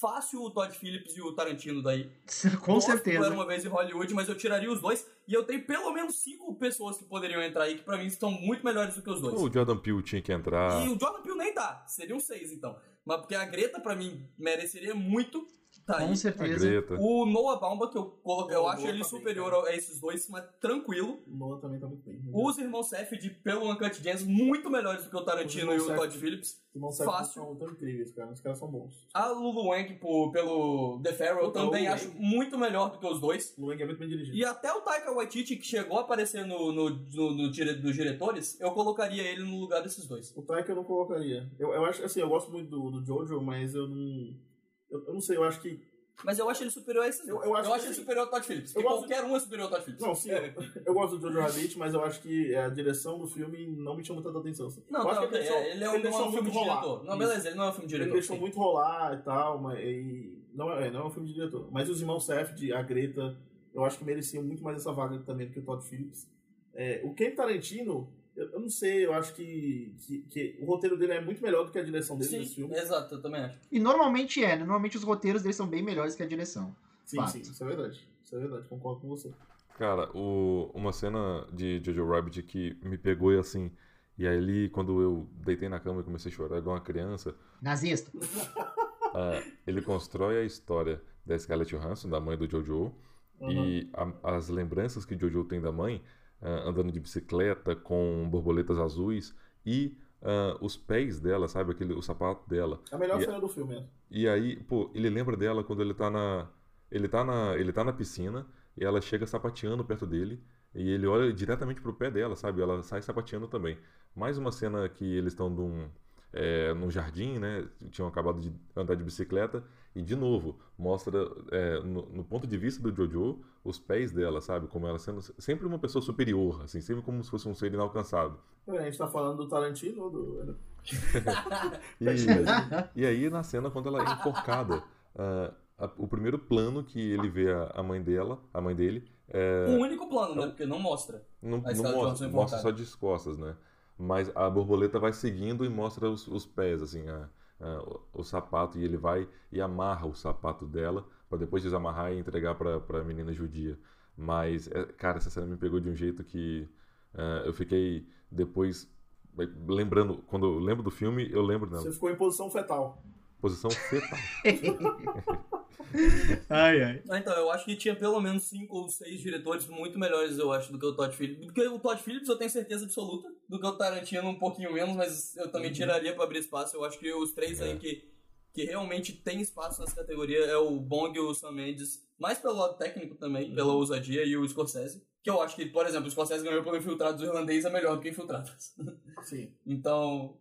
Speaker 3: fácil o Todd Phillips e o Tarantino daí.
Speaker 4: Com
Speaker 1: é
Speaker 3: Gosto, Era
Speaker 4: certeza.
Speaker 3: uma vez em Hollywood, mas eu tiraria os dois. E eu tenho pelo menos cinco pessoas que poderiam entrar aí, que pra mim estão muito melhores do que os dois.
Speaker 2: O Jordan Peele tinha que entrar.
Speaker 3: E o Jordan Peele nem tá. Seriam seis, então. Mas porque a Greta, pra mim, mereceria muito. Tá aí.
Speaker 4: Com
Speaker 2: A
Speaker 4: certeza.
Speaker 2: Greta.
Speaker 3: O Noah Baumbach, que eu, coloquei, eu
Speaker 1: Noah
Speaker 3: acho ele
Speaker 1: também,
Speaker 3: superior a esses dois, mas tranquilo.
Speaker 1: Noah também tá muito bem.
Speaker 3: Os irmãos Safed, pelo Uncut Gems, muito melhores do que o Tarantino
Speaker 1: Os
Speaker 3: e
Speaker 1: irmãos
Speaker 3: o Todd
Speaker 1: Safdie.
Speaker 3: Phillips.
Speaker 1: Não sabe
Speaker 3: fácil.
Speaker 1: são tão incríveis, cara. Os caras são bons.
Speaker 3: A Lulu Wang por- pelo The Pharaoh, eu
Speaker 1: Puta,
Speaker 3: também
Speaker 1: o
Speaker 3: acho
Speaker 1: Wang.
Speaker 3: muito melhor do que os dois.
Speaker 1: O Lang é muito bem dirigido.
Speaker 3: E até o Taika Waititi, que chegou a aparecer no, no, no- no dire- dos diretores, eu colocaria ele no lugar desses dois.
Speaker 1: O Taika eu não colocaria. Eu, eu acho, assim, eu gosto muito do, do Jojo, mas eu não. Eu, eu não sei, eu acho que.
Speaker 3: Mas eu acho ele superior a esses
Speaker 1: Eu-
Speaker 3: dois.
Speaker 1: eu acho que
Speaker 3: ele
Speaker 1: sim.
Speaker 3: superior ao Todd Phillips.
Speaker 1: Eu
Speaker 3: porque
Speaker 1: gosto-
Speaker 3: qualquer um é superior ao Todd Phillips.
Speaker 1: Não, sim, eu, eu gosto do Jojo Rabbit, mas eu acho que a direção do filme não me chama tanta atenção. Assim.
Speaker 3: Não,
Speaker 1: eu
Speaker 3: tá,
Speaker 1: acho
Speaker 3: ok,
Speaker 1: deixou-
Speaker 3: é, ele é um, não é um filme de diretor. Não,
Speaker 1: Isso.
Speaker 3: beleza, ele não é um filme de
Speaker 1: Ele
Speaker 3: diretor.
Speaker 1: deixou
Speaker 3: sim.
Speaker 1: muito rolar e tal, mas e- não, é, não é um filme de diretor. Mas os irmãos Safdie, a Greta, eu acho que mereciam muito mais essa vaga também do que o Todd Phillips. É, o Ken Tarantino, eu, eu não sei, eu acho que, que, que o roteiro dele é muito melhor do que a direção dele nesse
Speaker 3: Sim,
Speaker 1: filme.
Speaker 3: exato, eu também acho.
Speaker 4: E normalmente é, né? Normalmente os roteiros deles são bem melhores que a direção.
Speaker 1: Sim,
Speaker 4: Fato.
Speaker 1: sim, isso é verdade. Isso é verdade, concordo com você.
Speaker 2: Cara, o- uma cena de Jojo Rabbit que me pegou e assim. E ali, quando eu deitei na cama e comecei a chorar, igual uma criança,
Speaker 4: Nazista.
Speaker 2: ah, ele constrói a história da Scarlett Johansson, da mãe do Jojo,
Speaker 1: Uhum.
Speaker 2: e a- as lembranças que Jojo tem da mãe, ah, andando de bicicleta com borboletas azuis e ah, os pés dela, sabe? Aquele, o sapato dela.
Speaker 1: A melhor
Speaker 2: e-
Speaker 1: cena do filme, é.
Speaker 2: E aí, pô, ele lembra dela quando ele tá na. Ele tá na. Ele tá na piscina e ela chega sapateando perto dele. E ele olha diretamente pro pé dela, sabe? Ela sai sapateando também. Mais uma cena que eles estão num, é, num jardim, né? Tinham acabado de andar de bicicleta. E de novo, mostra é, no, no ponto de vista do Jojo os pés dela, sabe? Como ela sendo sempre uma pessoa superior, assim, sempre como se fosse um ser inalcançável.
Speaker 1: Peraí, a gente tá falando do Tarantino ou do.
Speaker 2: E, e aí, na cena, quando ela é enforcada, ah, a- o primeiro plano que ele vê a, a mãe dela, a mãe dele,
Speaker 3: O único plano, né? Porque não mostra.
Speaker 2: não,
Speaker 3: Aí
Speaker 2: não
Speaker 3: está
Speaker 2: mostra,
Speaker 3: Johnson
Speaker 2: mostra
Speaker 3: enforcado.
Speaker 2: só de costas, né? Mas a borboleta vai seguindo e mostra os, os pés, assim, a- a- o, o sapato, e ele vai e amarra o sapato dela, pra depois desamarrar e entregar pra, pra menina judia. Mas, é, cara, essa cena me pegou de um jeito que ah, eu fiquei depois eh, lembrando, quando eu lembro do filme, eu lembro da
Speaker 1: Você ficou em posição fetal.
Speaker 2: posição fetal.
Speaker 4: ai, ai.
Speaker 3: Ah, Então, eu acho que tinha pelo menos cinco ou seis diretores muito melhores, eu acho, do que o Todd Phillips. Porque o Todd Phillips eu tenho certeza absoluta, do que o Tarantino um pouquinho menos, mas eu também tiraria pra abrir espaço. Eu acho que os três
Speaker 2: É.
Speaker 3: aí que, que realmente tem espaço nessa categoria é o Bong e o Sam Mendes, mais pelo lado técnico também, pela ousadia, e o Scorsese. Que eu acho que, por exemplo, o Scorsese ganhou pelo Infiltrados, o irlandês é melhor do que Infiltrados.
Speaker 1: Sim.
Speaker 3: Então.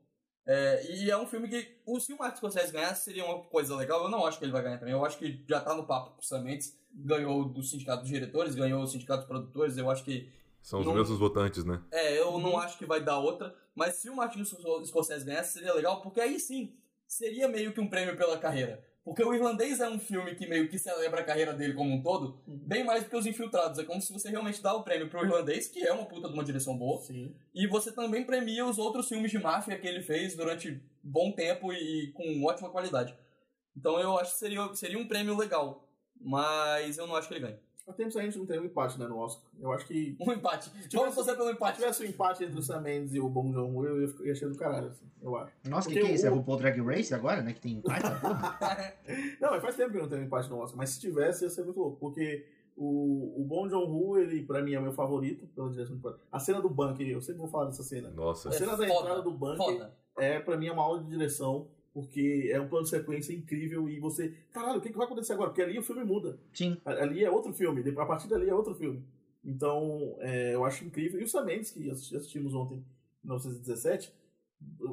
Speaker 3: É, e é um filme que, o- se o Martin Scorsese ganhasse, seria uma coisa legal. Eu não acho que ele vai ganhar também. Eu acho que já tá no papo com o Sam Mendes. Ganhou do sindicato dos diretores, ganhou o sindicato dos produtores. Eu acho que
Speaker 2: São os
Speaker 3: Não.
Speaker 2: mesmos votantes, né?
Speaker 3: É, eu não acho que vai dar outra, mas se o Martin Scor- Scorsese ganhasse, seria legal, porque aí sim, seria meio que um prêmio pela carreira. Porque o Irlandês é um filme que meio que celebra a carreira dele como um todo, bem mais do que Os Infiltrados. É como se você realmente dá o prêmio pro Irlandês, que é uma puta de uma direção boa,
Speaker 1: Sim.
Speaker 3: e você também premia os outros filmes de máfia que ele fez durante bom tempo e com ótima qualidade. Então eu acho que seria, seria um prêmio legal, mas eu não acho que ele ganha.
Speaker 1: Há tempos a gente não teve um empate, né, no Oscar. Eu acho que
Speaker 3: Um empate. Vamos torcer
Speaker 1: Tipo,
Speaker 3: pelo
Speaker 1: se
Speaker 3: empate.
Speaker 1: tivesse um empate entre o Sam Mendes e o Bong Joon-ho, eu ia ficar- ia achar do caralho, assim, eu acho.
Speaker 4: Nossa, o que,
Speaker 1: Porque
Speaker 4: que é isso? É
Speaker 1: o-
Speaker 4: o RuPaul Drag Race agora, né? Que tem empate, essa porra?
Speaker 1: Não, mas faz tempo que não tem um empate no Oscar, mas se tivesse ia ser muito louco, porque o, o Bong Joon-ho, ele pra mim é meu favorito pela direção de fotografia. A cena do bunker, eu sempre vou falar dessa cena.
Speaker 2: Nossa.
Speaker 1: A cena da
Speaker 3: É foda,
Speaker 1: entrada do bunker
Speaker 3: Foda.
Speaker 1: é pra mim é uma aula de direção, porque é um plano de sequência incrível e você, caralho, o que, que vai acontecer agora? Porque ali o filme muda.
Speaker 4: Sim.
Speaker 1: A- Ali é outro filme, de- a partir dali é outro filme. Então, é, eu acho incrível. E o Sam Mendes, que assisti- assistimos ontem, em 1917,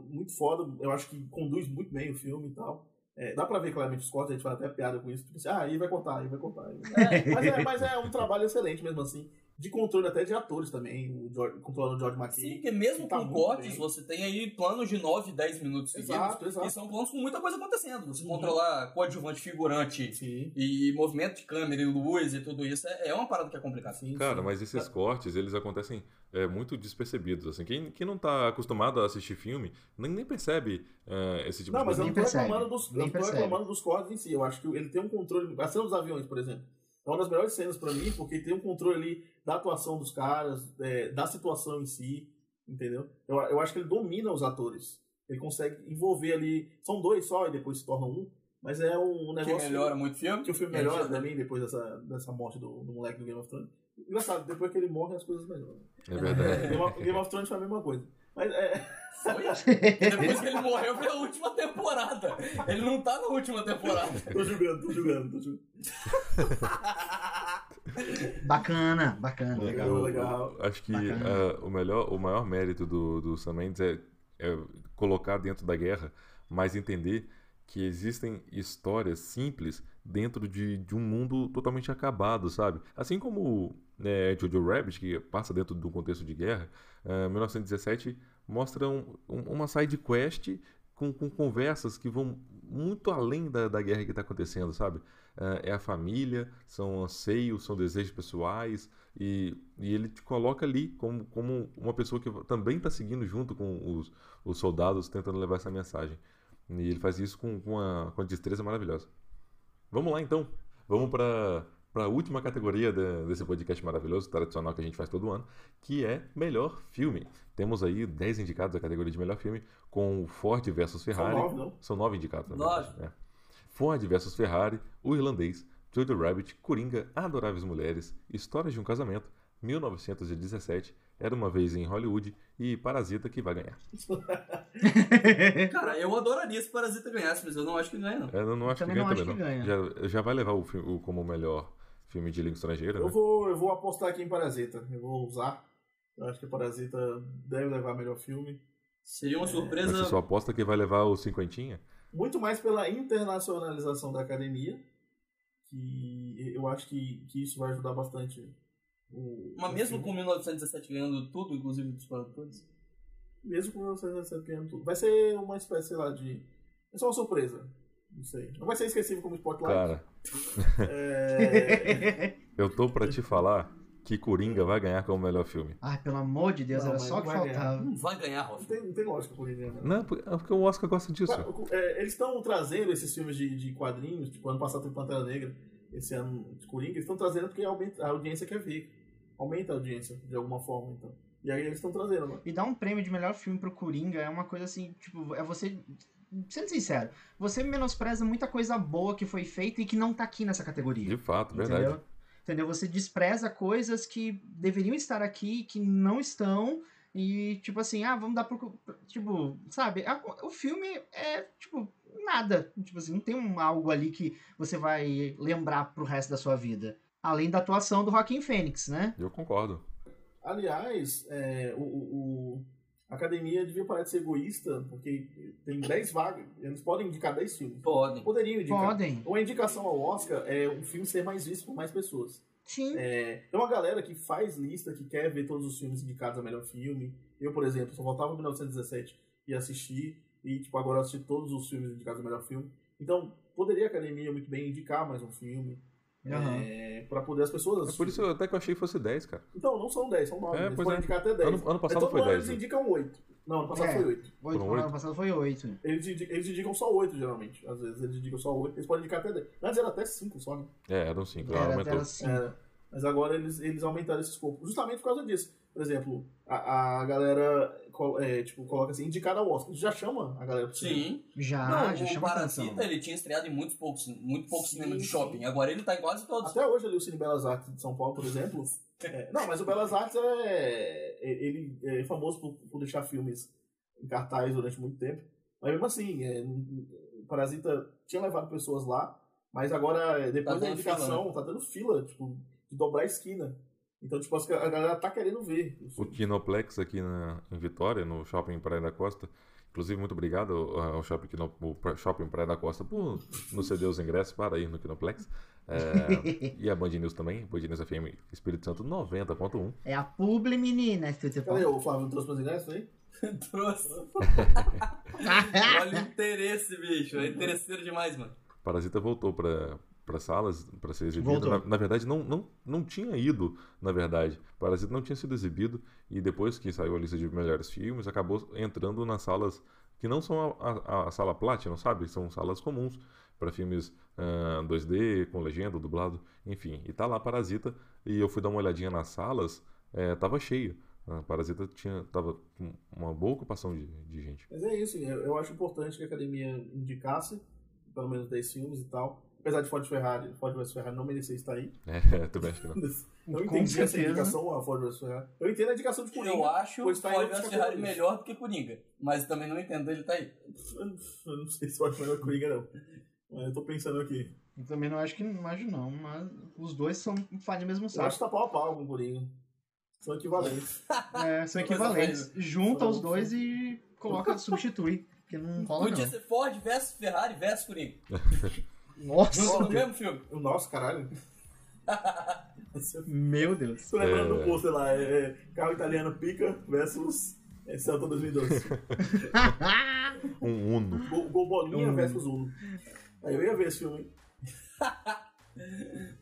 Speaker 1: muito foda. Eu acho que conduz muito bem o filme e tal. É, dá pra ver claramente os cortes, a gente faz até piada com isso. Tipo assim, ah, aí vai cortar, aí vai cortar. aí vai- É, mas, é, mas é um trabalho excelente mesmo assim. De controle até de atores também, o George, controlando o George
Speaker 3: Sim,
Speaker 1: McKay.
Speaker 3: porque mesmo
Speaker 1: Tá
Speaker 3: com
Speaker 1: muito
Speaker 3: cortes,
Speaker 1: bem.
Speaker 3: você tem aí planos de 9, 10 minutos seguidos.
Speaker 1: exato, exato.
Speaker 3: E são planos com muita coisa acontecendo. Você
Speaker 1: Uhum.
Speaker 3: controlar coadjuvante figurante
Speaker 1: Sim,
Speaker 3: e movimento de câmera e luz e tudo isso é, é uma parada que é complicada.
Speaker 1: sim.
Speaker 2: Cara,
Speaker 1: sim. Ah.
Speaker 2: mas esses cortes, eles acontecem é, muito despercebidos, assim. Quem, quem não tá acostumado a assistir filme, nem, nem percebe é, esse tipo
Speaker 1: Não,
Speaker 2: de
Speaker 1: mas um eu não tô
Speaker 2: coisa.
Speaker 4: Nem percebe,
Speaker 1: reclamando dos, eu
Speaker 4: nem
Speaker 1: não tô
Speaker 4: percebe.
Speaker 1: reclamando dos cortes em si. Eu acho que ele tem um controle. A cena dos aviões, por exemplo, é uma das melhores cenas pra mim, porque tem um controle ali da atuação dos caras, é, da situação em si, entendeu? Eu, eu acho que ele domina os atores. Ele consegue envolver ali. São dois só e depois se torna um, mas é um, um
Speaker 3: Que
Speaker 1: negócio.
Speaker 3: melhora muito o filme.
Speaker 1: que o filme
Speaker 3: É,
Speaker 1: melhora né?
Speaker 3: já-
Speaker 1: também depois dessa, dessa morte do, do moleque do Game of Thrones. Engraçado, depois que ele morre as coisas melhoram.
Speaker 2: É verdade.
Speaker 1: Game of, Game of Thrones foi a mesma coisa. Mas é.
Speaker 3: Foi? Depois que ele morreu, foi a última temporada. Ele não tá na última temporada.
Speaker 1: tô julgando, tô julgando, tô julgando.
Speaker 4: Bacana, bacana.
Speaker 1: Legal,
Speaker 2: Eu-
Speaker 1: legal.
Speaker 2: Acho que
Speaker 4: Bacana.
Speaker 2: ah, o, melhor, o maior mérito do, do Sam Mendes é, é colocar dentro da guerra, mas entender que existem histórias simples dentro de, de um mundo totalmente acabado, sabe? Assim como né, Jojo Rabbit, que passa dentro de um contexto de guerra, ah, 1917 mostra um- um- uma side quest com, com conversas que vão muito além da, da guerra que está acontecendo, sabe? Ah, é a família, são anseios, são desejos pessoais, e, e ele te coloca ali como, como uma pessoa que também está seguindo junto com os, os soldados tentando levar essa mensagem. E ele faz isso com, com, uma, com uma destreza maravilhosa. Vamos lá então. Vamos para a última categoria da- desse podcast maravilhoso, tradicional que a gente faz todo ano, que é melhor filme. Temos aí 10 indicados da categoria de melhor filme, com o Ford versus
Speaker 1: São
Speaker 2: Ferrari.
Speaker 1: nove, não?
Speaker 2: São nove indicados, na
Speaker 3: Nove.
Speaker 2: verdade. É. Ford versus Ferrari, O Irlandês, Jojo Rabbit, Coringa, Adoráveis Mulheres, Histórias de um Casamento, 1917, Era Uma Vez em Hollywood e Parasita que vai ganhar.
Speaker 3: Cara, eu adoraria se Parasita ganhasse, mas eu não acho que ganha, não.
Speaker 2: Eu É, não acho
Speaker 4: Também
Speaker 2: que ganha
Speaker 4: não
Speaker 2: também,
Speaker 4: acho que
Speaker 2: não. Já, já vai levar o, fi- o- como o melhor filme de língua estrangeira,
Speaker 1: Eu
Speaker 2: né?
Speaker 1: vou, eu vou apostar aqui em Parasita. Eu vou usar. Eu acho que Parasita deve levar melhor filme.
Speaker 3: Seria uma
Speaker 2: Mas
Speaker 3: surpresa.
Speaker 2: você só aposta que vai levar o cinquentinha?
Speaker 1: Muito mais pela internacionalização da academia. Que eu acho que, que isso vai ajudar bastante. O,
Speaker 3: Mas
Speaker 1: o
Speaker 3: mesmo
Speaker 1: filme.
Speaker 3: com 1917 ganhando tudo, inclusive dos produtores.
Speaker 1: Mesmo com vocês recebendo tudo. Vai ser uma espécie, sei lá, de. É só uma surpresa. Não sei. Não vai ser esquecível como Spotlight.
Speaker 2: Cara,
Speaker 1: É,
Speaker 2: eu tô pra te falar que Coringa vai ganhar como melhor filme.
Speaker 4: Ai, pelo amor de Deus,
Speaker 1: Não,
Speaker 4: era
Speaker 1: mas
Speaker 4: só
Speaker 1: não
Speaker 4: o que
Speaker 1: vai ganhar.
Speaker 4: faltava.
Speaker 3: Não vai ganhar,
Speaker 1: não,
Speaker 3: Hoff.
Speaker 1: tem, não tem lógica por ele, né?
Speaker 2: Não, porque é porque o Oscar gosta disso.
Speaker 1: Cara, o- é, eles estão trazendo esses filmes de, de quadrinhos, tipo, ano passado teve Pantera Negra, esse ano de Coringa, eles estão trazendo porque aumenta- a audiência quer ver. Aumenta a audiência, de alguma forma, então. E aí eles estão trazendo, né? mano.
Speaker 4: E dar um prêmio de melhor filme pro Coringa é uma coisa assim, tipo, é você. Sendo sincero, você menospreza muita coisa boa que foi feita e que não tá aqui nessa categoria.
Speaker 2: De fato, é verdade.
Speaker 4: Entendeu? Entendeu? Você despreza coisas que deveriam estar aqui, que não estão. E, tipo assim, ah, vamos dar pro. Tipo, sabe? A- O filme é, tipo, nada. Tipo assim, não tem um, algo ali que você vai lembrar pro resto da sua vida. Além da atuação do Joaquim Fênix, né?
Speaker 2: Eu concordo.
Speaker 1: Aliás, é, o, o- o- a academia devia parar de ser egoísta, porque tem 10 vagas, eles podem indicar 10 filmes.
Speaker 3: Podem.
Speaker 1: Poderiam indicar.
Speaker 4: Podem.
Speaker 1: Uma indicação ao Oscar é um filme ser mais visto por mais pessoas.
Speaker 4: Sim.
Speaker 1: É, tem uma galera que faz lista, que quer ver todos os filmes indicados a melhor filme. Eu, por exemplo, só voltava em 1917 e assisti, e tipo, agora eu assisti todos os filmes indicados a melhor filme. Então, poderia a academia muito bem indicar mais um filme.
Speaker 4: Aham.
Speaker 1: É, pra poder as pessoas
Speaker 2: É
Speaker 1: assistirem.
Speaker 2: por isso eu- até que eu achei que fosse 10, cara.
Speaker 1: Então, não são 10, são 9.
Speaker 2: É,
Speaker 1: eles
Speaker 2: pois
Speaker 1: podem
Speaker 2: é.
Speaker 1: indicar até 10.
Speaker 2: Ano, ano
Speaker 1: Mas
Speaker 2: passado
Speaker 1: todo assim.
Speaker 2: foi
Speaker 1: ano
Speaker 2: 10.
Speaker 1: eles
Speaker 2: né?
Speaker 1: indicam 8. Não, ano passado
Speaker 4: É.
Speaker 1: foi 8.
Speaker 4: Oito,
Speaker 2: Foram oito?
Speaker 4: ano passado foi oito.
Speaker 1: Eles, indi- eles indicam só 8, geralmente. Às vezes eles indicam só 8. Eles podem indicar até 10. Antes era até 5 só, né?
Speaker 2: É, eram 5.
Speaker 4: Era,
Speaker 2: Aumentou.
Speaker 4: era assim.
Speaker 1: É, mas agora eles, eles aumentaram esse escopo. Justamente por causa disso. Por exemplo, a, a galera col- é, tipo, coloca assim, indicada ao Oscar. Já chama a galera pro cinema.
Speaker 3: Sim.
Speaker 4: Já,
Speaker 3: Não,
Speaker 4: já
Speaker 3: o
Speaker 4: chama atenção.
Speaker 3: Parasita, ele tinha estreado em muitos poucos, muito poucos
Speaker 1: Sim,
Speaker 3: cinemas de
Speaker 1: sim.
Speaker 3: shopping. Agora ele tá em quase todos.
Speaker 1: Até hoje ali o Cine Belas Artes de São Paulo, por exemplo. é, não, mas o Belas Artes é. é- Ele é famoso por, por deixar filmes em cartaz durante muito tempo. Mas mesmo assim, é, o Parasita tinha levado pessoas lá, mas agora, é, depois
Speaker 3: Tá
Speaker 1: da
Speaker 3: tendo
Speaker 1: indicação,
Speaker 3: fila,
Speaker 1: tá tendo fila, tipo, de dobrar a esquina. Então, tipo, acho que a galera tá querendo ver.
Speaker 2: O Kinoplex aqui na, em Vitória, no Shopping Praia da Costa. Inclusive, muito obrigado ao ao Shopping, Quino- o Pra- Shopping Praia da Costa por nos ceder os ingressos para ir no Kinoplex. É, e a Band News também, Band News FM Espírito Santo 90.1.
Speaker 4: É a publi, menina. é que você
Speaker 1: Cadê
Speaker 4: fala.
Speaker 1: o Flávio trouxe meus ingressos aí?
Speaker 3: Trouxe. Olha o interesse, bicho. É interesseiro demais, mano.
Speaker 2: Parasita voltou para para salas para ser exibido.
Speaker 4: Voltou.
Speaker 2: Na, na verdade não, não não tinha ido, na verdade. Parasita não tinha sido exibido e depois que saiu a lista de melhores filmes, acabou entrando nas salas que não são a, a- a sala Platinum, sabe? São salas comuns para filmes ah, 2D, com legenda, dublado, enfim. E tá lá Parasita e eu fui dar uma olhadinha nas salas, eh, tava cheio. Ah, Parasita tinha tava com uma boa ocupação de, de gente.
Speaker 1: Mas é isso, eu, eu acho importante que a academia indicasse pelo menos 10 filmes e tal. Apesar de Ford Ferrari, Ford vs Ferrari não merecer estar aí.
Speaker 2: É, também acho que não.
Speaker 1: Eu
Speaker 4: Com
Speaker 1: entendi essa
Speaker 4: certeza.
Speaker 1: indicação, a Ford vs Ferrari. Eu entendo a indicação de
Speaker 3: Eu
Speaker 1: Coringa.
Speaker 3: acho o
Speaker 1: pois tá em
Speaker 3: Ford
Speaker 1: outras
Speaker 3: vs Ferrari
Speaker 1: categorias.
Speaker 3: melhor do que Coringa. Mas também não entendo, ele tá aí.
Speaker 1: Eu não sei se eu acho melhor Coringa, não. Mas eu tô pensando aqui.
Speaker 4: Eu também não acho que não acho, não, mas os dois são fazem o mesmo
Speaker 1: Eu acho
Speaker 4: saco.
Speaker 1: que tá pau a pau com o Coringa. São equivalentes.
Speaker 4: É, são
Speaker 3: Coisa
Speaker 4: equivalentes. Junta
Speaker 1: São-
Speaker 4: os dois e coloca, substitui. Porque não rola,
Speaker 3: Podia
Speaker 4: não.
Speaker 3: ser Ford vs Ferrari vs Coringa. Junto
Speaker 4: Nossa,
Speaker 3: no mesmo filme.
Speaker 1: O nosso, caralho.
Speaker 4: meu Deus.
Speaker 1: Tô lembrando
Speaker 2: É.
Speaker 1: do pôster lá. É, é carro italiano pica versus é, Celta 2012.
Speaker 2: Um Uno.
Speaker 1: Gol, gol bolinha
Speaker 4: Hum.
Speaker 1: versus Uno. Aí eu ia ver esse filme, hein?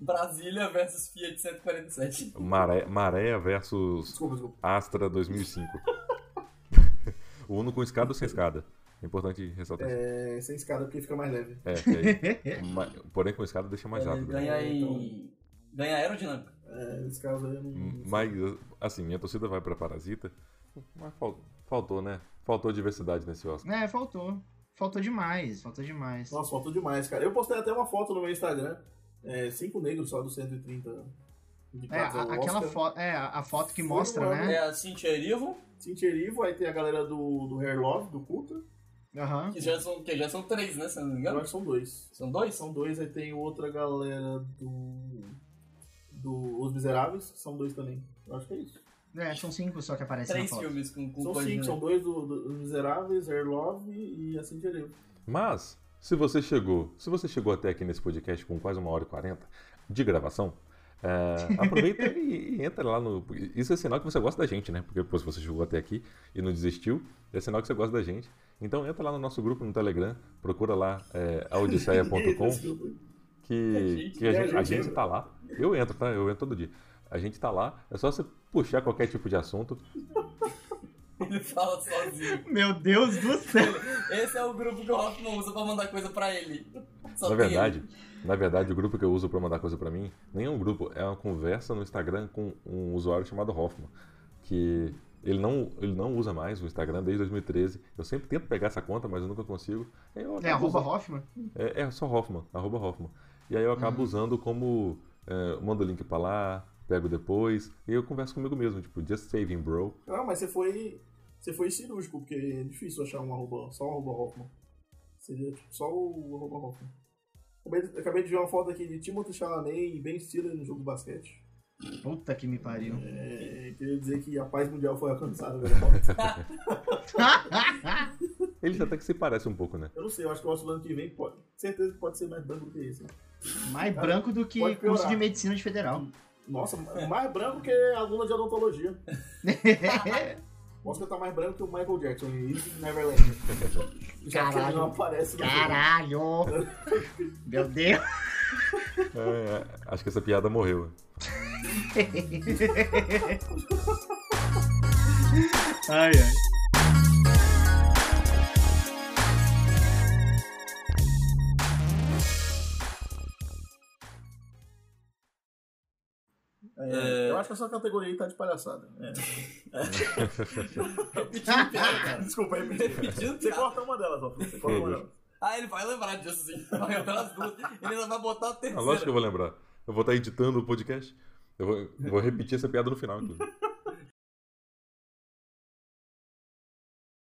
Speaker 3: Brasília vs Fiat 147.
Speaker 2: Maré, Maré versus
Speaker 1: Desculpa, desculpa.
Speaker 2: Astra 2005. o Uno com escada ou sem escada? É importante ressaltar isso.
Speaker 1: É, sem escada porque fica mais leve.
Speaker 2: É, que aí- ma- porém com escada deixa mais
Speaker 3: Ele
Speaker 2: rápido. né?
Speaker 3: ganha em. É, então- Ganha aerodinâmica.
Speaker 1: É, nesse caso aí eu não.
Speaker 2: Hum, Mas, assim, minha torcida vai pra Parasita. Mas fal- faltou, né? Faltou diversidade nesse Oscar.
Speaker 4: É, faltou. Faltou demais, faltou demais.
Speaker 1: Nossa, faltou demais, cara. Eu postei até uma foto no meu Instagram. É, cinco negros só dos 130
Speaker 4: É,
Speaker 1: indicados
Speaker 4: a-
Speaker 1: ao
Speaker 4: aquela
Speaker 1: Oscar.
Speaker 4: foto, é, a a foto que
Speaker 1: Foi
Speaker 4: mostra,
Speaker 1: uma-
Speaker 3: É
Speaker 4: né?
Speaker 3: a Cintia Erivo,
Speaker 1: Cintia Erivo, aí tem a galera do, do Hair Love, do Kuta.
Speaker 4: Aham.
Speaker 3: que já são, que já são três, né? Se eu não me
Speaker 1: Eu
Speaker 3: engano.
Speaker 1: acho que são dois.
Speaker 3: São dois?
Speaker 1: São dois, aí tem outra galera do. Do Os Miseráveis, que são dois também. Eu acho que é isso.
Speaker 4: É, são cinco só que aparecem na
Speaker 3: Três
Speaker 4: foto.
Speaker 3: filmes com, com
Speaker 1: São
Speaker 3: coisa né?
Speaker 1: cinco,
Speaker 3: de-
Speaker 1: são dois do, do- dos Miseráveis, Hair Love e a Cintia Erivo.
Speaker 2: Mas, se você chegou, se você chegou até aqui nesse podcast com quase uma hora e quarenta de gravação, é, aproveita e, e entra lá no. Isso é sinal que você gosta da gente, né? Porque pô, se você chegou até aqui e não desistiu, é sinal que você gosta da gente. Então entra lá no nosso grupo no Telegram, procura lá é, aodisseia.com
Speaker 1: Desculpa.
Speaker 2: que, que a, gente, a gente tá lá. Eu entro, tá? Eu entro todo dia. A gente tá lá, é só você puxar qualquer tipo de assunto.
Speaker 3: Ele fala sozinho.
Speaker 4: Meu Deus do céu!
Speaker 3: Esse é o grupo que o Hoffman usa pra mandar coisa pra ele. Só
Speaker 2: na
Speaker 3: tem
Speaker 2: é verdade, na verdade, o grupo que eu uso pra mandar coisa pra mim, nem é um grupo, é uma conversa no Instagram com um usuário chamado Hoffman, que ele não, ele não usa mais o Instagram desde 2013. Eu sempre tento pegar essa conta, mas eu nunca consigo. Aí eu
Speaker 4: É,
Speaker 2: acabo
Speaker 4: arroba
Speaker 2: usando-
Speaker 4: Hoffman?
Speaker 2: é, é só Hoffman, arroba Hoffman. E aí eu acabo usando como é, mando o link pra lá, pego depois, e eu converso comigo mesmo, tipo, just saving bro.
Speaker 1: Ah, mas você foi. Você foi cirúrgico, porque é difícil achar um arroba, só um arroba Hoffman. Seria tipo, só o arroba Hoffman. Acabei de, acabei de ver uma foto aqui de Timothy Chalamet e Ben Stiller no jogo de basquete.
Speaker 4: Puta que me pariu.
Speaker 1: É, queria dizer que a paz mundial foi alcançada né? pela foto.
Speaker 2: Eles até que se parecem um pouco, né?
Speaker 1: Eu não sei, eu acho que o nosso ano que vem pode. Certeza que pode ser mais branco do que esse. né?
Speaker 4: Mais branco do que
Speaker 1: Pode piorar.
Speaker 4: curso de medicina de federal.
Speaker 1: Nossa, mais branco que aluna de odontologia. Oscar tá mais branco que o Michael Jackson em Easy Neverland. Já que ele
Speaker 4: Caralho.
Speaker 1: não aparece né? no filme.
Speaker 4: Caralho! Meu Deus!
Speaker 2: É, é, acho que essa piada morreu.
Speaker 4: Ai, ai.
Speaker 1: É, Eu acho que essa categoria aí tá de palhaçada. É.
Speaker 3: Repetindo piada, cara.
Speaker 1: Desculpa, aí,
Speaker 3: Repetindo
Speaker 1: Você
Speaker 3: piada.
Speaker 1: corta uma delas, ó. Você corta uma delas.
Speaker 3: Ah, ele vai lembrar disso assim. Vai entrar as duas. Ele ainda vai botar a
Speaker 2: Ah,
Speaker 3: terceira.
Speaker 2: lógico que eu vou lembrar. Eu vou estar editando o podcast. Eu vou, vou repetir essa piada no final, inclusive.